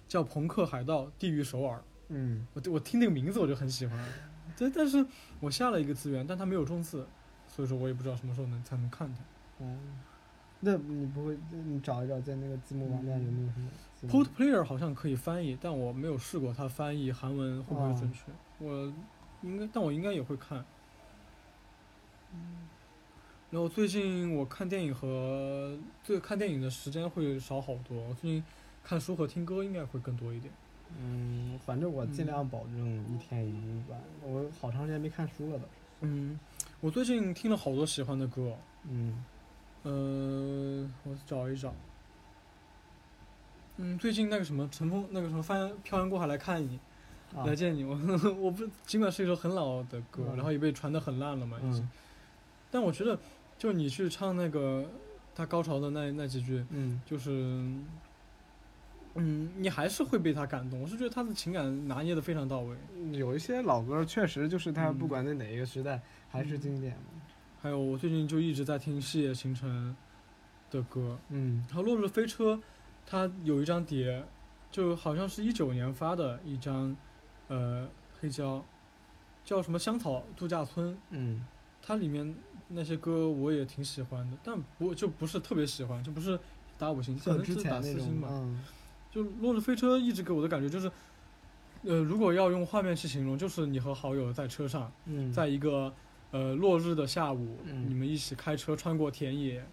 [SPEAKER 1] 叫《朋克海盗：地狱首尔》。
[SPEAKER 2] 嗯
[SPEAKER 1] 我我听那个名字我就很喜欢， 但但是我下了一个资源，但它没有中字，所以说我也不知道什么时候能才能看它。
[SPEAKER 2] 嗯，那你不会你找一找在那个字幕网站有没有什么字
[SPEAKER 1] p o
[SPEAKER 2] 幕？
[SPEAKER 1] d Player 好像可以翻译，但我没有试过它翻译韩文会不会准确。我应该，但我应该也会看。嗯，然后最近我看电影和最看电影的时间会少好多，我最近看书和听歌应该会更多一点。
[SPEAKER 2] 嗯，反正我尽
[SPEAKER 1] 嗯
[SPEAKER 2] 量保证一天一部吧。我好长时间没看书了都。
[SPEAKER 1] 嗯，我最近听了好多喜欢的歌哦，
[SPEAKER 2] 嗯
[SPEAKER 1] 呃，我找一找。嗯，最近那个什么乘风那个什么翻漂洋过海来看你，
[SPEAKER 2] 啊
[SPEAKER 1] 来见你，我 我不尽管是一首很老的歌，
[SPEAKER 2] 嗯
[SPEAKER 1] 然后也被传的很烂了嘛，一直
[SPEAKER 2] 嗯
[SPEAKER 1] 但我觉得就你去唱那个他高潮的那那几句，
[SPEAKER 2] 嗯
[SPEAKER 1] 就是，嗯，你还是会被他感动。我是觉得他的情感拿捏的非常到位。
[SPEAKER 2] 嗯，有一些老歌确实就是它
[SPEAKER 1] 嗯
[SPEAKER 2] 不管在哪一个时代还是经典嘛。
[SPEAKER 1] 还有我最近就一直在听细野行程的歌，
[SPEAKER 2] 嗯
[SPEAKER 1] 然后《落日飞车》，它有一张碟，就好像是一九年发的一张，呃，黑胶，叫什么香草度假村，
[SPEAKER 2] 嗯
[SPEAKER 1] 它里面那些歌我也挺喜欢的，但不就不是特别喜欢，就不是打五星，可
[SPEAKER 2] 像
[SPEAKER 1] 能
[SPEAKER 2] 之
[SPEAKER 1] 是
[SPEAKER 2] 前
[SPEAKER 1] 打
[SPEAKER 2] 那
[SPEAKER 1] 四星
[SPEAKER 2] 种
[SPEAKER 1] 吧。
[SPEAKER 2] 嗯
[SPEAKER 1] 就《落日飞车》一直给我的感觉就是，呃，如果要用画面去形容，就是你和好友在车上，
[SPEAKER 2] 嗯，
[SPEAKER 1] 在一个呃落日的下午，
[SPEAKER 2] 嗯
[SPEAKER 1] 你们一起开车穿过田野，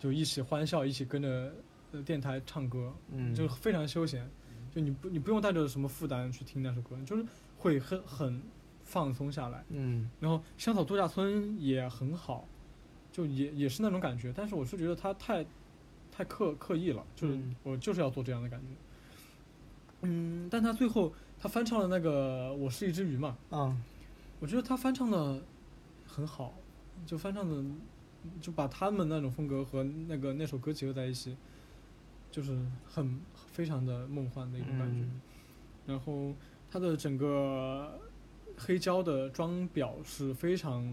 [SPEAKER 1] 就一起欢笑，一起跟着呃电台唱歌，
[SPEAKER 2] 嗯
[SPEAKER 1] 就非常休闲。就你不你不用带着什么负担去听那首歌，就是会很很放松下来。
[SPEAKER 2] 嗯
[SPEAKER 1] 然后香草度假村也很好，就也也是那种感觉，但是我是觉得它太太刻刻意了，就是、
[SPEAKER 2] 嗯
[SPEAKER 1] 我就是要做这样的感觉。嗯，但他最后他翻唱了那个《我是一只鱼》嘛，
[SPEAKER 2] 啊
[SPEAKER 1] 我觉得他翻唱的很好，就翻唱的就把他们那种风格和那个那首歌结合在一起，就是很非常的梦幻的一种感觉。
[SPEAKER 2] 嗯
[SPEAKER 1] 然后它的整个黑胶的装裱是非常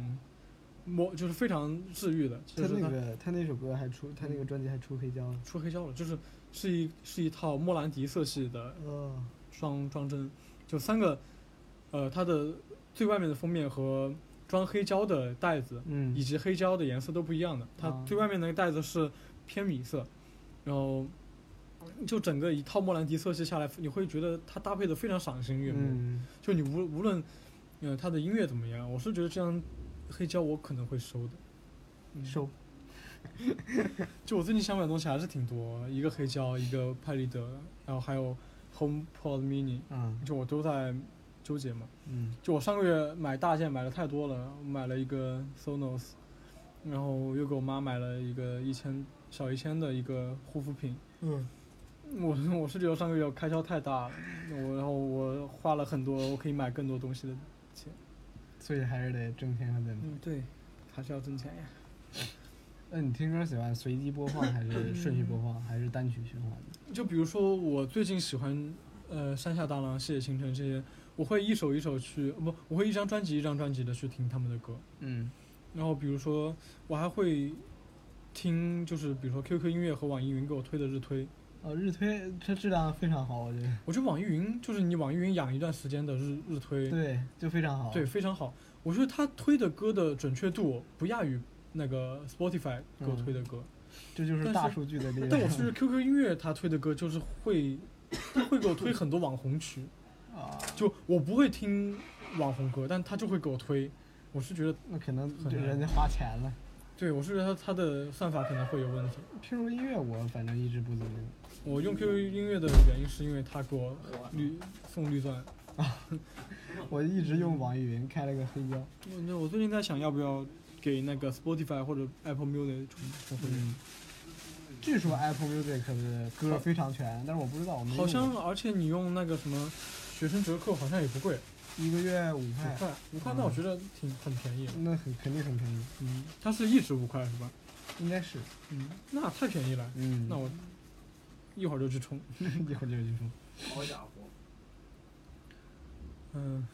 [SPEAKER 1] 摸，就是非常治愈的。就
[SPEAKER 2] 他
[SPEAKER 1] 是
[SPEAKER 2] 那
[SPEAKER 1] 它
[SPEAKER 2] 个他那首歌还出，他那个专辑还出黑胶了。
[SPEAKER 1] 出黑胶了，就是是一是一套莫兰迪色系的
[SPEAKER 2] 哦，
[SPEAKER 1] 装装帧，就三个，呃，它的最外面的封面和装黑胶的袋子
[SPEAKER 2] 嗯
[SPEAKER 1] 以及黑胶的颜色都不一样的。它
[SPEAKER 2] 啊
[SPEAKER 1] 最外面那个袋子是偏米色，然后。就整个一套莫兰迪色系下来，你会觉得它搭配的非常赏心悦目。
[SPEAKER 2] 嗯
[SPEAKER 1] 就你无无论，呃，他的音乐怎么样，我是觉得这张黑胶我可能会收的。嗯
[SPEAKER 2] 收
[SPEAKER 1] 就我最近想买的东西还是挺多，一个黑胶，一个派立德，然后还有 HomePod Mini，
[SPEAKER 2] 啊
[SPEAKER 1] 就我都在纠结嘛。
[SPEAKER 2] 嗯
[SPEAKER 1] 就我上个月买大件买的太多了，我买了一个 Sonos，然后又给我妈买了一个一千小一千的一个护肤品。
[SPEAKER 2] 嗯
[SPEAKER 1] 我我是觉得上个月我开销太大了，我然后我花了很多我可以买更多东西的钱。
[SPEAKER 2] 所以还是得挣钱和挣钱。
[SPEAKER 1] 嗯，对，还是要挣钱呀。
[SPEAKER 2] 那你听歌喜欢随机播放 还是顺序播放，还是单曲循环的？
[SPEAKER 1] 就比如说我最近喜欢，呃，山下大郎、谢野行程这些，我会一首一首去，不，我会一张专辑一张专辑的去听他们的歌。
[SPEAKER 2] 嗯
[SPEAKER 1] 然后比如说我还会听，就是比如说 QQ 音乐和网易云给我推的日推。
[SPEAKER 2] 哦，日推这质量非常好，我觉得。
[SPEAKER 1] 我觉得网易云就是你网易云养一段时间的日日推，
[SPEAKER 2] 对，就非常好。
[SPEAKER 1] 对，非常好。我觉得他推的歌的准确度不亚于那个 Spotify 给我
[SPEAKER 2] 嗯
[SPEAKER 1] 推的歌。
[SPEAKER 2] 这就是
[SPEAKER 1] 但
[SPEAKER 2] 大
[SPEAKER 1] 是
[SPEAKER 2] 数据的力量。
[SPEAKER 1] 但我是 QQ 音乐，他推的歌就是会，他会给我推很多网红曲，
[SPEAKER 2] 啊，
[SPEAKER 1] 就我不会听网红歌，但他就会给我推。我是觉得，
[SPEAKER 2] 那可能
[SPEAKER 1] 很
[SPEAKER 2] 就
[SPEAKER 1] 难
[SPEAKER 2] 人家花钱了。
[SPEAKER 1] 对我是觉得他他的算法可能会有问题。
[SPEAKER 2] QQ 音乐我反正一直不怎么用。
[SPEAKER 1] 我用 QQ 音乐的原因是因为他给我绿送绿钻。
[SPEAKER 2] 我一直用网易云开了个黑胶，
[SPEAKER 1] 我我最近在想要不要给那个 Spotify 或者 Apple Music 重重回
[SPEAKER 2] 嗯，据说 Apple Music 的歌非常全，但是我不知道，我没用过
[SPEAKER 1] 好像而且你用那个什么学生折扣好像也不贵，
[SPEAKER 2] 一个月五
[SPEAKER 1] 五
[SPEAKER 2] 块，
[SPEAKER 1] 块五块，那我觉得挺很便宜的。
[SPEAKER 2] 那很肯定很便宜，
[SPEAKER 1] 嗯，它是一直五块是吧？
[SPEAKER 2] 应该是。
[SPEAKER 1] 嗯，那太便宜了，
[SPEAKER 2] 嗯，
[SPEAKER 1] 那我一会儿就去充。
[SPEAKER 2] 一会儿就去说。
[SPEAKER 3] 好家伙，
[SPEAKER 1] 嗯。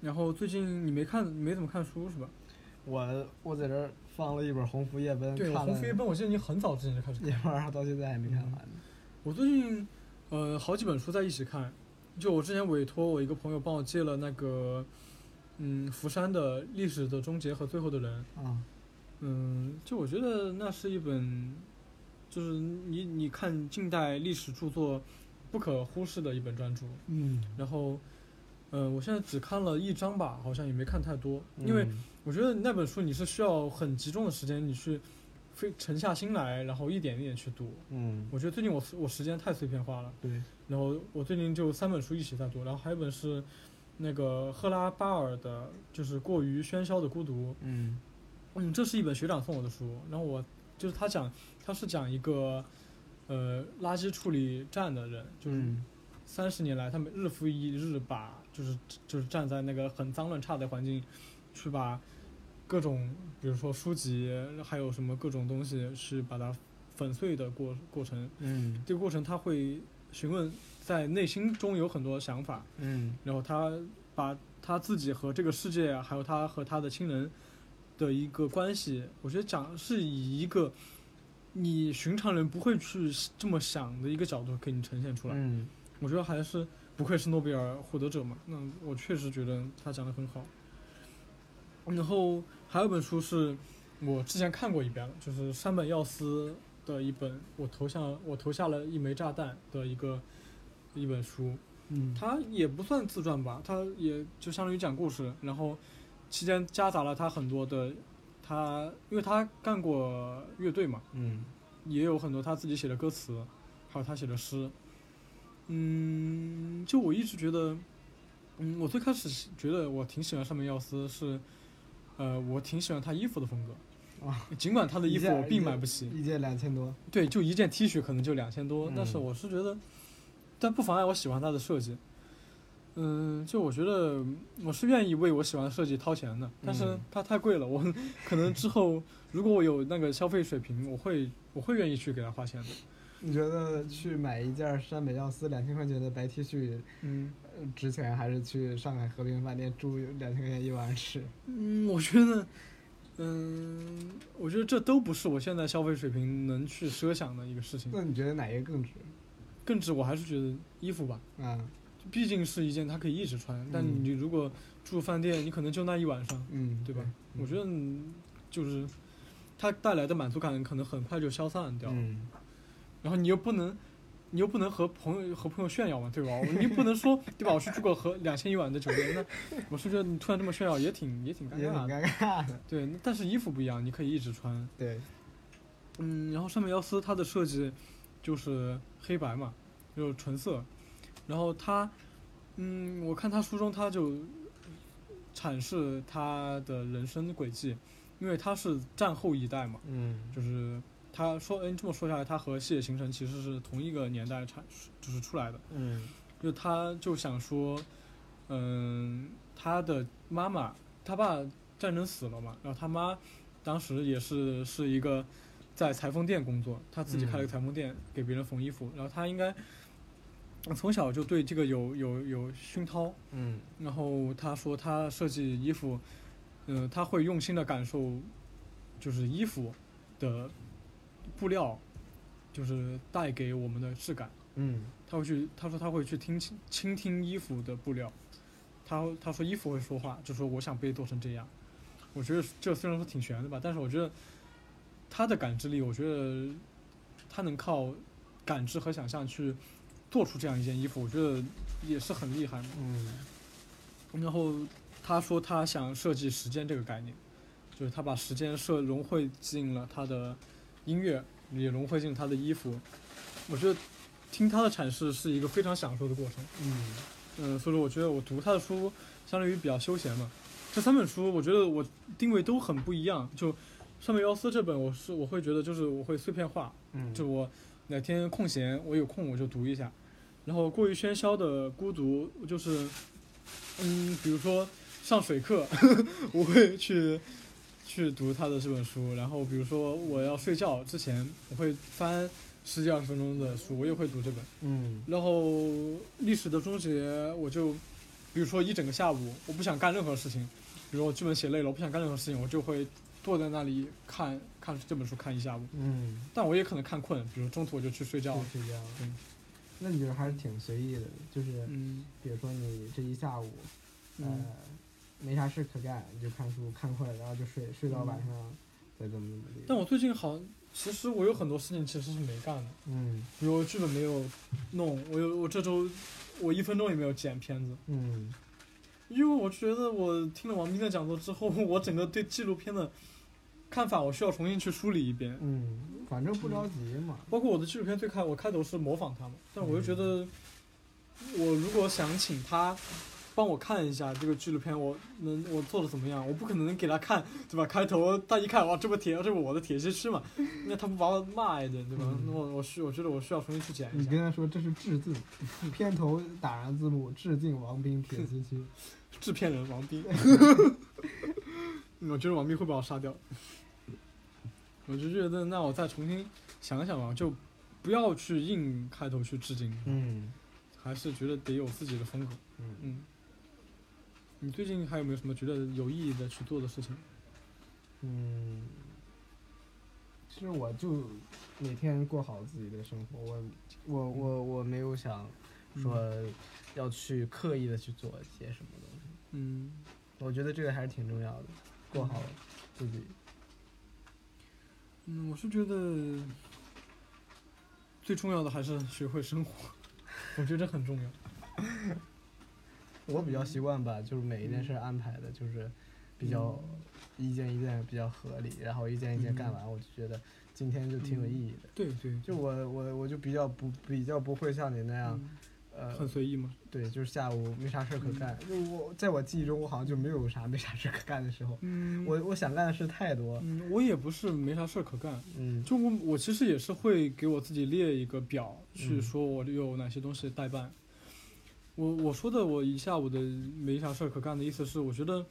[SPEAKER 1] 然后最近你没看，没怎么看书是吧？
[SPEAKER 2] 我我在这儿放了一本《红拂夜奔》，
[SPEAKER 1] 对，我
[SPEAKER 2] 看了
[SPEAKER 1] 《红飞奔》，我记得你很早之前就开始
[SPEAKER 2] 一
[SPEAKER 1] 看。
[SPEAKER 2] 半儿到现在还没看完呢。
[SPEAKER 1] 我最近，呃，好几本书在一起看。就我之前委托我一个朋友帮我借了那个，嗯，福山的《历史的终结和最后的人》。
[SPEAKER 2] 啊，
[SPEAKER 1] 嗯，就我觉得那是一本，就是你你看近代历史著作不可忽视的一本专著。
[SPEAKER 2] 嗯，
[SPEAKER 1] 然后，呃，我现在只看了一章吧，好像也没看太多，因为
[SPEAKER 2] 嗯
[SPEAKER 1] 我觉得那本书你是需要很集中的时间，你去非沉下心来，然后一点一点去读。
[SPEAKER 2] 嗯，
[SPEAKER 1] 我觉得最近我我时间太碎片化了，
[SPEAKER 2] 对，
[SPEAKER 1] 然后我最近就三本书一起在读，然后还有一本是那个赫拉巴尔的，就是《过于喧嚣的孤独》。
[SPEAKER 2] 嗯
[SPEAKER 1] 嗯，这是一本学长送我的书，然后我就是他讲他是讲一个呃垃圾处理站的人，就是
[SPEAKER 2] 嗯
[SPEAKER 1] 三十年来他们日复一日把就是就是站在那个很脏乱差的环境，去把各种比如说书籍还有什么各种东西去把它粉碎的过过程，
[SPEAKER 2] 嗯
[SPEAKER 1] 这个过程他会询问在内心中有很多想法，
[SPEAKER 2] 嗯
[SPEAKER 1] 然后他把他自己和这个世界啊，还有他和他的亲人的一个关系，我觉得讲是以一个你寻常人不会去这么想的一个角度给你呈现出来。
[SPEAKER 2] 嗯，
[SPEAKER 1] 我觉得还是不愧是诺贝尔获得者嘛，那我确实觉得他讲的很好。然后还有一本书是我之前看过一遍了，就是山本耀司的一本《我投向我投下了一枚炸弹》的一个一本书，
[SPEAKER 2] 嗯
[SPEAKER 1] 他也不算自传吧，他也就相当于讲故事，然后期间夹杂了他很多的，他因为他干过乐队嘛，
[SPEAKER 2] 嗯
[SPEAKER 1] 也有很多他自己写的歌词，还有他写的诗。嗯，就我一直觉得，嗯，我最开始是觉得我挺喜欢上面耀司是，呃，我挺喜欢他衣服的风格，
[SPEAKER 2] 啊
[SPEAKER 1] 尽管他的衣服
[SPEAKER 2] 一件
[SPEAKER 1] 我并买不起，
[SPEAKER 2] 一件两千多，
[SPEAKER 1] 对，就一件 T 恤可能就两千多，
[SPEAKER 2] 嗯
[SPEAKER 1] 但是我是觉得，但不妨碍我喜欢它的设计。嗯，就我觉得我是愿意为我喜欢的设计掏钱的，但是
[SPEAKER 2] 嗯
[SPEAKER 1] 它太贵了，我 可能之后如果我有那个消费水平，我会我会愿意去给它花钱的。
[SPEAKER 2] 你觉得去买一件山本耀司两千块钱的白 T 恤
[SPEAKER 1] 嗯
[SPEAKER 2] 呃值钱，还是去上海和平饭店住两千块钱一晚上吃？
[SPEAKER 1] 嗯，我觉得，嗯，我觉得这都不是我现在消费水平能去设想的一个事情。
[SPEAKER 2] 那你觉得哪一个更值？
[SPEAKER 1] 更值我还是觉得衣服吧，
[SPEAKER 2] 啊，
[SPEAKER 1] 毕竟是一件它可以一直穿，但
[SPEAKER 2] 嗯
[SPEAKER 1] 你如果住饭店，你可能就那一晚上。
[SPEAKER 2] 嗯，
[SPEAKER 1] 对吧？
[SPEAKER 2] 嗯
[SPEAKER 1] 我觉得嗯就是它带来的满足感可能很快就消散掉，
[SPEAKER 2] 嗯，
[SPEAKER 1] 然后你又不能，你又不能和朋友和朋友炫耀嘛，对吧？你不能说对吧？我去住过和两千一晚的酒店，那我是觉得你突然这么炫耀也挺也挺尴
[SPEAKER 2] 也挺
[SPEAKER 1] 尬啊的。
[SPEAKER 2] 尴尬的。
[SPEAKER 1] 对，那但是衣服不一样，你可以一直穿。
[SPEAKER 2] 对，
[SPEAKER 1] 嗯，然后上面腰丝它的设计就是黑白嘛，就是纯色，然后它，嗯，我看他书中他就阐释他的人生轨迹，因为他是战后一代嘛，
[SPEAKER 2] 嗯
[SPEAKER 1] 就是他说，嗯，这么说下来，他和细野晴臣其实是同一个年代产，就是出来的，
[SPEAKER 2] 嗯
[SPEAKER 1] 就他就想说，嗯，他的妈妈，他爸战争死了嘛，然后他妈当时也是是一个在裁缝店工作，他自己开了个裁缝店，给别人缝衣服，然后他应该从小就对这个有有有熏陶，
[SPEAKER 2] 嗯
[SPEAKER 1] 然后他说他设计衣服，嗯、他会用心的感受，就是衣服的布料，就是带给我们的质感。
[SPEAKER 2] 嗯
[SPEAKER 1] 他会去，他说他会去听倾倾听衣服的布料，他他说衣服会说话，就说我想被做成这样。我觉得这虽然说挺悬的吧，但是我觉得他的感知力，我觉得他能靠感知和想象去做出这样一件衣服，我觉得也是很厉害嘛。
[SPEAKER 2] 嗯
[SPEAKER 1] 然后他说他想设计时间这个概念，就是他把时间设融汇进了他的音乐，也融汇进了他的衣服。我觉得听他的阐释是一个非常享受的过程。
[SPEAKER 2] 嗯
[SPEAKER 1] 嗯，所以说我觉得我读他的书相当于比较休闲嘛。这三本书我觉得我定位都很不一样。就上面幺四这本，我是我会觉得就是我会碎片化，
[SPEAKER 2] 嗯，
[SPEAKER 1] 就我哪天空闲，我有空我就读一下。然后过于喧嚣的孤独，就是，嗯，比如说上水课， 我会去去读他的这本书。然后比如说我要睡觉之前，我会翻十几二十分钟的书，我也会读这本。
[SPEAKER 2] 嗯
[SPEAKER 1] 然后历史的终结，我就比如说一整个下午，我不想干任何事情，比如我剧本写累了，我不想干任何事情，我就会坐在那里看看这本书看一下午。
[SPEAKER 2] 嗯，
[SPEAKER 1] 但我也可能看困，比如中途我就去睡觉
[SPEAKER 2] 就
[SPEAKER 1] 了。
[SPEAKER 2] 是这样
[SPEAKER 1] 嗯。
[SPEAKER 2] 那你就还是挺随意的，就是
[SPEAKER 1] 嗯
[SPEAKER 2] 比如说你这一下午，
[SPEAKER 1] 嗯
[SPEAKER 2] 呃，没啥事可干，你就看书看困了，然后就睡睡到晚上，再怎么怎么地。
[SPEAKER 1] 但我最近好像，其实我有很多事情其实是没干的，
[SPEAKER 2] 嗯
[SPEAKER 1] 比如我剧本没有弄，我有我这周我一分钟也没有剪片子，
[SPEAKER 2] 嗯
[SPEAKER 1] 因为我觉得我听了王斌的讲座之后， 我整个对纪录片的看法我需要重新去梳理一遍。
[SPEAKER 2] 嗯，反正不着急嘛。
[SPEAKER 1] 包括我的纪录片最开，我开头是模仿他们，但我又觉得，我如果想请他帮我看一下这个纪录片，我能我做的怎么样？我不可能给他看，对吧？开头他一看，哇，这不铁，这不我的铁西区嘛，那他不把我骂一顿，对吧？
[SPEAKER 2] 嗯
[SPEAKER 1] 那我我需我觉得我需要重新去剪一
[SPEAKER 2] 你
[SPEAKER 1] 下
[SPEAKER 2] 跟，他说这是致敬，片头打上字幕致敬王斌铁西 区。
[SPEAKER 1] 制片人王斌， 我觉得王斌会把我杀掉。我就觉得，那我再重新想想吧，就不要去硬开头去致敬，
[SPEAKER 2] 嗯
[SPEAKER 1] 还是觉得得有自己的风格。
[SPEAKER 2] 嗯，
[SPEAKER 1] 嗯，你最近还有没有什么觉得有意义的去做的事情？
[SPEAKER 2] 嗯，其实我就每天过好自己的生活，我我我我没有想说要去刻意的去做一些什么东西，
[SPEAKER 1] 嗯，
[SPEAKER 2] 我觉得这个还是挺重要的，过好自己。
[SPEAKER 1] 嗯，我是觉得最重要的还是学会生活， 我觉得很重要。
[SPEAKER 2] 我比较习惯吧，就是每一件事安排的就是比较
[SPEAKER 1] 嗯
[SPEAKER 2] 一件一件比较合理，然后一件一件干完，我就觉得今天就挺有意义的。
[SPEAKER 1] 对对，
[SPEAKER 2] 就我我我就比较不比较不会像你那样，
[SPEAKER 1] 嗯很
[SPEAKER 2] 呃，
[SPEAKER 1] 随意嘛。
[SPEAKER 2] 对，就是下午没啥事儿可干。就我在我记忆中，我好像就没有啥没啥事儿可干的时候，
[SPEAKER 1] 嗯
[SPEAKER 2] 我我想干的事太多。
[SPEAKER 1] 嗯，我也不是没啥事儿可干，
[SPEAKER 2] 嗯
[SPEAKER 1] 就我我其实也是会给我自己列一个表，去
[SPEAKER 2] 嗯
[SPEAKER 1] 说我有哪些东西待办。我我说的我一下午的没啥事儿可干的意思是，我觉得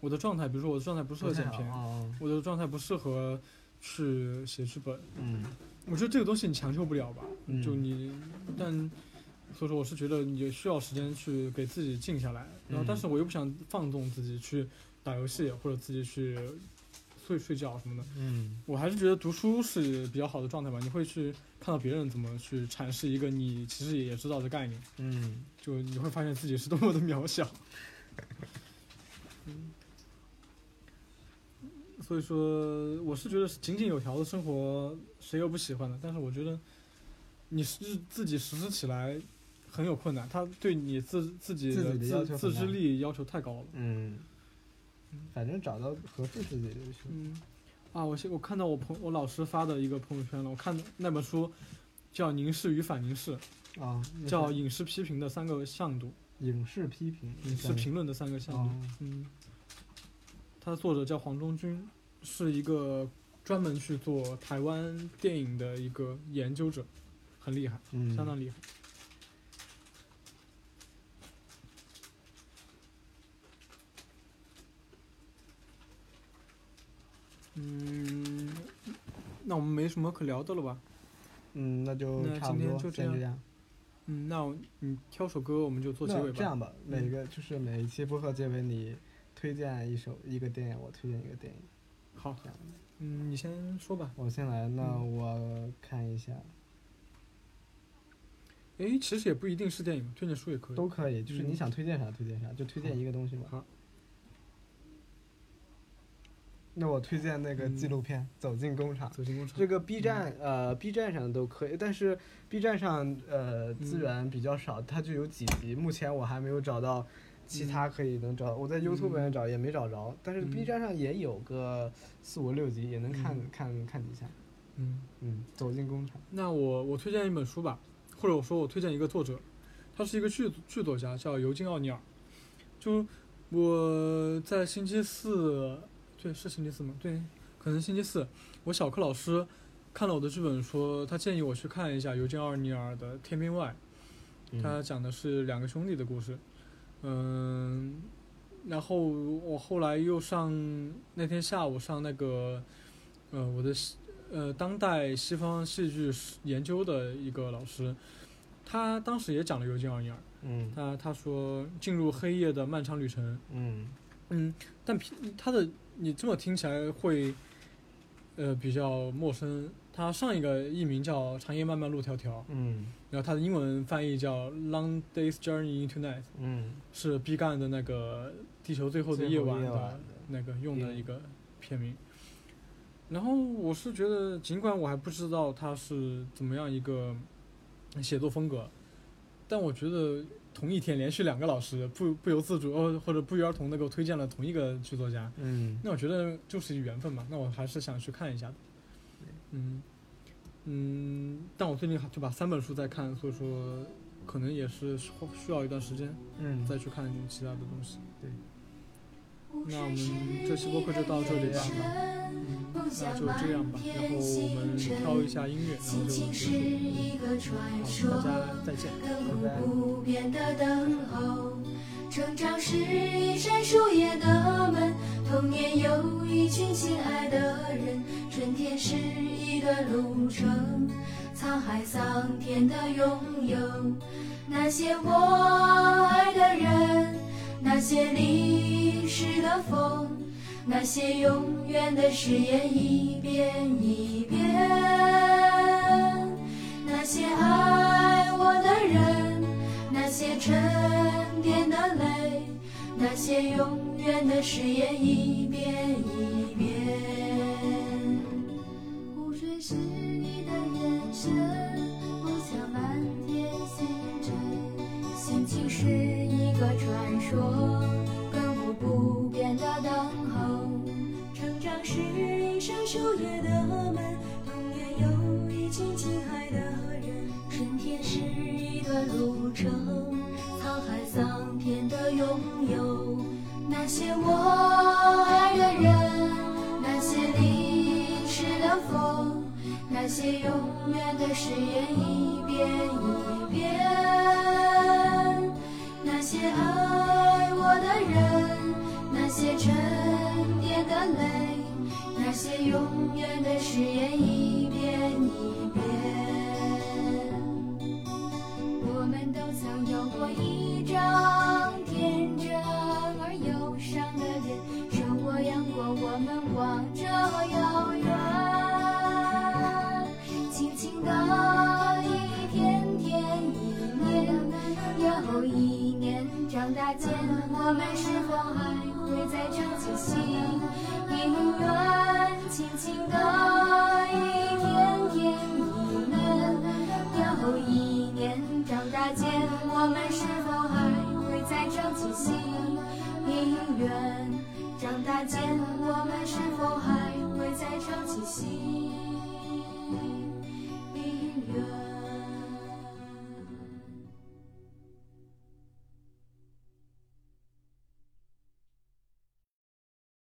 [SPEAKER 1] 我的状态，比如说我的状态不适合
[SPEAKER 2] 不太
[SPEAKER 1] 剪
[SPEAKER 2] 好
[SPEAKER 1] 片，
[SPEAKER 2] 哦
[SPEAKER 1] 我的状态不适合去写剧本。
[SPEAKER 2] 嗯
[SPEAKER 1] 我觉得这个东西你强求不了吧，
[SPEAKER 2] 嗯
[SPEAKER 1] 就你，但所以说我是觉得你也需要时间去给自己静下来，然后
[SPEAKER 2] 嗯
[SPEAKER 1] 但是我又不想放纵自己去打游戏或者自己去睡睡觉什么的，
[SPEAKER 2] 嗯
[SPEAKER 1] 我还是觉得读书是比较好的状态吧，你会去看到别人怎么去阐释一个你其实也知道的概念，
[SPEAKER 2] 嗯
[SPEAKER 1] 就你会发现自己是多么的渺小。嗯，所以说，我是觉得井井有条的生活谁又不喜欢呢？但是我觉得你是自己实施起来很有困难，他对你自自己
[SPEAKER 2] 自己
[SPEAKER 1] 的
[SPEAKER 2] 的要求
[SPEAKER 1] 自
[SPEAKER 2] 很
[SPEAKER 1] 自制
[SPEAKER 2] 大
[SPEAKER 1] 力要求太高了。
[SPEAKER 2] 嗯，反正找到合适自己的就行。
[SPEAKER 1] 嗯，啊，我现我看到我朋我老师发的一个朋友圈了，我看那本书叫《凝视与反凝视
[SPEAKER 2] 啊，那》，
[SPEAKER 1] 叫《
[SPEAKER 2] 是
[SPEAKER 1] 影视批评的三个向度
[SPEAKER 2] 影视批评，》，
[SPEAKER 1] 影视评论的三个向度。
[SPEAKER 2] 哦
[SPEAKER 1] 嗯，他的作者叫黄忠军，是一个专门去做台湾电影的一个研究者，很厉害，
[SPEAKER 2] 嗯，
[SPEAKER 1] 相当厉害。嗯，那我们没什么可聊的了吧？
[SPEAKER 2] 嗯，那就
[SPEAKER 1] 那
[SPEAKER 2] 差
[SPEAKER 1] 今
[SPEAKER 2] 不
[SPEAKER 1] 天
[SPEAKER 2] 多，
[SPEAKER 1] 就这
[SPEAKER 2] 先
[SPEAKER 1] 样
[SPEAKER 2] 这样。
[SPEAKER 1] 嗯，那我你挑首歌，我们就做结
[SPEAKER 2] 那
[SPEAKER 1] 尾吧。
[SPEAKER 2] 这样吧，每
[SPEAKER 1] 嗯
[SPEAKER 2] 个就是每一期播客结尾，你推荐一首一个电影，我推荐一个电影，
[SPEAKER 1] 好
[SPEAKER 2] 这样。
[SPEAKER 1] 嗯，你先说吧。
[SPEAKER 2] 我先来，那
[SPEAKER 1] 嗯
[SPEAKER 2] 我看一下，
[SPEAKER 1] 诶，其实也不一定是电影，推荐书也可以。
[SPEAKER 2] 都可以，就是你
[SPEAKER 1] 嗯
[SPEAKER 2] 想推荐啥推荐啥，就推荐一个东西嘛。
[SPEAKER 1] 好。
[SPEAKER 2] 那我推荐那个纪
[SPEAKER 1] 嗯
[SPEAKER 2] 录片《走进工厂》，
[SPEAKER 1] 走进工厂。
[SPEAKER 2] 这个 B 站呃 B 站上都可以，但是 B 站上呃资
[SPEAKER 1] 嗯
[SPEAKER 2] 源比较少，它就有几集，目前我还没有找到其
[SPEAKER 1] 嗯
[SPEAKER 2] 他可以能找，我在 YouTube 上找也没找着，但是 B
[SPEAKER 1] 嗯
[SPEAKER 2] 站上也有个四五六集，也能看、
[SPEAKER 1] 嗯
[SPEAKER 2] 看看几下。
[SPEAKER 1] 嗯，
[SPEAKER 2] 嗯，走进工厂。
[SPEAKER 1] 那我我推荐一本书吧，或者我说我推荐一个作者，他是一个剧剧作家，叫尤金奥尼尔。就我在星期四，对，是星期四吗？对，可能星期四，我小课老师看了我的剧本说他建议我去看一下尤金奥尼尔的《天边外》。
[SPEAKER 2] 嗯
[SPEAKER 1] 他讲的是两个兄弟的故事，嗯，然后我后来又上那天下午上那个，呃，我的西呃当代西方戏剧史研究的一个老师，他当时也讲了尤金奥尼尔，
[SPEAKER 2] 嗯
[SPEAKER 1] 他他说进入黑夜的漫长旅程，
[SPEAKER 2] 嗯
[SPEAKER 1] 嗯，但皮他的你这么听起来会，呃，比较陌生。他上一个译名叫《长夜漫漫路迢迢》。
[SPEAKER 2] 嗯
[SPEAKER 1] 然后它的英文翻译叫《Long Day's Journey into Night》，
[SPEAKER 2] 嗯，
[SPEAKER 1] 是毕赣的那个《地球最后的
[SPEAKER 2] 最
[SPEAKER 1] 夜
[SPEAKER 2] 后
[SPEAKER 1] 晚》
[SPEAKER 2] 夜晚
[SPEAKER 1] 的
[SPEAKER 2] 的
[SPEAKER 1] 那个用的
[SPEAKER 2] 嗯
[SPEAKER 1] 一个片名。然后我是觉得，尽管我还不知道他是怎么样一个写作风格，但我觉得同一天连续两个老师不不由自主，呃，或者不约而同的给我推荐了同一个剧作家，
[SPEAKER 2] 嗯
[SPEAKER 1] 那我觉得就是缘分嘛，那我还是想去看一下的。嗯嗯，但我最近就把三本书在看，所以说
[SPEAKER 4] 可能也是需需要一段时间
[SPEAKER 2] 嗯，
[SPEAKER 4] 再去看其他的东西。
[SPEAKER 5] 那我们这期播客就到这里吧，嗯那
[SPEAKER 4] 那就
[SPEAKER 5] 就
[SPEAKER 4] 这
[SPEAKER 5] 这
[SPEAKER 4] 样
[SPEAKER 5] 样吧
[SPEAKER 4] 吧，，
[SPEAKER 5] 然
[SPEAKER 4] 然
[SPEAKER 5] 后
[SPEAKER 4] 后
[SPEAKER 5] 我
[SPEAKER 4] 我
[SPEAKER 5] 们
[SPEAKER 4] 们
[SPEAKER 5] 挑
[SPEAKER 4] 挑
[SPEAKER 5] 一
[SPEAKER 4] 一
[SPEAKER 5] 下，
[SPEAKER 4] 下音乐，然后
[SPEAKER 5] 然后
[SPEAKER 4] 就
[SPEAKER 5] 就
[SPEAKER 4] 结束。
[SPEAKER 5] 好，
[SPEAKER 4] 大家
[SPEAKER 5] 大家
[SPEAKER 4] 再见。
[SPEAKER 5] 亘古不变的等候。成长是一扇树叶的门，童年有一群亲爱的人，春天是一段路程，沧海桑田的拥有。那些我爱的人，那些历史的风，那些永远的誓言，一遍一遍。那些爱我的人，那些沉淀的泪，那些永远的誓言，一遍一遍。湖水是你的眼神，梦想满天星辰，心情是一个传说，亘古不变的等候。成长是一扇树叶的门，童年有一群亲爱的人，春天是一段路程，沧海桑田的拥有。那些我爱的人，那些历史的风，那些永远的誓言，一遍一遍。那些爱我的人，那些沉淀的泪，那些永远的誓言，一遍一遍。我们都曾有过一张天真而忧伤的脸，受过阳光，我们望着遥远。轻轻的一天天，一年又一年，长大间，我们是否还会再唱起心意如愿？轻轻的一天天，一年又一。一年长大间，我们是否还会再唱起心愿？长大间，我们是否还会再唱起心？